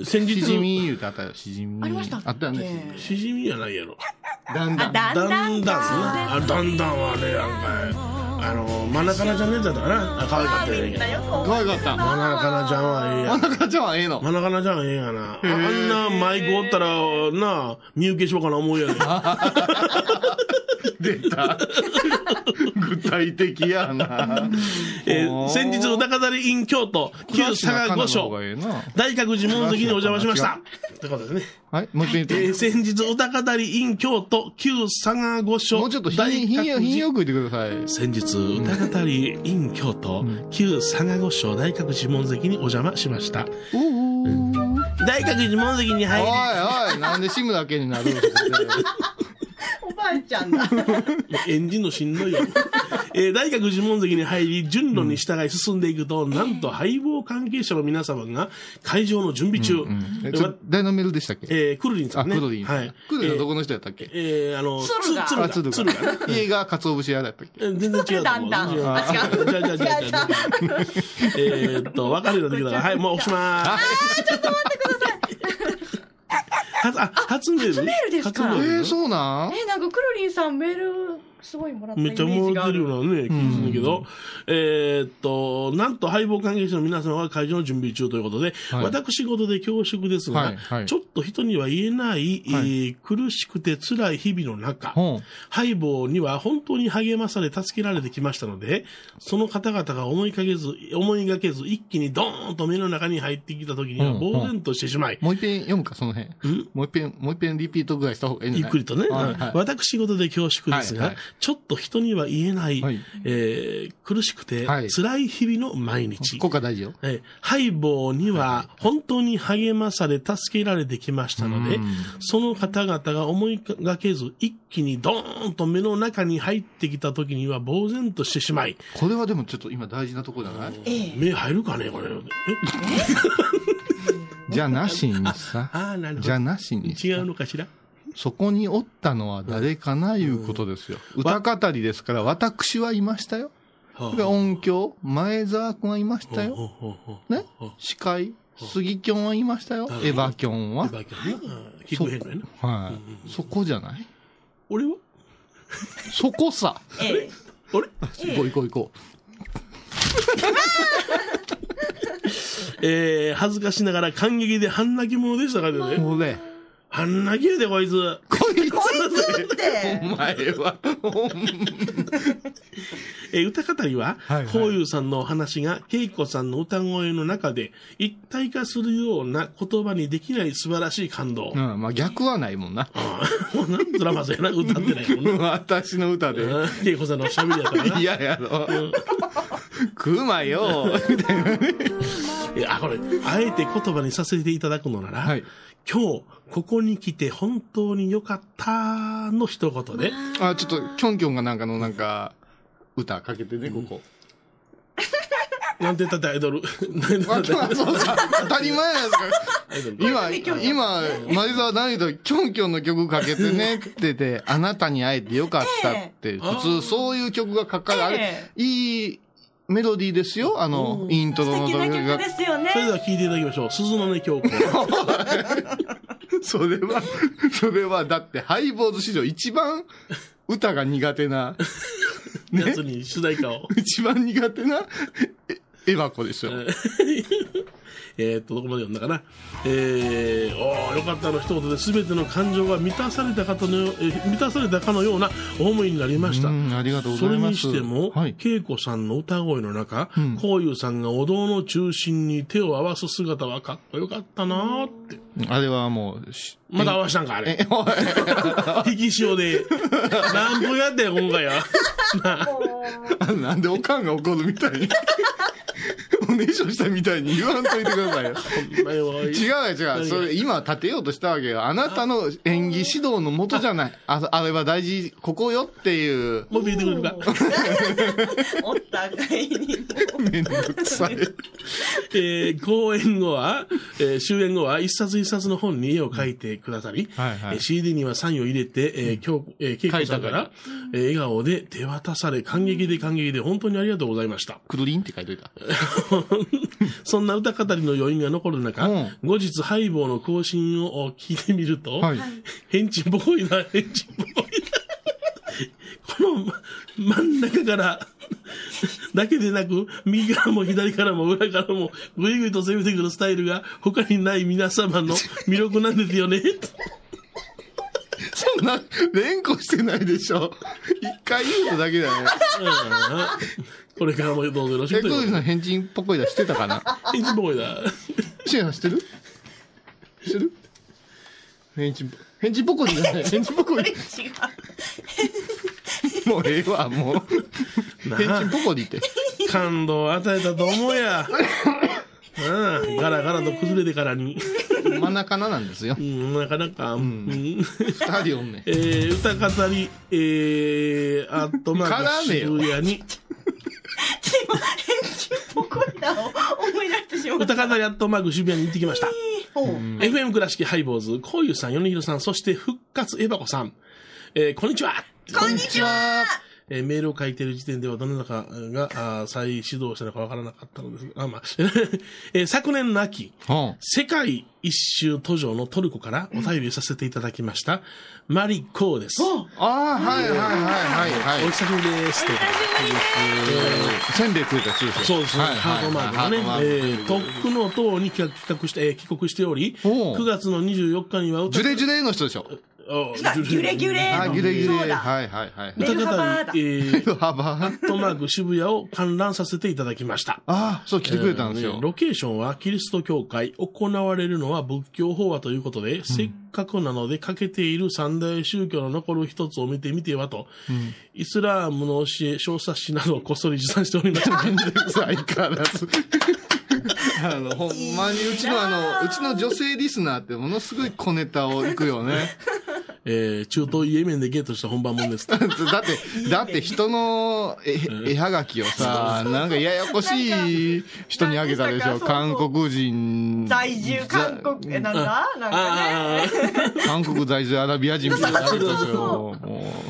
[SPEAKER 4] 先日
[SPEAKER 3] しじみ言うてあったよ、しじみ。ありましたあったよね。
[SPEAKER 4] しじみやないやろ。
[SPEAKER 3] だんだん。
[SPEAKER 4] だんだんな。あ、だんだんはね、なんか、あの、真中菜ちゃんのやつやったかな。あ可愛かったよね。
[SPEAKER 3] 可愛かった。
[SPEAKER 4] 真中菜ちゃんはええや
[SPEAKER 3] 真
[SPEAKER 4] ん。
[SPEAKER 3] ん中ちゃんはええの。
[SPEAKER 4] 真中菜ちゃんはええやな。あんなマイクおったら、なあ、身請けしようかな思うやねん。
[SPEAKER 3] 出 た。具体的やな。
[SPEAKER 4] えー先日、中だり in 京都、旧佐賀御所、大覚寺門跡にお邪魔しました。ということですね。
[SPEAKER 3] はい、もう一遍言っ
[SPEAKER 4] え
[SPEAKER 3] て。
[SPEAKER 4] ー先日、歌語り in 京都、旧佐賀御所、
[SPEAKER 3] もうちょっとひ
[SPEAKER 4] 大
[SPEAKER 3] ん、ひん
[SPEAKER 4] 覚
[SPEAKER 3] よ、ひん
[SPEAKER 4] 寺。
[SPEAKER 3] よく言ってください。
[SPEAKER 4] 先日、歌語り in 京都、旧佐賀御所、大覚寺門跡にお邪魔しました。大覚寺門跡に入り、
[SPEAKER 3] おいおい、なんでシムだけになるの
[SPEAKER 11] おばあちゃんだ。
[SPEAKER 4] エンジンのしんどいよ。えー大学寺門跡に入り、順路に従い進んでいくと、なんと配合関係者の皆様が会場の準備中。
[SPEAKER 3] え
[SPEAKER 4] で
[SPEAKER 3] ちょダイナメルでしたっけ
[SPEAKER 4] えー、くるりんさ
[SPEAKER 3] あ、
[SPEAKER 4] んね。
[SPEAKER 3] クドリン。
[SPEAKER 4] はい。
[SPEAKER 3] クドリンはど
[SPEAKER 4] こ
[SPEAKER 3] この人やったっけ
[SPEAKER 4] えー、あの、
[SPEAKER 11] 鶴が
[SPEAKER 4] つ鶴が。鶴がね。
[SPEAKER 3] 家が鰹節屋だったっけ
[SPEAKER 4] えー全然違うと思う。
[SPEAKER 11] だんだん。
[SPEAKER 4] 全然違う
[SPEAKER 11] あ、違う。
[SPEAKER 4] 違う違う違う違う違う。えーっと、分かるようになってきた から、はい、もう押しまーす。あ、ちょっと待ってください。はあ、初メール初メ
[SPEAKER 11] ールですか
[SPEAKER 3] え
[SPEAKER 4] ール
[SPEAKER 3] ー、そうなん
[SPEAKER 11] え、なんかくるりんさんメールすごいもらったイ
[SPEAKER 4] め
[SPEAKER 11] メ
[SPEAKER 4] っちゃ
[SPEAKER 11] ージ
[SPEAKER 4] 思
[SPEAKER 11] が
[SPEAKER 4] っ
[SPEAKER 11] あ
[SPEAKER 4] てる
[SPEAKER 11] る。
[SPEAKER 4] ようなね、気にするけど、えーっと、なんと配合関係者の皆様は会場の準備中ということで、
[SPEAKER 3] はい
[SPEAKER 4] 私事で恐縮ですが、
[SPEAKER 3] はいはい
[SPEAKER 4] ちょっと人には言えない、えー苦しくて辛い日々の中、
[SPEAKER 3] ほう
[SPEAKER 4] ハイボーには本当に励まされ助けられてきましたので、その方々が思いかけず、思いがけず、一気にドーンと目の中に入ってきた時には、
[SPEAKER 3] うん
[SPEAKER 4] 呆然としてしまい、
[SPEAKER 3] もう一遍読むか、その辺。もう一遍、もう一遍リピートぐらいした方がいいんじ
[SPEAKER 4] ゆ
[SPEAKER 3] ゃ
[SPEAKER 4] っ
[SPEAKER 3] ない
[SPEAKER 4] くりとね、
[SPEAKER 3] はい
[SPEAKER 4] うん
[SPEAKER 3] はい
[SPEAKER 4] 私事で恐縮ですが、
[SPEAKER 3] はいはい
[SPEAKER 4] ちょっと人には言えない、
[SPEAKER 3] はい
[SPEAKER 4] えー苦しくて
[SPEAKER 3] はい
[SPEAKER 4] 辛い日々の毎日。
[SPEAKER 3] 効果大事よ。
[SPEAKER 4] えーハイボーには本当に励まされ助けられてきましたので
[SPEAKER 3] うん、
[SPEAKER 4] その方々が思いがけず一気にドーンと目の中に入ってきた時には呆然としてしまい、
[SPEAKER 3] これはでもちょっと今大事なとこじゃない
[SPEAKER 4] 目入るかねこれ。え
[SPEAKER 3] じゃなしにさ。
[SPEAKER 4] ああ、なるほ
[SPEAKER 3] じ
[SPEAKER 4] ど
[SPEAKER 3] ゃ。なしにさ。
[SPEAKER 4] 違うのかしら
[SPEAKER 3] そこにおったのは誰かないうことですよ。歌語りですから、私はいましたよ。それから音響、前澤君はいましたよ。ね司会、杉きょんはいましたよ。エヴァきょんは。
[SPEAKER 4] バキャンな聞こえへんのやな。
[SPEAKER 3] はい。そこじゃない
[SPEAKER 4] 俺は
[SPEAKER 3] そこさ。
[SPEAKER 11] ええ。
[SPEAKER 4] 俺
[SPEAKER 3] 行こう行こう行こ
[SPEAKER 4] えー、恥ずかしながら感激で半泣き者でしたから
[SPEAKER 3] う。
[SPEAKER 4] ね。
[SPEAKER 3] これ。
[SPEAKER 4] 半泣きやで、こいつ。
[SPEAKER 3] こい
[SPEAKER 11] こいつって
[SPEAKER 3] お前は、ほん
[SPEAKER 4] えー歌語りは、
[SPEAKER 3] はいはい
[SPEAKER 4] こういうさんのお話が、恵子さんの歌声の中で、一体化するような言葉にできない素晴らしい感 動。
[SPEAKER 3] ま。うん、まあ逆はないもんな。
[SPEAKER 4] もうなんドラマじゃなく歌ってないも んな。
[SPEAKER 3] 私の歌で。
[SPEAKER 4] うん恵子さんのおしゃべりや ったからな。
[SPEAKER 3] 嫌やろ。クマよ。
[SPEAKER 4] いや、これ、あえて言葉にさせていただくのなら、
[SPEAKER 3] はい。
[SPEAKER 4] 今日、ここに来て本当に良かったの一言で、
[SPEAKER 3] あ、ちょっと、キョンキョンがなんかのなんか、歌かけてね、ここ。
[SPEAKER 4] なんて言ったってアイ ドル。なんて言ったってアイドル
[SPEAKER 3] そうそう当たり前なんですから。 今、今、前澤大とキョンキョンの曲かけてねって言って、あなたに会えてよかったって、普通そういう曲がかかる。あれ、いいメロディーですよ、あの、イントロの時が。
[SPEAKER 11] すよね
[SPEAKER 4] それでは聞いていただきましょう。鈴の 音教皇。
[SPEAKER 3] それは、それは、だって、ハイボーズ史上一番歌が苦手な、
[SPEAKER 4] やつに主題歌を。
[SPEAKER 3] 一番苦手な、えエバコでしょ。
[SPEAKER 4] えーっと、どこまで読んだかな。えー、おーよかったの一言で全ての感情が満たされた方のよう、えー満たされたかのような思いになりました。
[SPEAKER 3] うんありがとうございます
[SPEAKER 4] それにしても、恵子さんの歌声の中、こういうさんがお堂の中心に手を合わす姿はかっこよかったなーって。
[SPEAKER 3] あれはもう、し
[SPEAKER 4] また合わしたんか、あれ。引き 潮で。何分やったよ、今回は。
[SPEAKER 3] あ なんでおかんが怒るみたいに。おねしょしたみたいに言わんといてくださいよ。違う違う。それ、今立てようとしたわけよ。あなたの演技指導のもとじゃない。あ、あれは大事、ここよっていう。
[SPEAKER 4] もう見えてくるか。
[SPEAKER 11] お互いに。
[SPEAKER 3] めんどくさい。
[SPEAKER 4] えー公演後は、えー終演後は、一冊一冊の本に絵を描いてくださり、えー CD にはサインを入れて、えー、京子えー、恵子さんから、えー笑顔で手渡され、感激で感激で、本当にありがとうございました。
[SPEAKER 3] くるりんって書いといた。
[SPEAKER 4] そんな歌語りの余韻が残る中、後日、ハイボーの更新を聞いてみると、
[SPEAKER 3] はい
[SPEAKER 4] 変人ボーイだ、変人ボーイだ。 このま真ん中から、 だけでなく、右からも左からも裏からも、ぐいぐいと攻めてくるスタイルが、他にない皆様の魅力なんですよ ね。
[SPEAKER 3] そんな、連呼してないでしょ。一回言うのだけだ よね。
[SPEAKER 4] これからもどうぞよろし
[SPEAKER 3] え、
[SPEAKER 4] く
[SPEAKER 3] ク
[SPEAKER 4] と
[SPEAKER 3] ー
[SPEAKER 4] い
[SPEAKER 3] ル
[SPEAKER 4] う。
[SPEAKER 3] の変人っぽいだしてたかな
[SPEAKER 4] 変人ボーイだ。
[SPEAKER 3] シエナ知ってる知ってる返事、返事ぼこりじゃない。返事ぼこり。もうええわ、もう。 返事ぼこりって。
[SPEAKER 4] 感動を与えたと思うや。うん、ガラガラと崩れてからに。
[SPEAKER 3] 真ん中ななんですよ。
[SPEAKER 4] うん、なかなか。うん
[SPEAKER 3] 二人おんねん。
[SPEAKER 4] えー、歌語り、えー、アットマーク
[SPEAKER 3] 絡めよ
[SPEAKER 4] 渋谷に、
[SPEAKER 11] 思い出してしまう。
[SPEAKER 4] 歌語りアットマーク渋谷に行ってきました。FM 倉敷ハイボーズ、こういうさん、米広さん、そして復活エバコさん、えー、こんにちは
[SPEAKER 11] こんにちは
[SPEAKER 4] えーメールを書いてる時点ではどなたかがあー再始動したのかわからなかったのですが、あまあ えー昨年の秋、世界一周途上のトルコからお便りさせていただきました、マリコーです。
[SPEAKER 3] ああ、はいはいはいはい。
[SPEAKER 4] お久しぶりです。
[SPEAKER 3] せんべい食うた人ですよ
[SPEAKER 4] そうですね。
[SPEAKER 3] はい
[SPEAKER 4] ハートマークの
[SPEAKER 3] は
[SPEAKER 4] ね
[SPEAKER 3] いハートマ、
[SPEAKER 4] え
[SPEAKER 3] ーク
[SPEAKER 4] ーとっくの塔に企画企画して、えー帰国しており、9月の24日には歌
[SPEAKER 3] ジュレジュレの人でしょ。
[SPEAKER 4] あジュレ
[SPEAKER 11] ギュレギュレ
[SPEAKER 3] あ、ギュレギュ
[SPEAKER 11] そう
[SPEAKER 3] レ。
[SPEAKER 11] だ
[SPEAKER 3] はいはいはい。
[SPEAKER 4] 歌方に、えー、
[SPEAKER 3] ハバ
[SPEAKER 4] アットマーク渋谷を観覧させていただきました。
[SPEAKER 3] ああ、そう、来てくれたんです
[SPEAKER 4] えー
[SPEAKER 3] よ
[SPEAKER 4] ね。ロケーションはキリスト教会、行われるのは仏教法話ということで、せっかくなので欠けている三大宗教の残る一つを見てみてはと、イスラームの教え、小冊子などをこっそり持参してお りました。
[SPEAKER 3] 相変わらず。あの、ほんまにうちのあの、うちの女性リスナーってものすごい小ネタをいくよね。
[SPEAKER 4] えー、中東イエメンでゲートした本番も んです。
[SPEAKER 3] だって、だって人の絵絵はがきをさ、なんかややこしい人にあげたでし
[SPEAKER 11] なん
[SPEAKER 3] ょ。
[SPEAKER 11] かそうそ
[SPEAKER 3] 韓
[SPEAKER 11] う
[SPEAKER 3] 国人。
[SPEAKER 11] 在住韓国、え、なんだなんかね。
[SPEAKER 3] 韓国在住アラビア人みたいなのあげたでしょ。も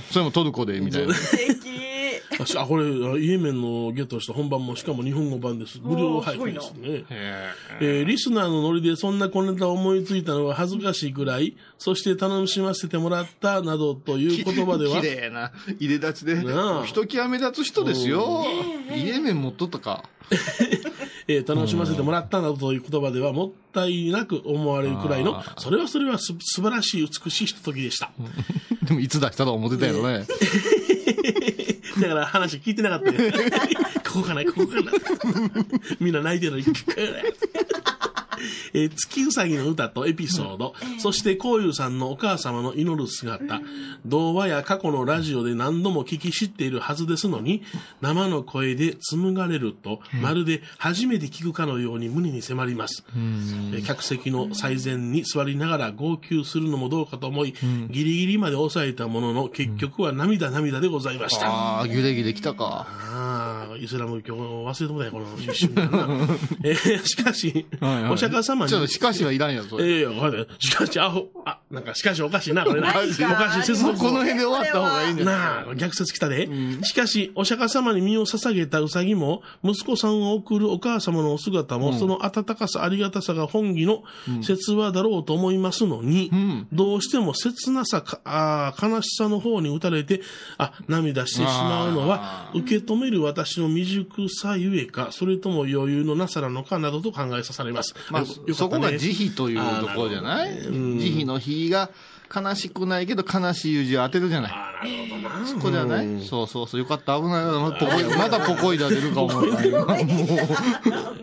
[SPEAKER 3] うそれもトルコで、みたいな。
[SPEAKER 4] あしあ、これ、あイエメンのゲットした本番も、しかも日本語版です。無料配布ですね。えーリスナーのノリでそんな小ネタを思いついたのは恥ずかしいくらい、そして楽しませてもらったなどという 言葉では
[SPEAKER 3] 綺、麗な、入れ立ちで
[SPEAKER 4] なあ、
[SPEAKER 3] ひときわ目立つ人ですよ。イエメン持っとったか。
[SPEAKER 4] えー楽しませてもらったなどという言葉ではもったいなく思われるくらいの、それはそれはす素晴らしい美しいひとときでした。
[SPEAKER 3] でもいつ出したと思ってたよね。
[SPEAKER 4] だから話聞いてなかったよ。 ここかな、ここかな。みんな泣いてるのに聞こえない。 えー月うさぎの歌とエピソード、そしてこういうさんのお母様の祈る姿、童話や過去のラジオで何度も聞き知っているはずですのに、生の声で紡がれると、まるで初めて聞くかのように胸に迫ります。えー客席の最前に座りながら号泣するのもどうかと思い、ギリギリまで抑えたものの、結局は涙涙でございました。
[SPEAKER 3] ああ、ギュレギュレ来たか。
[SPEAKER 4] ああ、イスラム教忘れてもだよ、この一 瞬だな。えーしかし、
[SPEAKER 3] はいはい
[SPEAKER 4] お釈迦様に。
[SPEAKER 3] ちょっとしかしはいらんよそれ
[SPEAKER 4] ええよ、ほらしかし、あほ、あ、なんか、しかしおかしいな、これな。お
[SPEAKER 3] な
[SPEAKER 4] か
[SPEAKER 3] い
[SPEAKER 4] し
[SPEAKER 3] か
[SPEAKER 4] い、接続
[SPEAKER 3] もうこの辺で終わった方がいいんじゃない
[SPEAKER 4] なあ、逆説きたで。しかし、お釈迦様に身を捧げたウサギも、息子さんを送るお母様のお姿も、その温かさ、ありがたさが本義の説話だろうと思いますのに、どうしても切なさか、あー悲しさの方に打たれて、あ、涙してしまうのは、受け止める私の未熟さゆえか、それとも余裕のなさなのかなどと考えさされます。
[SPEAKER 3] まあ、
[SPEAKER 4] よよかったね
[SPEAKER 3] そこが慈悲というところじゃない慈悲の日が悲しくないけど悲しい友情を当てるじゃない。そこじゃない、そうそうそう。よかった。危ないな。 またポコイまだポコイだ出るかも。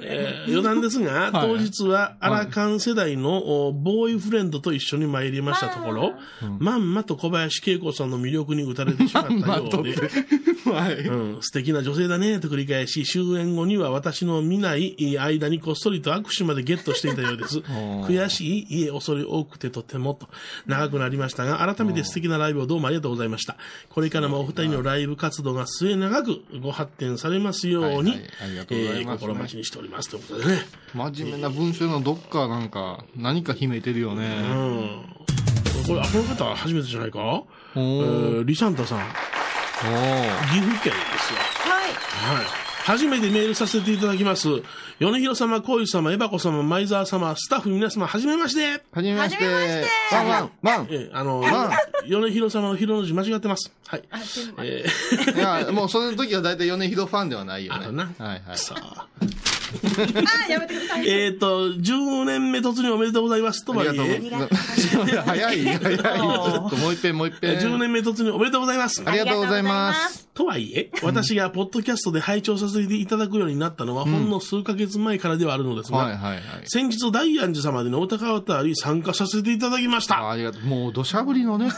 [SPEAKER 4] えー余談ですが、
[SPEAKER 3] はい
[SPEAKER 4] 当日はアラカン世代のおボーイフレンドと一緒に参りましたところ、まんまと小林恵子さんの魅力に打たれてしまったようで、 うん、素敵な女性だねと繰り返し、終演後には私の見ない間にこっそりと握手までゲットしていたよ うです。悔しい、いえ、恐れ多くてとてもと、長くなりましたが、改めて素敵なライブをどうもありがとうございました。これからもお二人のライブ活動が末永くご発展されますように、
[SPEAKER 3] ありが
[SPEAKER 4] え
[SPEAKER 3] とうござい
[SPEAKER 4] ー
[SPEAKER 3] ます、
[SPEAKER 4] 心待ちにしておりますということでね。
[SPEAKER 3] 真面目な文章のどっかなんか、何か秘めてるよね。
[SPEAKER 4] これ、あ、この方初めてじゃないかえ
[SPEAKER 3] ー
[SPEAKER 4] ーリサンタさん。岐阜県ですよ。
[SPEAKER 11] はい。
[SPEAKER 4] はい。初めてメールさせていただきます。米広様、小石様、エバ子様、前澤様、スタッフ皆様、はじめまして。
[SPEAKER 3] はじめまして。ワンワン、ワン。
[SPEAKER 4] えーあの、
[SPEAKER 3] ワン
[SPEAKER 4] 米広様の広の字間違ってます。はい。え
[SPEAKER 3] いや、もうその時は大体米広ファンではないよね。はいはい。
[SPEAKER 11] あ、やめてくださ
[SPEAKER 4] ー
[SPEAKER 11] い。
[SPEAKER 4] えーと、10年目突入おめでとうございます。とはい
[SPEAKER 3] あ
[SPEAKER 4] え
[SPEAKER 3] り、がとうございます。早い、早い。ちょっともう一遍、もう一遍。
[SPEAKER 4] 10年目突入おめでとうございます。
[SPEAKER 3] ありがとうございます。
[SPEAKER 4] とはいえ、私がポッドキャストで拝聴させていただくようになったのは、ほんの数ヶ月前からではあるのですが、
[SPEAKER 3] はいはいはい。
[SPEAKER 4] 先日、大安寺様でのお高渡り参加させていただきました。
[SPEAKER 3] あありがとう。もう土砂降りのね。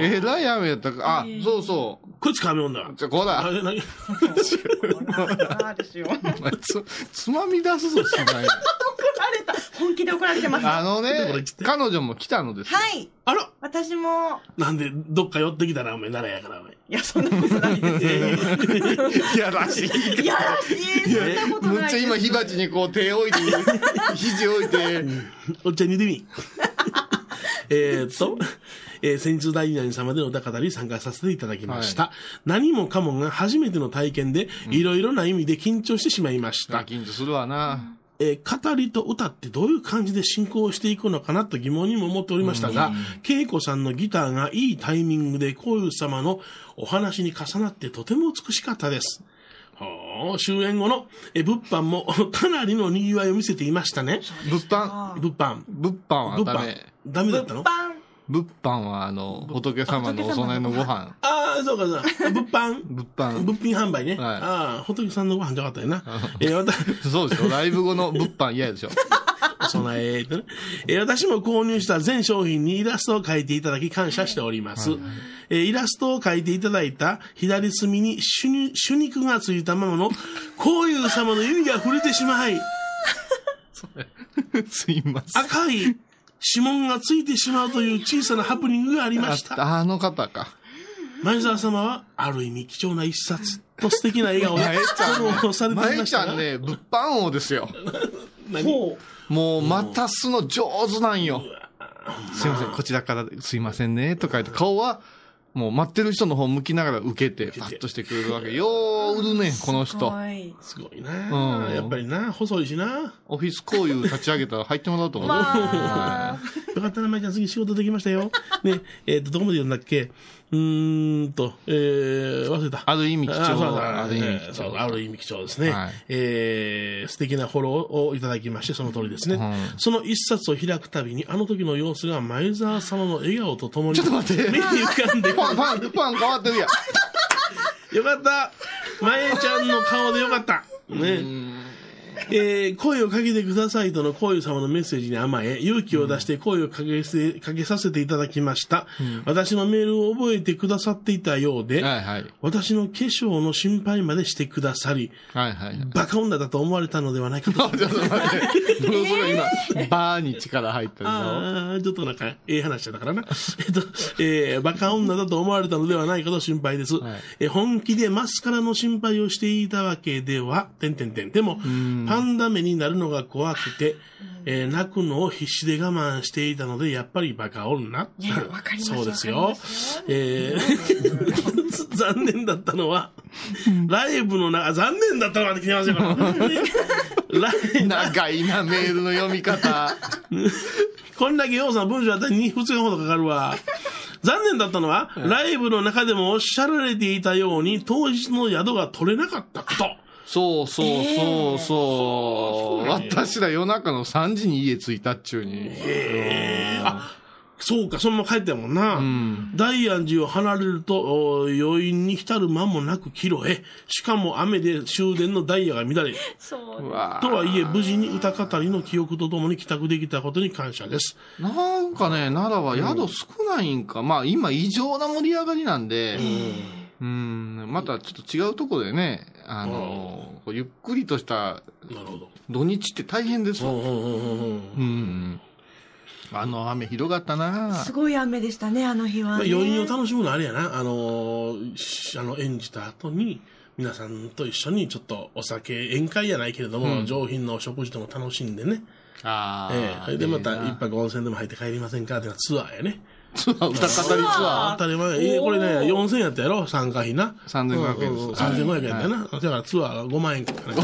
[SPEAKER 3] えらい雨やったか。あ、そうそう。
[SPEAKER 4] こいつ亀女。
[SPEAKER 3] じゃ、こら。
[SPEAKER 4] なな
[SPEAKER 11] あーですよ。怒ら
[SPEAKER 3] つ、つまみ出すぞ、し ない。
[SPEAKER 11] れた。本気で怒られてます。
[SPEAKER 3] あのね、彼女も来たのです。
[SPEAKER 11] はい。
[SPEAKER 4] あら
[SPEAKER 11] 私も、
[SPEAKER 4] なんで、どっか寄ってきたな、お前、奈良やから、お 前。い
[SPEAKER 11] や、そんなことないです
[SPEAKER 3] いやらしい。
[SPEAKER 11] いやらしい。そんなこと
[SPEAKER 3] む
[SPEAKER 11] な
[SPEAKER 3] っ
[SPEAKER 11] い
[SPEAKER 3] ちゃ
[SPEAKER 11] です。
[SPEAKER 3] 今、火鉢にこう手置いて、肘置いて。
[SPEAKER 4] おっちゃん似てみ ん。えーっと、えー先日大稲荷様でのお高だり参加させていただきました。何もかもが初めての体験で、いろいろな意味で緊張してしまいました。
[SPEAKER 3] 緊張するわな。
[SPEAKER 4] えー語りと歌ってどういう感じで進行していくのかなと疑問にも思っておりましたが、恵子さんのギターがいいタイミングでこういう様のお話に重なってとても美しかったです。はあ、終演後の、えー、物販も かなりの賑わいを見せていましたね。
[SPEAKER 3] 物販
[SPEAKER 4] 物販。
[SPEAKER 3] 物販はダメ。
[SPEAKER 4] ダメだったの
[SPEAKER 3] 物販は、あの、仏様のお供えのご飯。
[SPEAKER 4] ああ、そうか、そうか。 物販。
[SPEAKER 3] 物販。
[SPEAKER 4] 物品販売ね。ああ、仏さんのご飯じゃなかったよな。えー、私、
[SPEAKER 3] そうでしょ。ライブ後の物販嫌でしょ。
[SPEAKER 4] お供えとね。えー私も購入した全商品にイラストを描いていただき感謝しております。えーイラストを描いていただいた左隅に朱に朱肉がついたままの、こういう様の指が触れてしまい、
[SPEAKER 3] すいません。
[SPEAKER 4] 赤い指紋がついてしまうという小さなハプニングがありました。
[SPEAKER 3] ああの方か。
[SPEAKER 4] 前澤様は、ある意味貴重な一冊と素敵な笑顔で
[SPEAKER 3] 前ちゃんね
[SPEAKER 4] フォローされてい
[SPEAKER 3] 前
[SPEAKER 4] まし
[SPEAKER 3] ち
[SPEAKER 4] た
[SPEAKER 3] ゃ
[SPEAKER 4] が
[SPEAKER 3] ん。ね、物販王ですよ。
[SPEAKER 4] ほ
[SPEAKER 3] もう、またすの上手なんよ。すいません、こちらからすいませんね、とか言って、顔は、もう待ってる人の方向きながら受けて、パッとしてくれるわけ。よう売るね、この人。
[SPEAKER 4] すごいな、
[SPEAKER 3] うん
[SPEAKER 4] やっぱりな、細いしな。
[SPEAKER 3] オフィス交友立ち上げたら入ってもらおうと思う。
[SPEAKER 4] まよかったな、まいちゃん、次仕事できましたよ。ね、えっ、と、どこまで読んだっけうーんと、えー、忘れた。
[SPEAKER 3] ある意味貴重
[SPEAKER 4] あそうだ
[SPEAKER 3] ある意味貴重
[SPEAKER 4] そうある意味貴重ですね。
[SPEAKER 3] はい
[SPEAKER 4] えー素敵なフォローをいただきまして、その通りですね。
[SPEAKER 3] う
[SPEAKER 4] その一冊を開くたびに、あの時の様子が前澤様の笑顔とともに、
[SPEAKER 3] ちょっと待って
[SPEAKER 4] 目に浮かんで
[SPEAKER 3] ファン、ファン、ファン変わってるやん。
[SPEAKER 4] よかった前ちゃんの顔でよかったね。えー声をかけてくださいとの声様のメッセージに甘え、勇気を出して声をかけせかけさせていただきました、私のメールを覚えてくださっていたようで、私の化粧の心配までしてくださり、
[SPEAKER 3] はいはい。
[SPEAKER 4] バカ女だと思われたのではないか と。ものす
[SPEAKER 3] ごい今、バーに力入った
[SPEAKER 4] ああ、ちょっとなんか、ええ話だから な。えっと、えーバカ女だと思われたのではないかと心配です。えー本気でマスカラの心配をしていたわけでは、てんてんてん。でも、パンダ目になるのが怖くて、えー泣くのを必死で我慢していたので、やっぱりバカ女。
[SPEAKER 11] いやわかります
[SPEAKER 4] そうです
[SPEAKER 11] わか
[SPEAKER 4] よ
[SPEAKER 11] りま。
[SPEAKER 4] え ー残念だったのは、ライブの中、残念だったのはって来てますよ。
[SPEAKER 3] 長いな、メールの読み方。
[SPEAKER 4] こんだけようさん文章あったら2、2日ほどかか るわ。残念だったのは、ライブの中でもおっしゃられていたように、当日の宿が取れなかったこと。
[SPEAKER 3] そうそうそうそう。
[SPEAKER 4] ええ
[SPEAKER 3] 私ら夜中の3時に家着いたっちゅうに。
[SPEAKER 4] あ、そうか、そのまま帰ったもんな。大安寺を離れると、お余韻に浸る間もなく帰路へ。しかも雨で終電のダイヤが乱れ。
[SPEAKER 11] そう
[SPEAKER 4] とはいえ、無事に歌語りの記憶とともに帰宅できたことに感謝です。
[SPEAKER 3] なんかね、奈良は宿少ないんか。まあ今異常な盛り上がりなんで、うん、またちょっと違うとこでね、あの、こうゆっくりとした
[SPEAKER 4] なるほど。
[SPEAKER 3] 土日って大変ですわ。うん。あの雨ひどかったな
[SPEAKER 11] すごい雨でしたね、あの日
[SPEAKER 4] ま
[SPEAKER 11] は、
[SPEAKER 4] あ、
[SPEAKER 11] ね。
[SPEAKER 4] 余韻を楽しむのはあれやな、あのーしあの、演じた後に、皆さんと一緒にちょっとお酒、宴会やないけれども、
[SPEAKER 3] うん
[SPEAKER 4] 上品なお食事とも楽しんでね。
[SPEAKER 3] ああ。
[SPEAKER 4] ええそれでまた
[SPEAKER 3] いいな
[SPEAKER 4] 一泊温泉でも入って帰りませんかってなツアーやね。
[SPEAKER 3] ツア ー、歌語りツアー
[SPEAKER 4] 当たり前。ええこれね、4000円やったやろ参加費な。
[SPEAKER 3] 3500円です
[SPEAKER 4] うんうん3500円やったよな。だからツアーが5万円かかる。
[SPEAKER 11] ど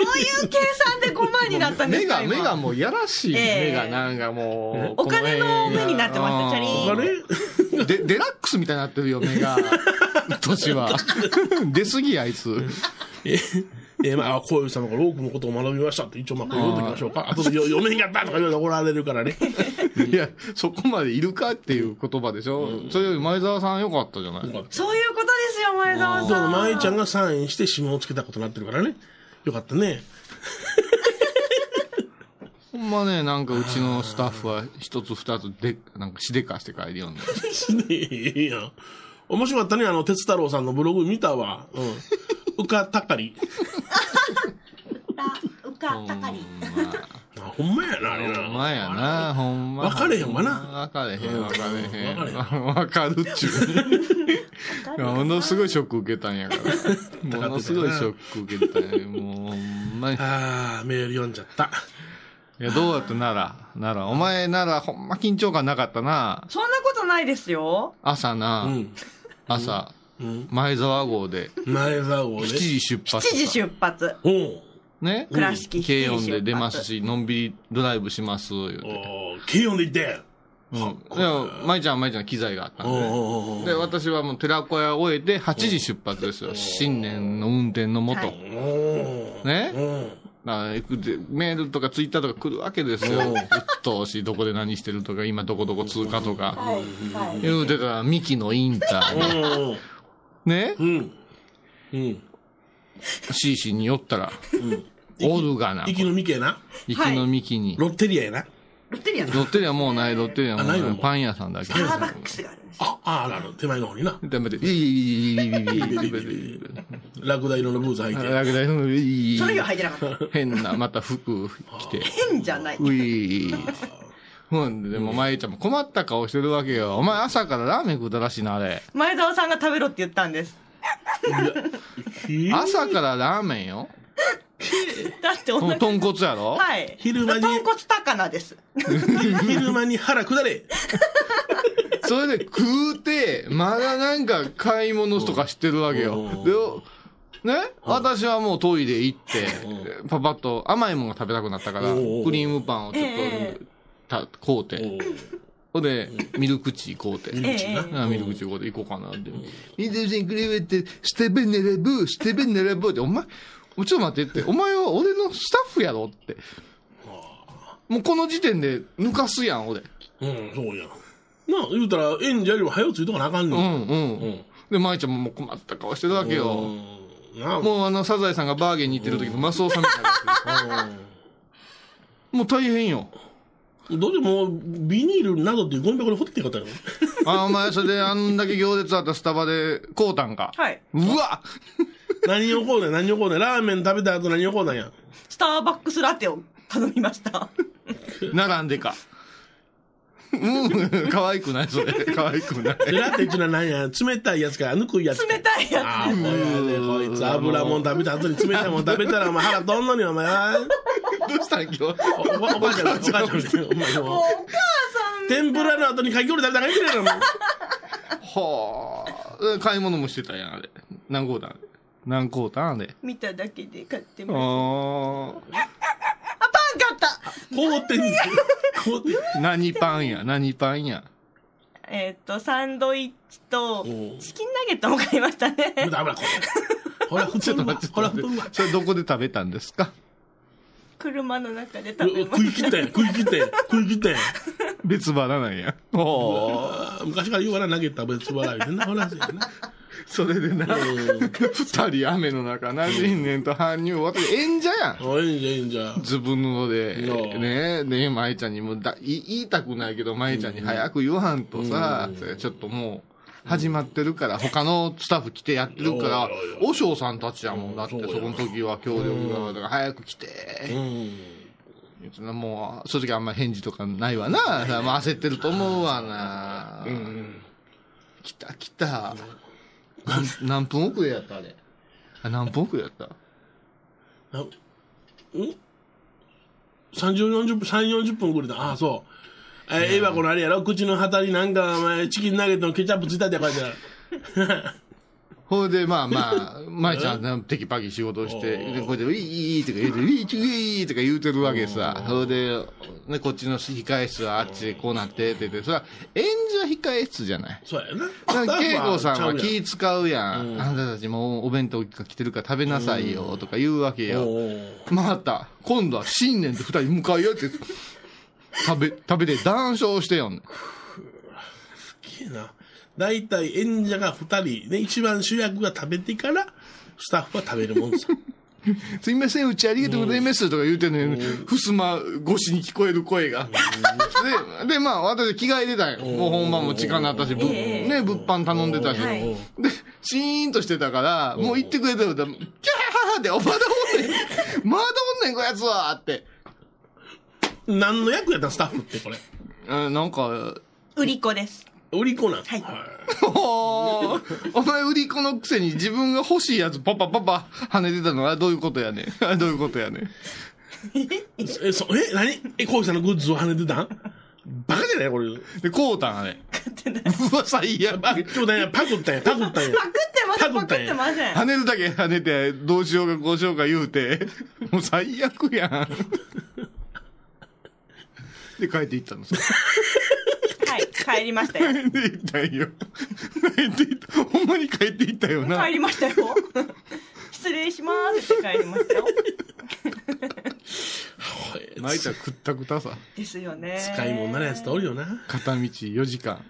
[SPEAKER 11] ういう計算で5万になったんで
[SPEAKER 3] 目
[SPEAKER 11] すか
[SPEAKER 3] が、
[SPEAKER 11] 今
[SPEAKER 3] 目がもうやらしい。
[SPEAKER 11] ええ
[SPEAKER 3] 目がなんかもう。
[SPEAKER 11] お金の目になってましたチャリーン
[SPEAKER 3] リン。で、デラックスみたいになってるよ、目 が。年は。 出すぎ、あいつ。
[SPEAKER 4] ええまあ、こういう様から多くのことを学びましたって、一応まあ、これ読んでおきましょうか。あとで読読めへんかったとか言われたら怒られるからね。
[SPEAKER 3] いや、そこまでいるかっていう言葉でしょ。それより前澤さんよかったじゃない。
[SPEAKER 11] そういうことですよ、前澤
[SPEAKER 4] そう
[SPEAKER 11] さん。
[SPEAKER 4] まいちゃんがサインして指紋をつけたことになってるからね。よかったね。
[SPEAKER 3] ほんまね、なんかうちのスタッフは一つ二つで、なんかしでかして帰りよんで。
[SPEAKER 4] いいやん。面白かったね、あの、鉄太郎さんのブログ見たわ。うん。うかたかり。
[SPEAKER 11] うか、たかり。
[SPEAKER 4] あ、ほんまやな、あれ
[SPEAKER 3] ほ
[SPEAKER 4] な。
[SPEAKER 3] んまやな、ほんま。
[SPEAKER 4] 分かれへんわな
[SPEAKER 3] 分かれへん、分かれへん。
[SPEAKER 4] 分かれへ
[SPEAKER 3] 分かるっちゅ う。ものすごいショック受けたんやから。ものすごいショック受けたんや。もう、ほんまに。
[SPEAKER 4] ああ、メール読んじゃった。
[SPEAKER 3] いや、どうやってなら、なら、お前なら、ほんま緊張感なかったな。
[SPEAKER 11] そんなことないですよ。
[SPEAKER 3] 朝な、朝、前沢号で、
[SPEAKER 4] 前沢号
[SPEAKER 3] 7
[SPEAKER 4] で。
[SPEAKER 3] 時出発
[SPEAKER 11] 7時出発。
[SPEAKER 4] お
[SPEAKER 3] ね
[SPEAKER 11] 倉敷
[SPEAKER 3] 軽音で出ますし、のんびりドライブします、言うて。
[SPEAKER 4] 軽音で行って。
[SPEAKER 3] うん。でも、舞ちゃんは舞ちゃんの機材があったんでね。
[SPEAKER 4] お
[SPEAKER 3] で、私はもう寺子屋を終えて8時出発ですよ。新年の運転のもと。ねあ行くでメールとかツイッターとか来るわけですよ。うっとうしい、どこで何してるとか、今どこどこ通過とか。言うてたら、ミキのインターに。
[SPEAKER 4] お
[SPEAKER 3] ね
[SPEAKER 4] うん。うん。
[SPEAKER 3] シーシーに寄ったら、オルガナ。
[SPEAKER 4] 息のみけな。
[SPEAKER 3] 行きのミキに。
[SPEAKER 4] ロッテリアやな。
[SPEAKER 11] ロッテリアの
[SPEAKER 3] ロッテリアもうない、ロッテリアもうな
[SPEAKER 4] あない
[SPEAKER 3] い
[SPEAKER 4] の。
[SPEAKER 3] パン屋さんだけ。
[SPEAKER 11] スターバックスがあるんです。
[SPEAKER 4] あ、ああるある。手前の方にな。
[SPEAKER 3] ダメで、いいいいいいいいいいいいいいいい
[SPEAKER 4] ラクダ色のブーツ履いて。
[SPEAKER 3] ラクダイのいいいい
[SPEAKER 11] その日は履いてなかった。
[SPEAKER 3] 変な、また服着て。
[SPEAKER 11] 変じゃない。
[SPEAKER 3] ういほんで、でも、まゆちゃんも困った顔してるわけよ。お前朝からラーメン食うたらしいな、あれ。
[SPEAKER 11] 前澤さんが食べろって言ったんです。
[SPEAKER 3] 朝からラーメンよ。
[SPEAKER 11] だってお
[SPEAKER 3] この
[SPEAKER 11] 腹。
[SPEAKER 3] 豚骨やろ
[SPEAKER 11] はい。
[SPEAKER 4] 昼間に
[SPEAKER 11] 豚骨高菜です。
[SPEAKER 4] 昼間に腹下れ。
[SPEAKER 3] それで食うて、まだなんか買い物とかしてるわけよ。で、ね私はもうトイレ行って、パパッと甘いものが食べたくなったから、クリームパンをちょっ
[SPEAKER 11] え
[SPEAKER 3] とた、買うて。ほんで、ミルクチー買うて。
[SPEAKER 11] えええ
[SPEAKER 3] あミルクチョコで行こうかなって。ミルクチョコで行って、ステベネレブー、ステベネレブーって、お前、ちょっと待ってって、お前は俺のスタッフやろって。もうこの時点で抜かすやん、俺。
[SPEAKER 4] うん、そうやん。なあ、言うたら、演者よりも早うついとかなあかん
[SPEAKER 3] う
[SPEAKER 4] ねん。
[SPEAKER 3] んうん。で、舞ちゃんももう困った顔してるわけよ。
[SPEAKER 4] うん
[SPEAKER 3] もうあの、サザエさんがバーゲンに行ってる時のマスオさんみたい なやつ。もう大変よ。
[SPEAKER 4] どうでも、ビニールなどってゴミ箱に掘ってきてよかったの
[SPEAKER 3] あ、お前、それであんだけ行列あったスタバで、こうたんか。
[SPEAKER 11] はい。
[SPEAKER 3] うわ
[SPEAKER 4] 何をこうねん、何をこうねん。ラーメン食べた後何をこうなんや。
[SPEAKER 11] スターバックスラテを頼みました。
[SPEAKER 3] 並んで か。うん、可愛くないそれ。可愛くない。
[SPEAKER 4] ラテっていうのは何や冷たいやつか、ぬくいやつか。
[SPEAKER 11] 冷たいやつ
[SPEAKER 4] ああ、これね、こいつ油もん食べた後に冷たいもん食べたら、お前腹どんのに、お前。
[SPEAKER 3] どうしたん今日。お
[SPEAKER 4] ばあちゃん、おばあちゃん、お前
[SPEAKER 11] お
[SPEAKER 4] も
[SPEAKER 11] 母
[SPEAKER 4] う。
[SPEAKER 11] さん。
[SPEAKER 4] 天ぷらの後にかき氷食べたら帰ってるやろ、も
[SPEAKER 3] はあ。買い物もしてたやん、あれ。何個だあれ。何個だあれ。
[SPEAKER 11] 見ただけで買って
[SPEAKER 3] あ
[SPEAKER 11] ま
[SPEAKER 3] ー
[SPEAKER 11] す。あ、パン
[SPEAKER 4] う。
[SPEAKER 11] 買った
[SPEAKER 4] 凍ってんねん。凍ってんねん
[SPEAKER 3] 何パンや、何パンや。
[SPEAKER 11] えーっと、サンドイッチと、チキンナゲットも買いましたね。
[SPEAKER 4] ほら、ほら、これ。ほら、普
[SPEAKER 3] ち
[SPEAKER 4] 通
[SPEAKER 3] ょっと
[SPEAKER 4] の、
[SPEAKER 3] 待って、ちょっ
[SPEAKER 4] ほ
[SPEAKER 3] と
[SPEAKER 4] ら、
[SPEAKER 3] 待
[SPEAKER 4] 普通
[SPEAKER 3] っ
[SPEAKER 4] の
[SPEAKER 3] て。。それどこで食べたんですか
[SPEAKER 11] 車の中で食べま
[SPEAKER 4] 食い
[SPEAKER 11] し
[SPEAKER 4] 切ったんや、食い切ったんや、食い切ったんや。
[SPEAKER 3] 別腹なんや。おー
[SPEAKER 4] あー昔から言うわな、投げたら別笑いでな、話やな。
[SPEAKER 3] それでな、二人雨の中な、新年と搬入、私、演者やん。
[SPEAKER 4] おいいんじゃん、いいんじゃん。
[SPEAKER 3] ずぶので
[SPEAKER 4] う、ん
[SPEAKER 3] ね、ね、舞ちゃんにもだい、言いたくないけど、舞ちゃんに早く言わんとさ、ちょっともう、始まってるから、他のスタッフ来てやってるから、和尚さんたちやもんだって、そこの時は協力が、だから早く来て。言ってなもう、その時あんま返事とかないわな。さまあ焦ってると思うわな。来た来た。何何分遅れやったあれ。あ、何分遅れやった
[SPEAKER 4] なうん30、40分、3、40分遅れた。ああ、そう。えー、エヴァこのあれやろ口の旗になんか、お前、チキンナゲットのケチャップついたって書いてある。
[SPEAKER 3] ほいで、まあ まあ、舞ちゃんはテキパキ仕事して、で、こうやって、ウィーとか言うて、ウィーチウィーとか言うてるわけさ。ほいで、ね、こっちの控室はあっちでこうなってって言って、それは演者控室じゃない。
[SPEAKER 4] そうや
[SPEAKER 3] だ
[SPEAKER 4] な。
[SPEAKER 3] から恵子さんは気
[SPEAKER 4] い
[SPEAKER 3] 使うやん。あなたたちもうお弁当来てるから食べなさいよとか言うわけよ。また、今度は新年と二人向かい合って、食べ、食べて談笑してよんねん。
[SPEAKER 4] な。大体演者が2人、で、一番主役が食べてから、スタッフは食べるも んさ。
[SPEAKER 3] すいません、うちありがとうございますとか言うてんのに、ふすま越しに聞こえる声が。で、で、まあ、私着替えてたんよ。もう本番も時間になったし、ぶ
[SPEAKER 11] ええ
[SPEAKER 3] ね、物販頼んでたし。
[SPEAKER 11] はい
[SPEAKER 3] で、シーンとしてたから、もう行ってくれたら、キャーって、おまだおんねん。まだおんねん、こやつはって。
[SPEAKER 4] 何の役やったんスタッフってこれ。
[SPEAKER 3] うんなんか、
[SPEAKER 11] 売り子です。
[SPEAKER 4] 売り子なん。
[SPEAKER 11] はい
[SPEAKER 3] おーお前売り子のくせに自分が欲しいやつパパパパ跳ねてたのはどういうことやねん。どういうことやねん。
[SPEAKER 4] え、そ、え、何え、こうさんのグッズを跳ねてたんバカじゃないこれ。
[SPEAKER 3] で、こうたんあれ。うわ、最悪。
[SPEAKER 4] あ、ちょうだいや、パクったんや、パクったんや。
[SPEAKER 11] パクってません、パクってません。
[SPEAKER 3] 跳ねるだけ跳ねて、どうしようかこうしようか言うて、 もう最悪やん。で、帰っていったのさ。
[SPEAKER 11] はい、帰りましたよ。
[SPEAKER 3] 帰っていったんよ。帰っていった。ほんまに帰っていったよな
[SPEAKER 11] 帰。りましたよ。失礼しますって帰りましたよ。
[SPEAKER 3] 泣いたらくったくたさ。
[SPEAKER 11] ですよね。
[SPEAKER 4] 使い物になるやつとおるよな。
[SPEAKER 3] 片道4時間。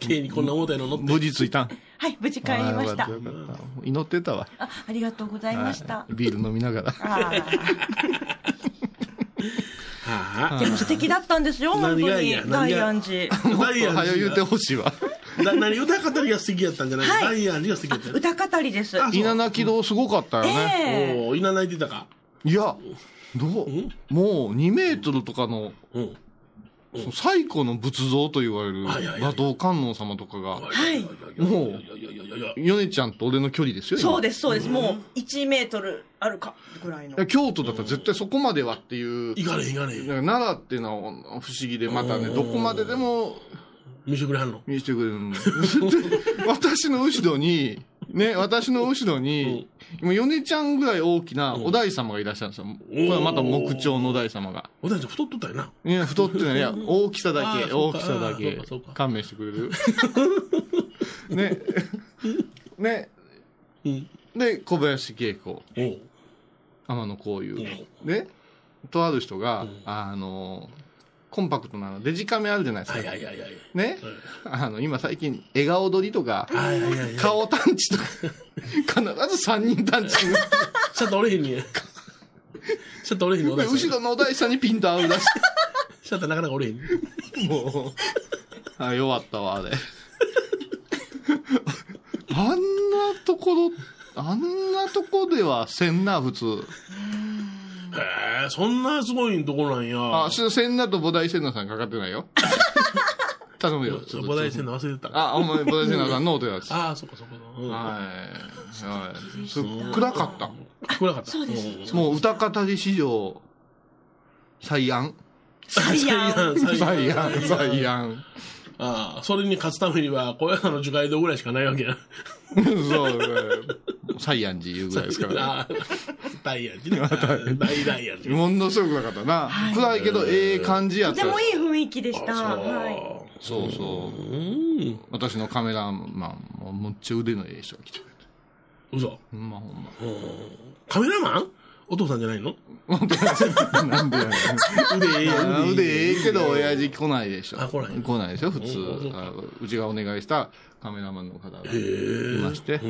[SPEAKER 4] 軽にこんな重たいの乗って。
[SPEAKER 3] 無事着いたん。
[SPEAKER 11] はい、無事帰りました。
[SPEAKER 3] あー
[SPEAKER 11] あ
[SPEAKER 3] よかったよかった祈ってたわ。
[SPEAKER 11] ありがとうございました。
[SPEAKER 3] ビール飲みながら。
[SPEAKER 11] あー
[SPEAKER 4] はあ。
[SPEAKER 11] でも素敵だったんですよ、本
[SPEAKER 4] 何
[SPEAKER 11] 当
[SPEAKER 4] がいい
[SPEAKER 11] に
[SPEAKER 4] や。何
[SPEAKER 11] 大
[SPEAKER 4] が
[SPEAKER 11] 安寺。
[SPEAKER 3] もっ
[SPEAKER 4] ダイ
[SPEAKER 3] と
[SPEAKER 4] アン
[SPEAKER 3] 早
[SPEAKER 4] ジ
[SPEAKER 3] 言うてほしいわ。
[SPEAKER 4] だ何歌方が素敵やったんじゃない、
[SPEAKER 11] はい
[SPEAKER 4] ダイアンジが素敵や ったんや
[SPEAKER 11] 歌語りです。
[SPEAKER 3] 稲垣堂すごかったよ
[SPEAKER 11] え
[SPEAKER 3] ね。
[SPEAKER 11] え
[SPEAKER 4] おお、いな泣いてたか。
[SPEAKER 3] いや、どう、もう2メートルとかの、
[SPEAKER 4] うん。
[SPEAKER 3] その最古の仏像と言われる
[SPEAKER 4] はいはいはい
[SPEAKER 3] 馬頭観音様とかが、
[SPEAKER 11] はい。
[SPEAKER 3] もう、
[SPEAKER 4] いやいやいやいや。
[SPEAKER 3] ヨネちゃんと俺の距離ですよ、今
[SPEAKER 11] そうです、そうです。もう1メートルあるか、ぐらいの
[SPEAKER 3] いや。京都だったら絶対そこまではっていう、
[SPEAKER 4] いかねえいかね
[SPEAKER 3] だ
[SPEAKER 4] え。
[SPEAKER 3] から奈良っていうのは不思議で、またね、どこまででも
[SPEAKER 4] 見せてくれはんの。
[SPEAKER 3] 見せてくれるの。 で私の後ろに、ね、私の後ろに、今、ヨネちゃんぐらい大きなお大様がいらっしゃるんですよ。これはまた木彫のお大様が。
[SPEAKER 4] おだんちゃん太っとったよな。
[SPEAKER 3] いや、太ってない。いや、大きさだ
[SPEAKER 4] あ
[SPEAKER 3] け、
[SPEAKER 4] ーそ
[SPEAKER 3] 大
[SPEAKER 4] うか
[SPEAKER 3] きさだ
[SPEAKER 4] あーそう
[SPEAKER 3] け
[SPEAKER 4] かそうか。
[SPEAKER 3] 勘弁してくれ るね。ね。
[SPEAKER 4] うん。
[SPEAKER 3] で、小林恵子、
[SPEAKER 4] おう
[SPEAKER 3] 天野幸雄。ね。とある人が、あの、コンパクトなのデジカメあるじゃないですか。
[SPEAKER 4] いやいやいやいや。
[SPEAKER 3] ね、あの、今最近、笑顔撮りとか
[SPEAKER 4] いやいやい、や
[SPEAKER 3] 顔探知 とか、必ず3人探知。
[SPEAKER 4] ちょっと俺へんねちょっと俺へんね
[SPEAKER 3] で後ろのお題さんにピンと合うらし
[SPEAKER 4] い。ちょっとなかなか俺へんね
[SPEAKER 3] もう、あ、弱ったわ、あれ。 あんなところ、あんなとこではせんな、普通。
[SPEAKER 4] へえ、そんなすごいとこなんや。
[SPEAKER 3] あ、しせんなと菩提せんなさんかかってないよ。 頼むよ。
[SPEAKER 4] そう菩提せんな忘れてた
[SPEAKER 3] あ、お前菩提せんなさんノートやつ。
[SPEAKER 4] ああ、そっかそっか。うん
[SPEAKER 3] はい。はいす。暗かった。
[SPEAKER 4] 暗かった。そうです。
[SPEAKER 3] もう歌方で史上、最安。
[SPEAKER 4] 最悪
[SPEAKER 3] 最安、最安。
[SPEAKER 4] ああ、それに勝つためには、小屋の樹海道ぐらいしかないわけや。
[SPEAKER 3] そう、最安寺いうぐらいですからね。
[SPEAKER 4] ああ、大安寺ね。大大安寺。
[SPEAKER 3] ものすごく暗かったな。暗いけど、ええ感じや
[SPEAKER 11] と
[SPEAKER 3] った
[SPEAKER 11] て。もいい雰囲気でした。はい。
[SPEAKER 3] そうそう。私のカメラマンも、むっちゃ腕のええ人が来てくれて。
[SPEAKER 4] 嘘。
[SPEAKER 3] ほんまほんま。
[SPEAKER 4] カメラマンお父さんじゃないの
[SPEAKER 3] なんでやねん。
[SPEAKER 4] 腕ええやん
[SPEAKER 3] あー腕ええけど、親父来ないでしょ。
[SPEAKER 4] あ来ない
[SPEAKER 3] 来ないでしょ、普通
[SPEAKER 4] うん。
[SPEAKER 3] あうちがお願いしたカメラマンの方が
[SPEAKER 4] え
[SPEAKER 3] いまして。はい。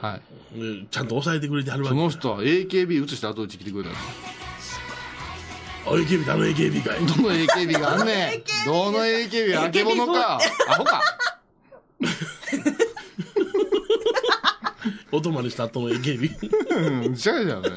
[SPEAKER 3] はい。
[SPEAKER 4] うんちゃんと抑えてくれてはるわ
[SPEAKER 3] そ
[SPEAKER 4] け。
[SPEAKER 3] の人は AKB 移した後うち来てくれたんですよ
[SPEAKER 4] あ AKB だ、あの AKB かい。
[SPEAKER 3] どの AKB があんねん。どの AKB があけぼのか。アホか。
[SPEAKER 4] 音までした後の AKB。
[SPEAKER 3] うん、ちゃうじゃん、ね。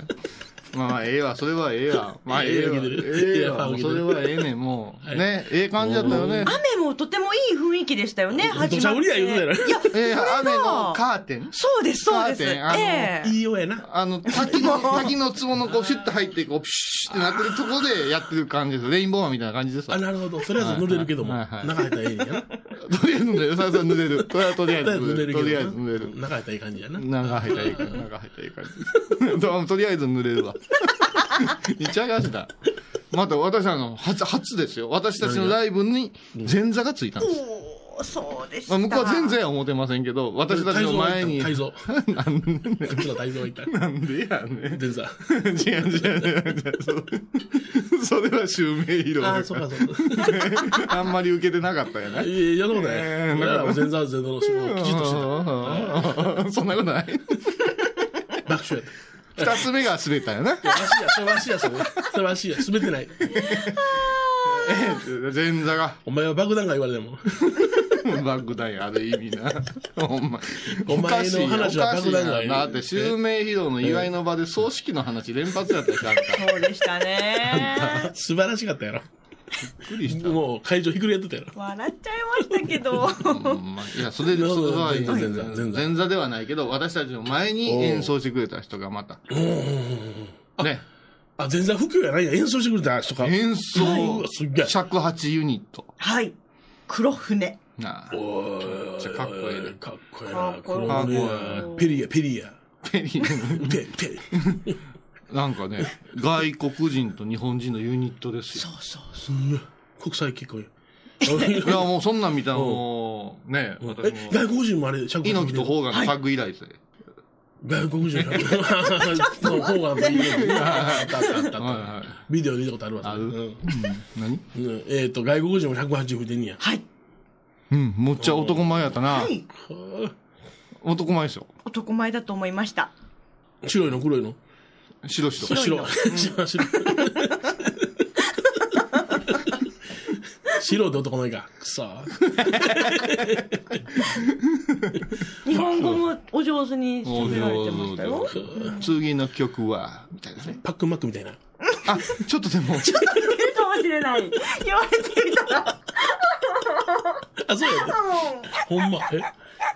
[SPEAKER 3] まあまあ、ええわ、それはええわ。まあ、ええわ。
[SPEAKER 4] ええわ受けてる
[SPEAKER 3] え
[SPEAKER 4] え
[SPEAKER 3] え
[SPEAKER 4] えわ
[SPEAKER 3] わ、もう
[SPEAKER 4] 受
[SPEAKER 3] そ
[SPEAKER 4] けて
[SPEAKER 3] れ
[SPEAKER 4] る
[SPEAKER 3] はええねん、もう。ね、ええ感じだったよね。
[SPEAKER 11] 雨もとてもいい雰囲気でしたよね、
[SPEAKER 4] 土
[SPEAKER 11] 始ま
[SPEAKER 4] 砂
[SPEAKER 11] っ
[SPEAKER 4] 降りや
[SPEAKER 11] て。
[SPEAKER 4] 言うてたや
[SPEAKER 3] ええ雨の
[SPEAKER 11] の
[SPEAKER 3] カーテン
[SPEAKER 11] そうです、そうです。
[SPEAKER 3] カーテ
[SPEAKER 11] え
[SPEAKER 3] ンあの
[SPEAKER 11] え
[SPEAKER 4] ろ。いいようやな。
[SPEAKER 3] あの、 滝の、滝の壺のこう、シュッと入って、こう、ピシュッってなってるとこでやってる感じです。レインボーマンみたいな感じですわ
[SPEAKER 4] あ、。なるほど。とりあえず濡れるけども、
[SPEAKER 3] はいはい
[SPEAKER 4] 中入ったらええんやな。
[SPEAKER 3] とりあえず濡れる。さあさあ濡 れる。とりあえず、とりあえず濡れる。とりあえず濡れる。
[SPEAKER 4] 中入ったらええ感じやな。
[SPEAKER 3] 長入ったらいいから、長入ったらいい から。ととりあえず濡れるわ。 いっちゃいがしだ。また私あの、初、初ですよ。私たちのライブに前座がついたんです。
[SPEAKER 11] おーそうでした。
[SPEAKER 3] まあ、向こうは前座や思ってませんけど、私たちの前に。
[SPEAKER 4] 泰造は
[SPEAKER 3] なんでね
[SPEAKER 4] 行った。こっちの泰造は行っ た。
[SPEAKER 3] なんでやねん。
[SPEAKER 4] 全座。
[SPEAKER 3] 違う違う違う違う。それは襲名披露
[SPEAKER 4] ああ、
[SPEAKER 3] だ
[SPEAKER 4] そ
[SPEAKER 3] か
[SPEAKER 4] うか、そうか。
[SPEAKER 3] ら。あんまり受けてなかったよ
[SPEAKER 4] い
[SPEAKER 3] ね。
[SPEAKER 4] やいや、そんなこと
[SPEAKER 3] えー
[SPEAKER 4] ない。だから、全座は全座の仕事をきちっとして
[SPEAKER 3] そんなことない。
[SPEAKER 4] た。爆笑やった。
[SPEAKER 3] 二つ目が滑ったよね。
[SPEAKER 4] わしや、それわしや、それ。それわしや、滑ってない。
[SPEAKER 3] 前座が。
[SPEAKER 4] お前は爆弾が言われても。
[SPEAKER 3] 爆弾や、ある意味な。ほんま。
[SPEAKER 4] お前の話は爆弾が
[SPEAKER 3] だって、襲名披露の祝いの場で葬式の話連発やったし、なんか。
[SPEAKER 11] そうでした ね。
[SPEAKER 4] 素晴らしかったやろ。
[SPEAKER 3] びっくりした。
[SPEAKER 4] もう会場ひっくりやってたやろ。
[SPEAKER 11] 笑っちゃいましたけど。
[SPEAKER 3] ほんまいや、それで、
[SPEAKER 4] なる
[SPEAKER 3] そ
[SPEAKER 4] ほど
[SPEAKER 3] れは
[SPEAKER 4] 前座前座前座
[SPEAKER 3] 前座ではないけど、私たちの前に演奏してくれた人がまた。ね、
[SPEAKER 4] あ、全座不況やないや。演奏してくれた人か。
[SPEAKER 3] 演
[SPEAKER 4] う
[SPEAKER 3] 奏
[SPEAKER 4] わ、すっげえ。
[SPEAKER 3] 尺八ユニット。
[SPEAKER 11] はい。黒船。
[SPEAKER 3] なあ
[SPEAKER 4] おー
[SPEAKER 3] っちゃかっこええで
[SPEAKER 4] かっこええ
[SPEAKER 11] か
[SPEAKER 4] な
[SPEAKER 11] っ。こ
[SPEAKER 4] 黒船や
[SPEAKER 3] かっ
[SPEAKER 4] ペリア、ペリア。
[SPEAKER 3] ペリー
[SPEAKER 4] ペリ、ペリ。
[SPEAKER 3] なんかね、外国人と日本人のユニットですよ。
[SPEAKER 4] 国際結婚や。
[SPEAKER 3] いや、もうそんなん見たらもう、ね、私
[SPEAKER 4] え、
[SPEAKER 3] も、
[SPEAKER 4] 外国人もあれ、着
[SPEAKER 3] 猪木とホーガンのタッグ以来ですね。
[SPEAKER 4] 外国人の着の方がいいよ。あったあったあった
[SPEAKER 3] はい
[SPEAKER 4] あっ
[SPEAKER 3] はい
[SPEAKER 4] た。ビデオで見たことあるわ。
[SPEAKER 3] ある
[SPEAKER 4] うん
[SPEAKER 3] 何
[SPEAKER 4] うんえっと、外国人も180吹いてんねや。
[SPEAKER 11] はい。
[SPEAKER 3] うん、むっちゃ男前やったな。
[SPEAKER 11] はい。
[SPEAKER 3] 男前でしょ。
[SPEAKER 11] 男前だと思いました。
[SPEAKER 4] 白いの黒いの
[SPEAKER 3] 白白。
[SPEAKER 4] 白
[SPEAKER 11] 白い
[SPEAKER 4] 白
[SPEAKER 11] の
[SPEAKER 4] 白白って男前か。くそ。
[SPEAKER 11] 日本語もお上手に喋られてました
[SPEAKER 3] お
[SPEAKER 11] よ
[SPEAKER 3] 上。次の曲は、みたいなね。
[SPEAKER 4] パックンマックみたいな。
[SPEAKER 3] あ、ちょっとでも、
[SPEAKER 11] 出るかもしれない。言われてみたら。
[SPEAKER 4] あ、そうやね。ほんま。え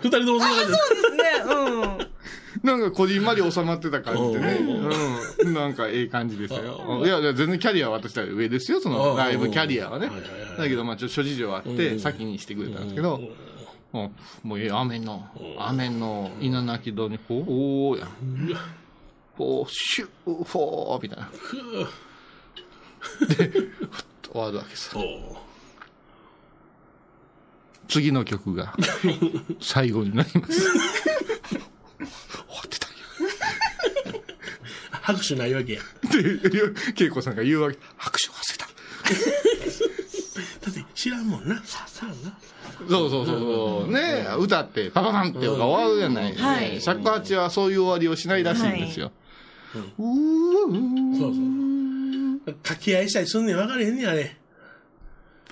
[SPEAKER 4] 二人ともそんな感
[SPEAKER 11] そうですね。うん。
[SPEAKER 3] なんかこじんまり収まってた感じでね。うん。なんかええ感じでしたよ。いや、いや全然キャリアは私たち上ですよ、そのライブキャリアはね
[SPEAKER 4] はいはいはいは。い
[SPEAKER 3] だけど、まあ、ちょっと諸事情あって、先にしてくれたんですけど、もう、もうええ、雨の、雨の稲垣堂に、ほう、おーやん。ほう、シュー、ほー、みたいな。で、ふっと終わるわけさ。
[SPEAKER 4] じ。おう
[SPEAKER 3] 次の曲が最後になります。終わってた
[SPEAKER 4] 拍手ないわけや。
[SPEAKER 3] って、恵子さんが言うわけ。拍手忘れた。
[SPEAKER 4] んな。そうやんな。
[SPEAKER 3] そうそうそうそう。ね、歌って、パパパンって終わるじゃないですか。
[SPEAKER 4] はい
[SPEAKER 3] 尺八はそういう終わりをしないらしいんですよ。
[SPEAKER 4] そうそう。掛け合いしたりすんねん、分かれへんねん、あれ。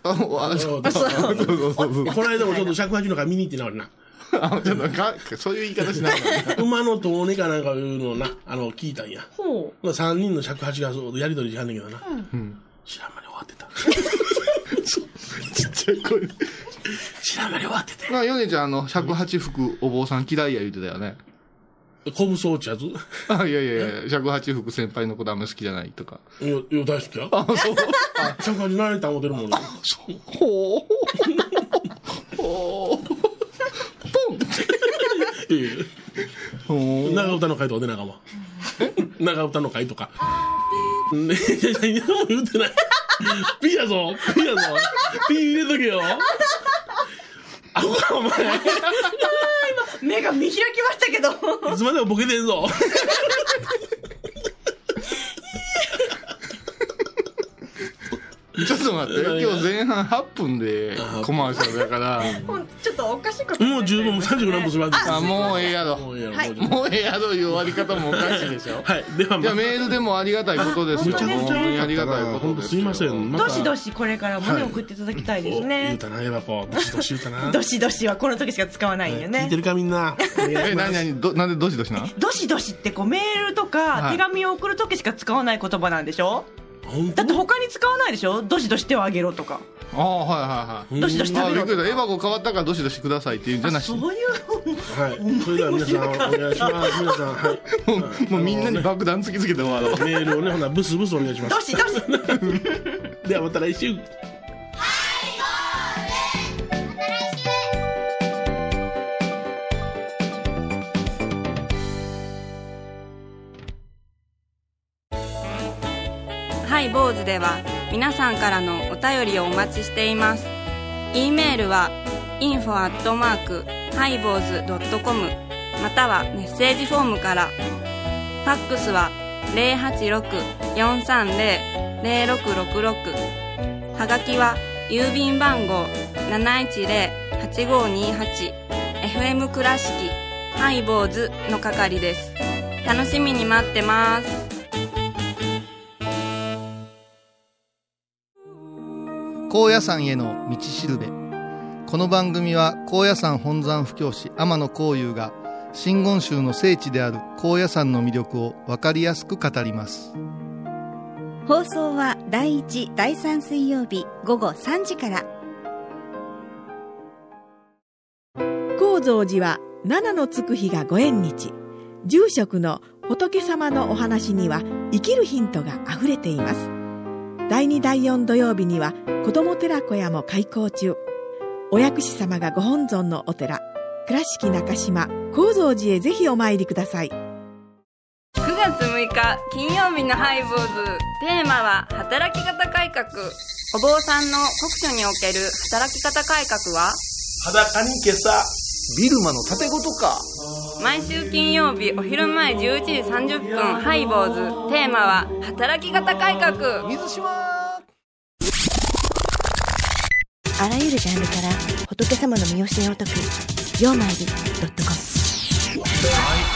[SPEAKER 3] あ、もう、あ、そうそうそうそうそう。
[SPEAKER 4] この間もちょっと尺八のから見に行ってな、俺な。
[SPEAKER 3] あ、ちょっとか、そういう言い方しない
[SPEAKER 4] 馬の遠音かなんかいうのをな、あの、聞いたんや。
[SPEAKER 11] ほ
[SPEAKER 4] まあ、3人の尺八がそうやりとりしはんねんけどな。知らん間に終わって た。
[SPEAKER 3] ちっちゃい声で。
[SPEAKER 4] 知らん間に終わってた。
[SPEAKER 3] まあ、ヨネちゃん、あの、尺八吹くお坊さん嫌いや言うてたよね。
[SPEAKER 4] コブ装置やつい
[SPEAKER 3] あ、いやいやいや、 尺八吹く先輩のことあんま好きじゃないとか。
[SPEAKER 4] や、いや大好きや。 あ、
[SPEAKER 3] そう。
[SPEAKER 4] 尺八慣れた思てるもんね。
[SPEAKER 3] ほう。ほう。
[SPEAKER 4] ポン長唄の会とかで仲間。長唄の会とか。ねえ、いやいや、何も言ってない。ピーやぞ、ピーやぞ。ピー入れとけよ。あほか、お前。
[SPEAKER 11] 今、目が見開きましたけど。
[SPEAKER 4] いつまでもボケてんぞ。
[SPEAKER 3] ちょっと待ってよ、今日前半8分でコマーシャルだ から。
[SPEAKER 11] ちょっとおかしいこと。
[SPEAKER 4] もう十分、30何分しました。
[SPEAKER 3] あ、もうええやろ。も
[SPEAKER 4] うええやろ。
[SPEAKER 3] もうええやろいう終わり方もおかしいでしょ。
[SPEAKER 4] はい、ではま
[SPEAKER 3] じゃ
[SPEAKER 4] た
[SPEAKER 3] あメールでもありがたいことですよ。
[SPEAKER 4] あ本当ですね
[SPEAKER 3] 本当にありがたいことです。
[SPEAKER 4] すいません。また
[SPEAKER 11] どしどしこれからもね、送っていただきたいです
[SPEAKER 4] 言う
[SPEAKER 11] ね。
[SPEAKER 4] たな、エバコ。どしどし言うたな。
[SPEAKER 11] どしどしはこの時しか使わないんよ
[SPEAKER 4] 聞い
[SPEAKER 11] ね
[SPEAKER 4] て。るか、みんな。
[SPEAKER 3] え、なになに、ど、なんでどしど しな
[SPEAKER 11] どしどしってこうメールと
[SPEAKER 3] は
[SPEAKER 11] か
[SPEAKER 3] い
[SPEAKER 11] 手紙を送る時しか使わない言葉なんでしょ
[SPEAKER 4] 本
[SPEAKER 11] だって他に使わないでしょどしどし手をあげろとか。
[SPEAKER 3] ああ、はいはいはい。
[SPEAKER 11] どしどし食べろ
[SPEAKER 3] あびっくりしたエバコ変わったからどしどしくださいっていうんじゃなし。
[SPEAKER 11] そう いう。
[SPEAKER 4] はい。それでは皆さん、お願いします。皆さん、はい。
[SPEAKER 3] もうみんなに爆弾突きつけて 終わろう。
[SPEAKER 4] メールをね、ほな、ブスブスお願いしま
[SPEAKER 11] ど
[SPEAKER 4] す。
[SPEAKER 11] しどし。
[SPEAKER 4] ではまた来週。
[SPEAKER 2] ハイボーズでは皆さんからのお便りをお待ちしています。e メールは info アットマークハイボーズドットコムまたはメッセージフォームから。ファックスは086-430-0666はがきは郵便番号710-8528 FM 倉敷ハイボーズの係です。楽しみに待ってます。
[SPEAKER 12] 高野山への道しるべこの番組は高野山本山布教師天野幸雄が真言宗の聖地である高野山の魅力を分かりやすく語ります
[SPEAKER 13] 放送は第1、第3水曜日午後3時から。
[SPEAKER 14] 高蔵寺は七のつく日がご縁日住職の仏様のお話には生きるヒントがあふれています第2第4土曜日には子ども寺小屋も開校中お薬師様がご本尊のお寺倉敷中島・高蔵寺へぜひお参りください
[SPEAKER 2] 9月6日金曜日のハイボーズテーマは働き方改革お坊さんの国書における働き方改革は
[SPEAKER 1] 裸に今朝
[SPEAKER 12] ビルマの建てごとか
[SPEAKER 2] 毎週金曜日お昼前11時30分ハイボーズテーマは働き方改革水島
[SPEAKER 15] あらゆるジャンルから仏様の身教えを解く「曜マイルドットコム」
[SPEAKER 10] イ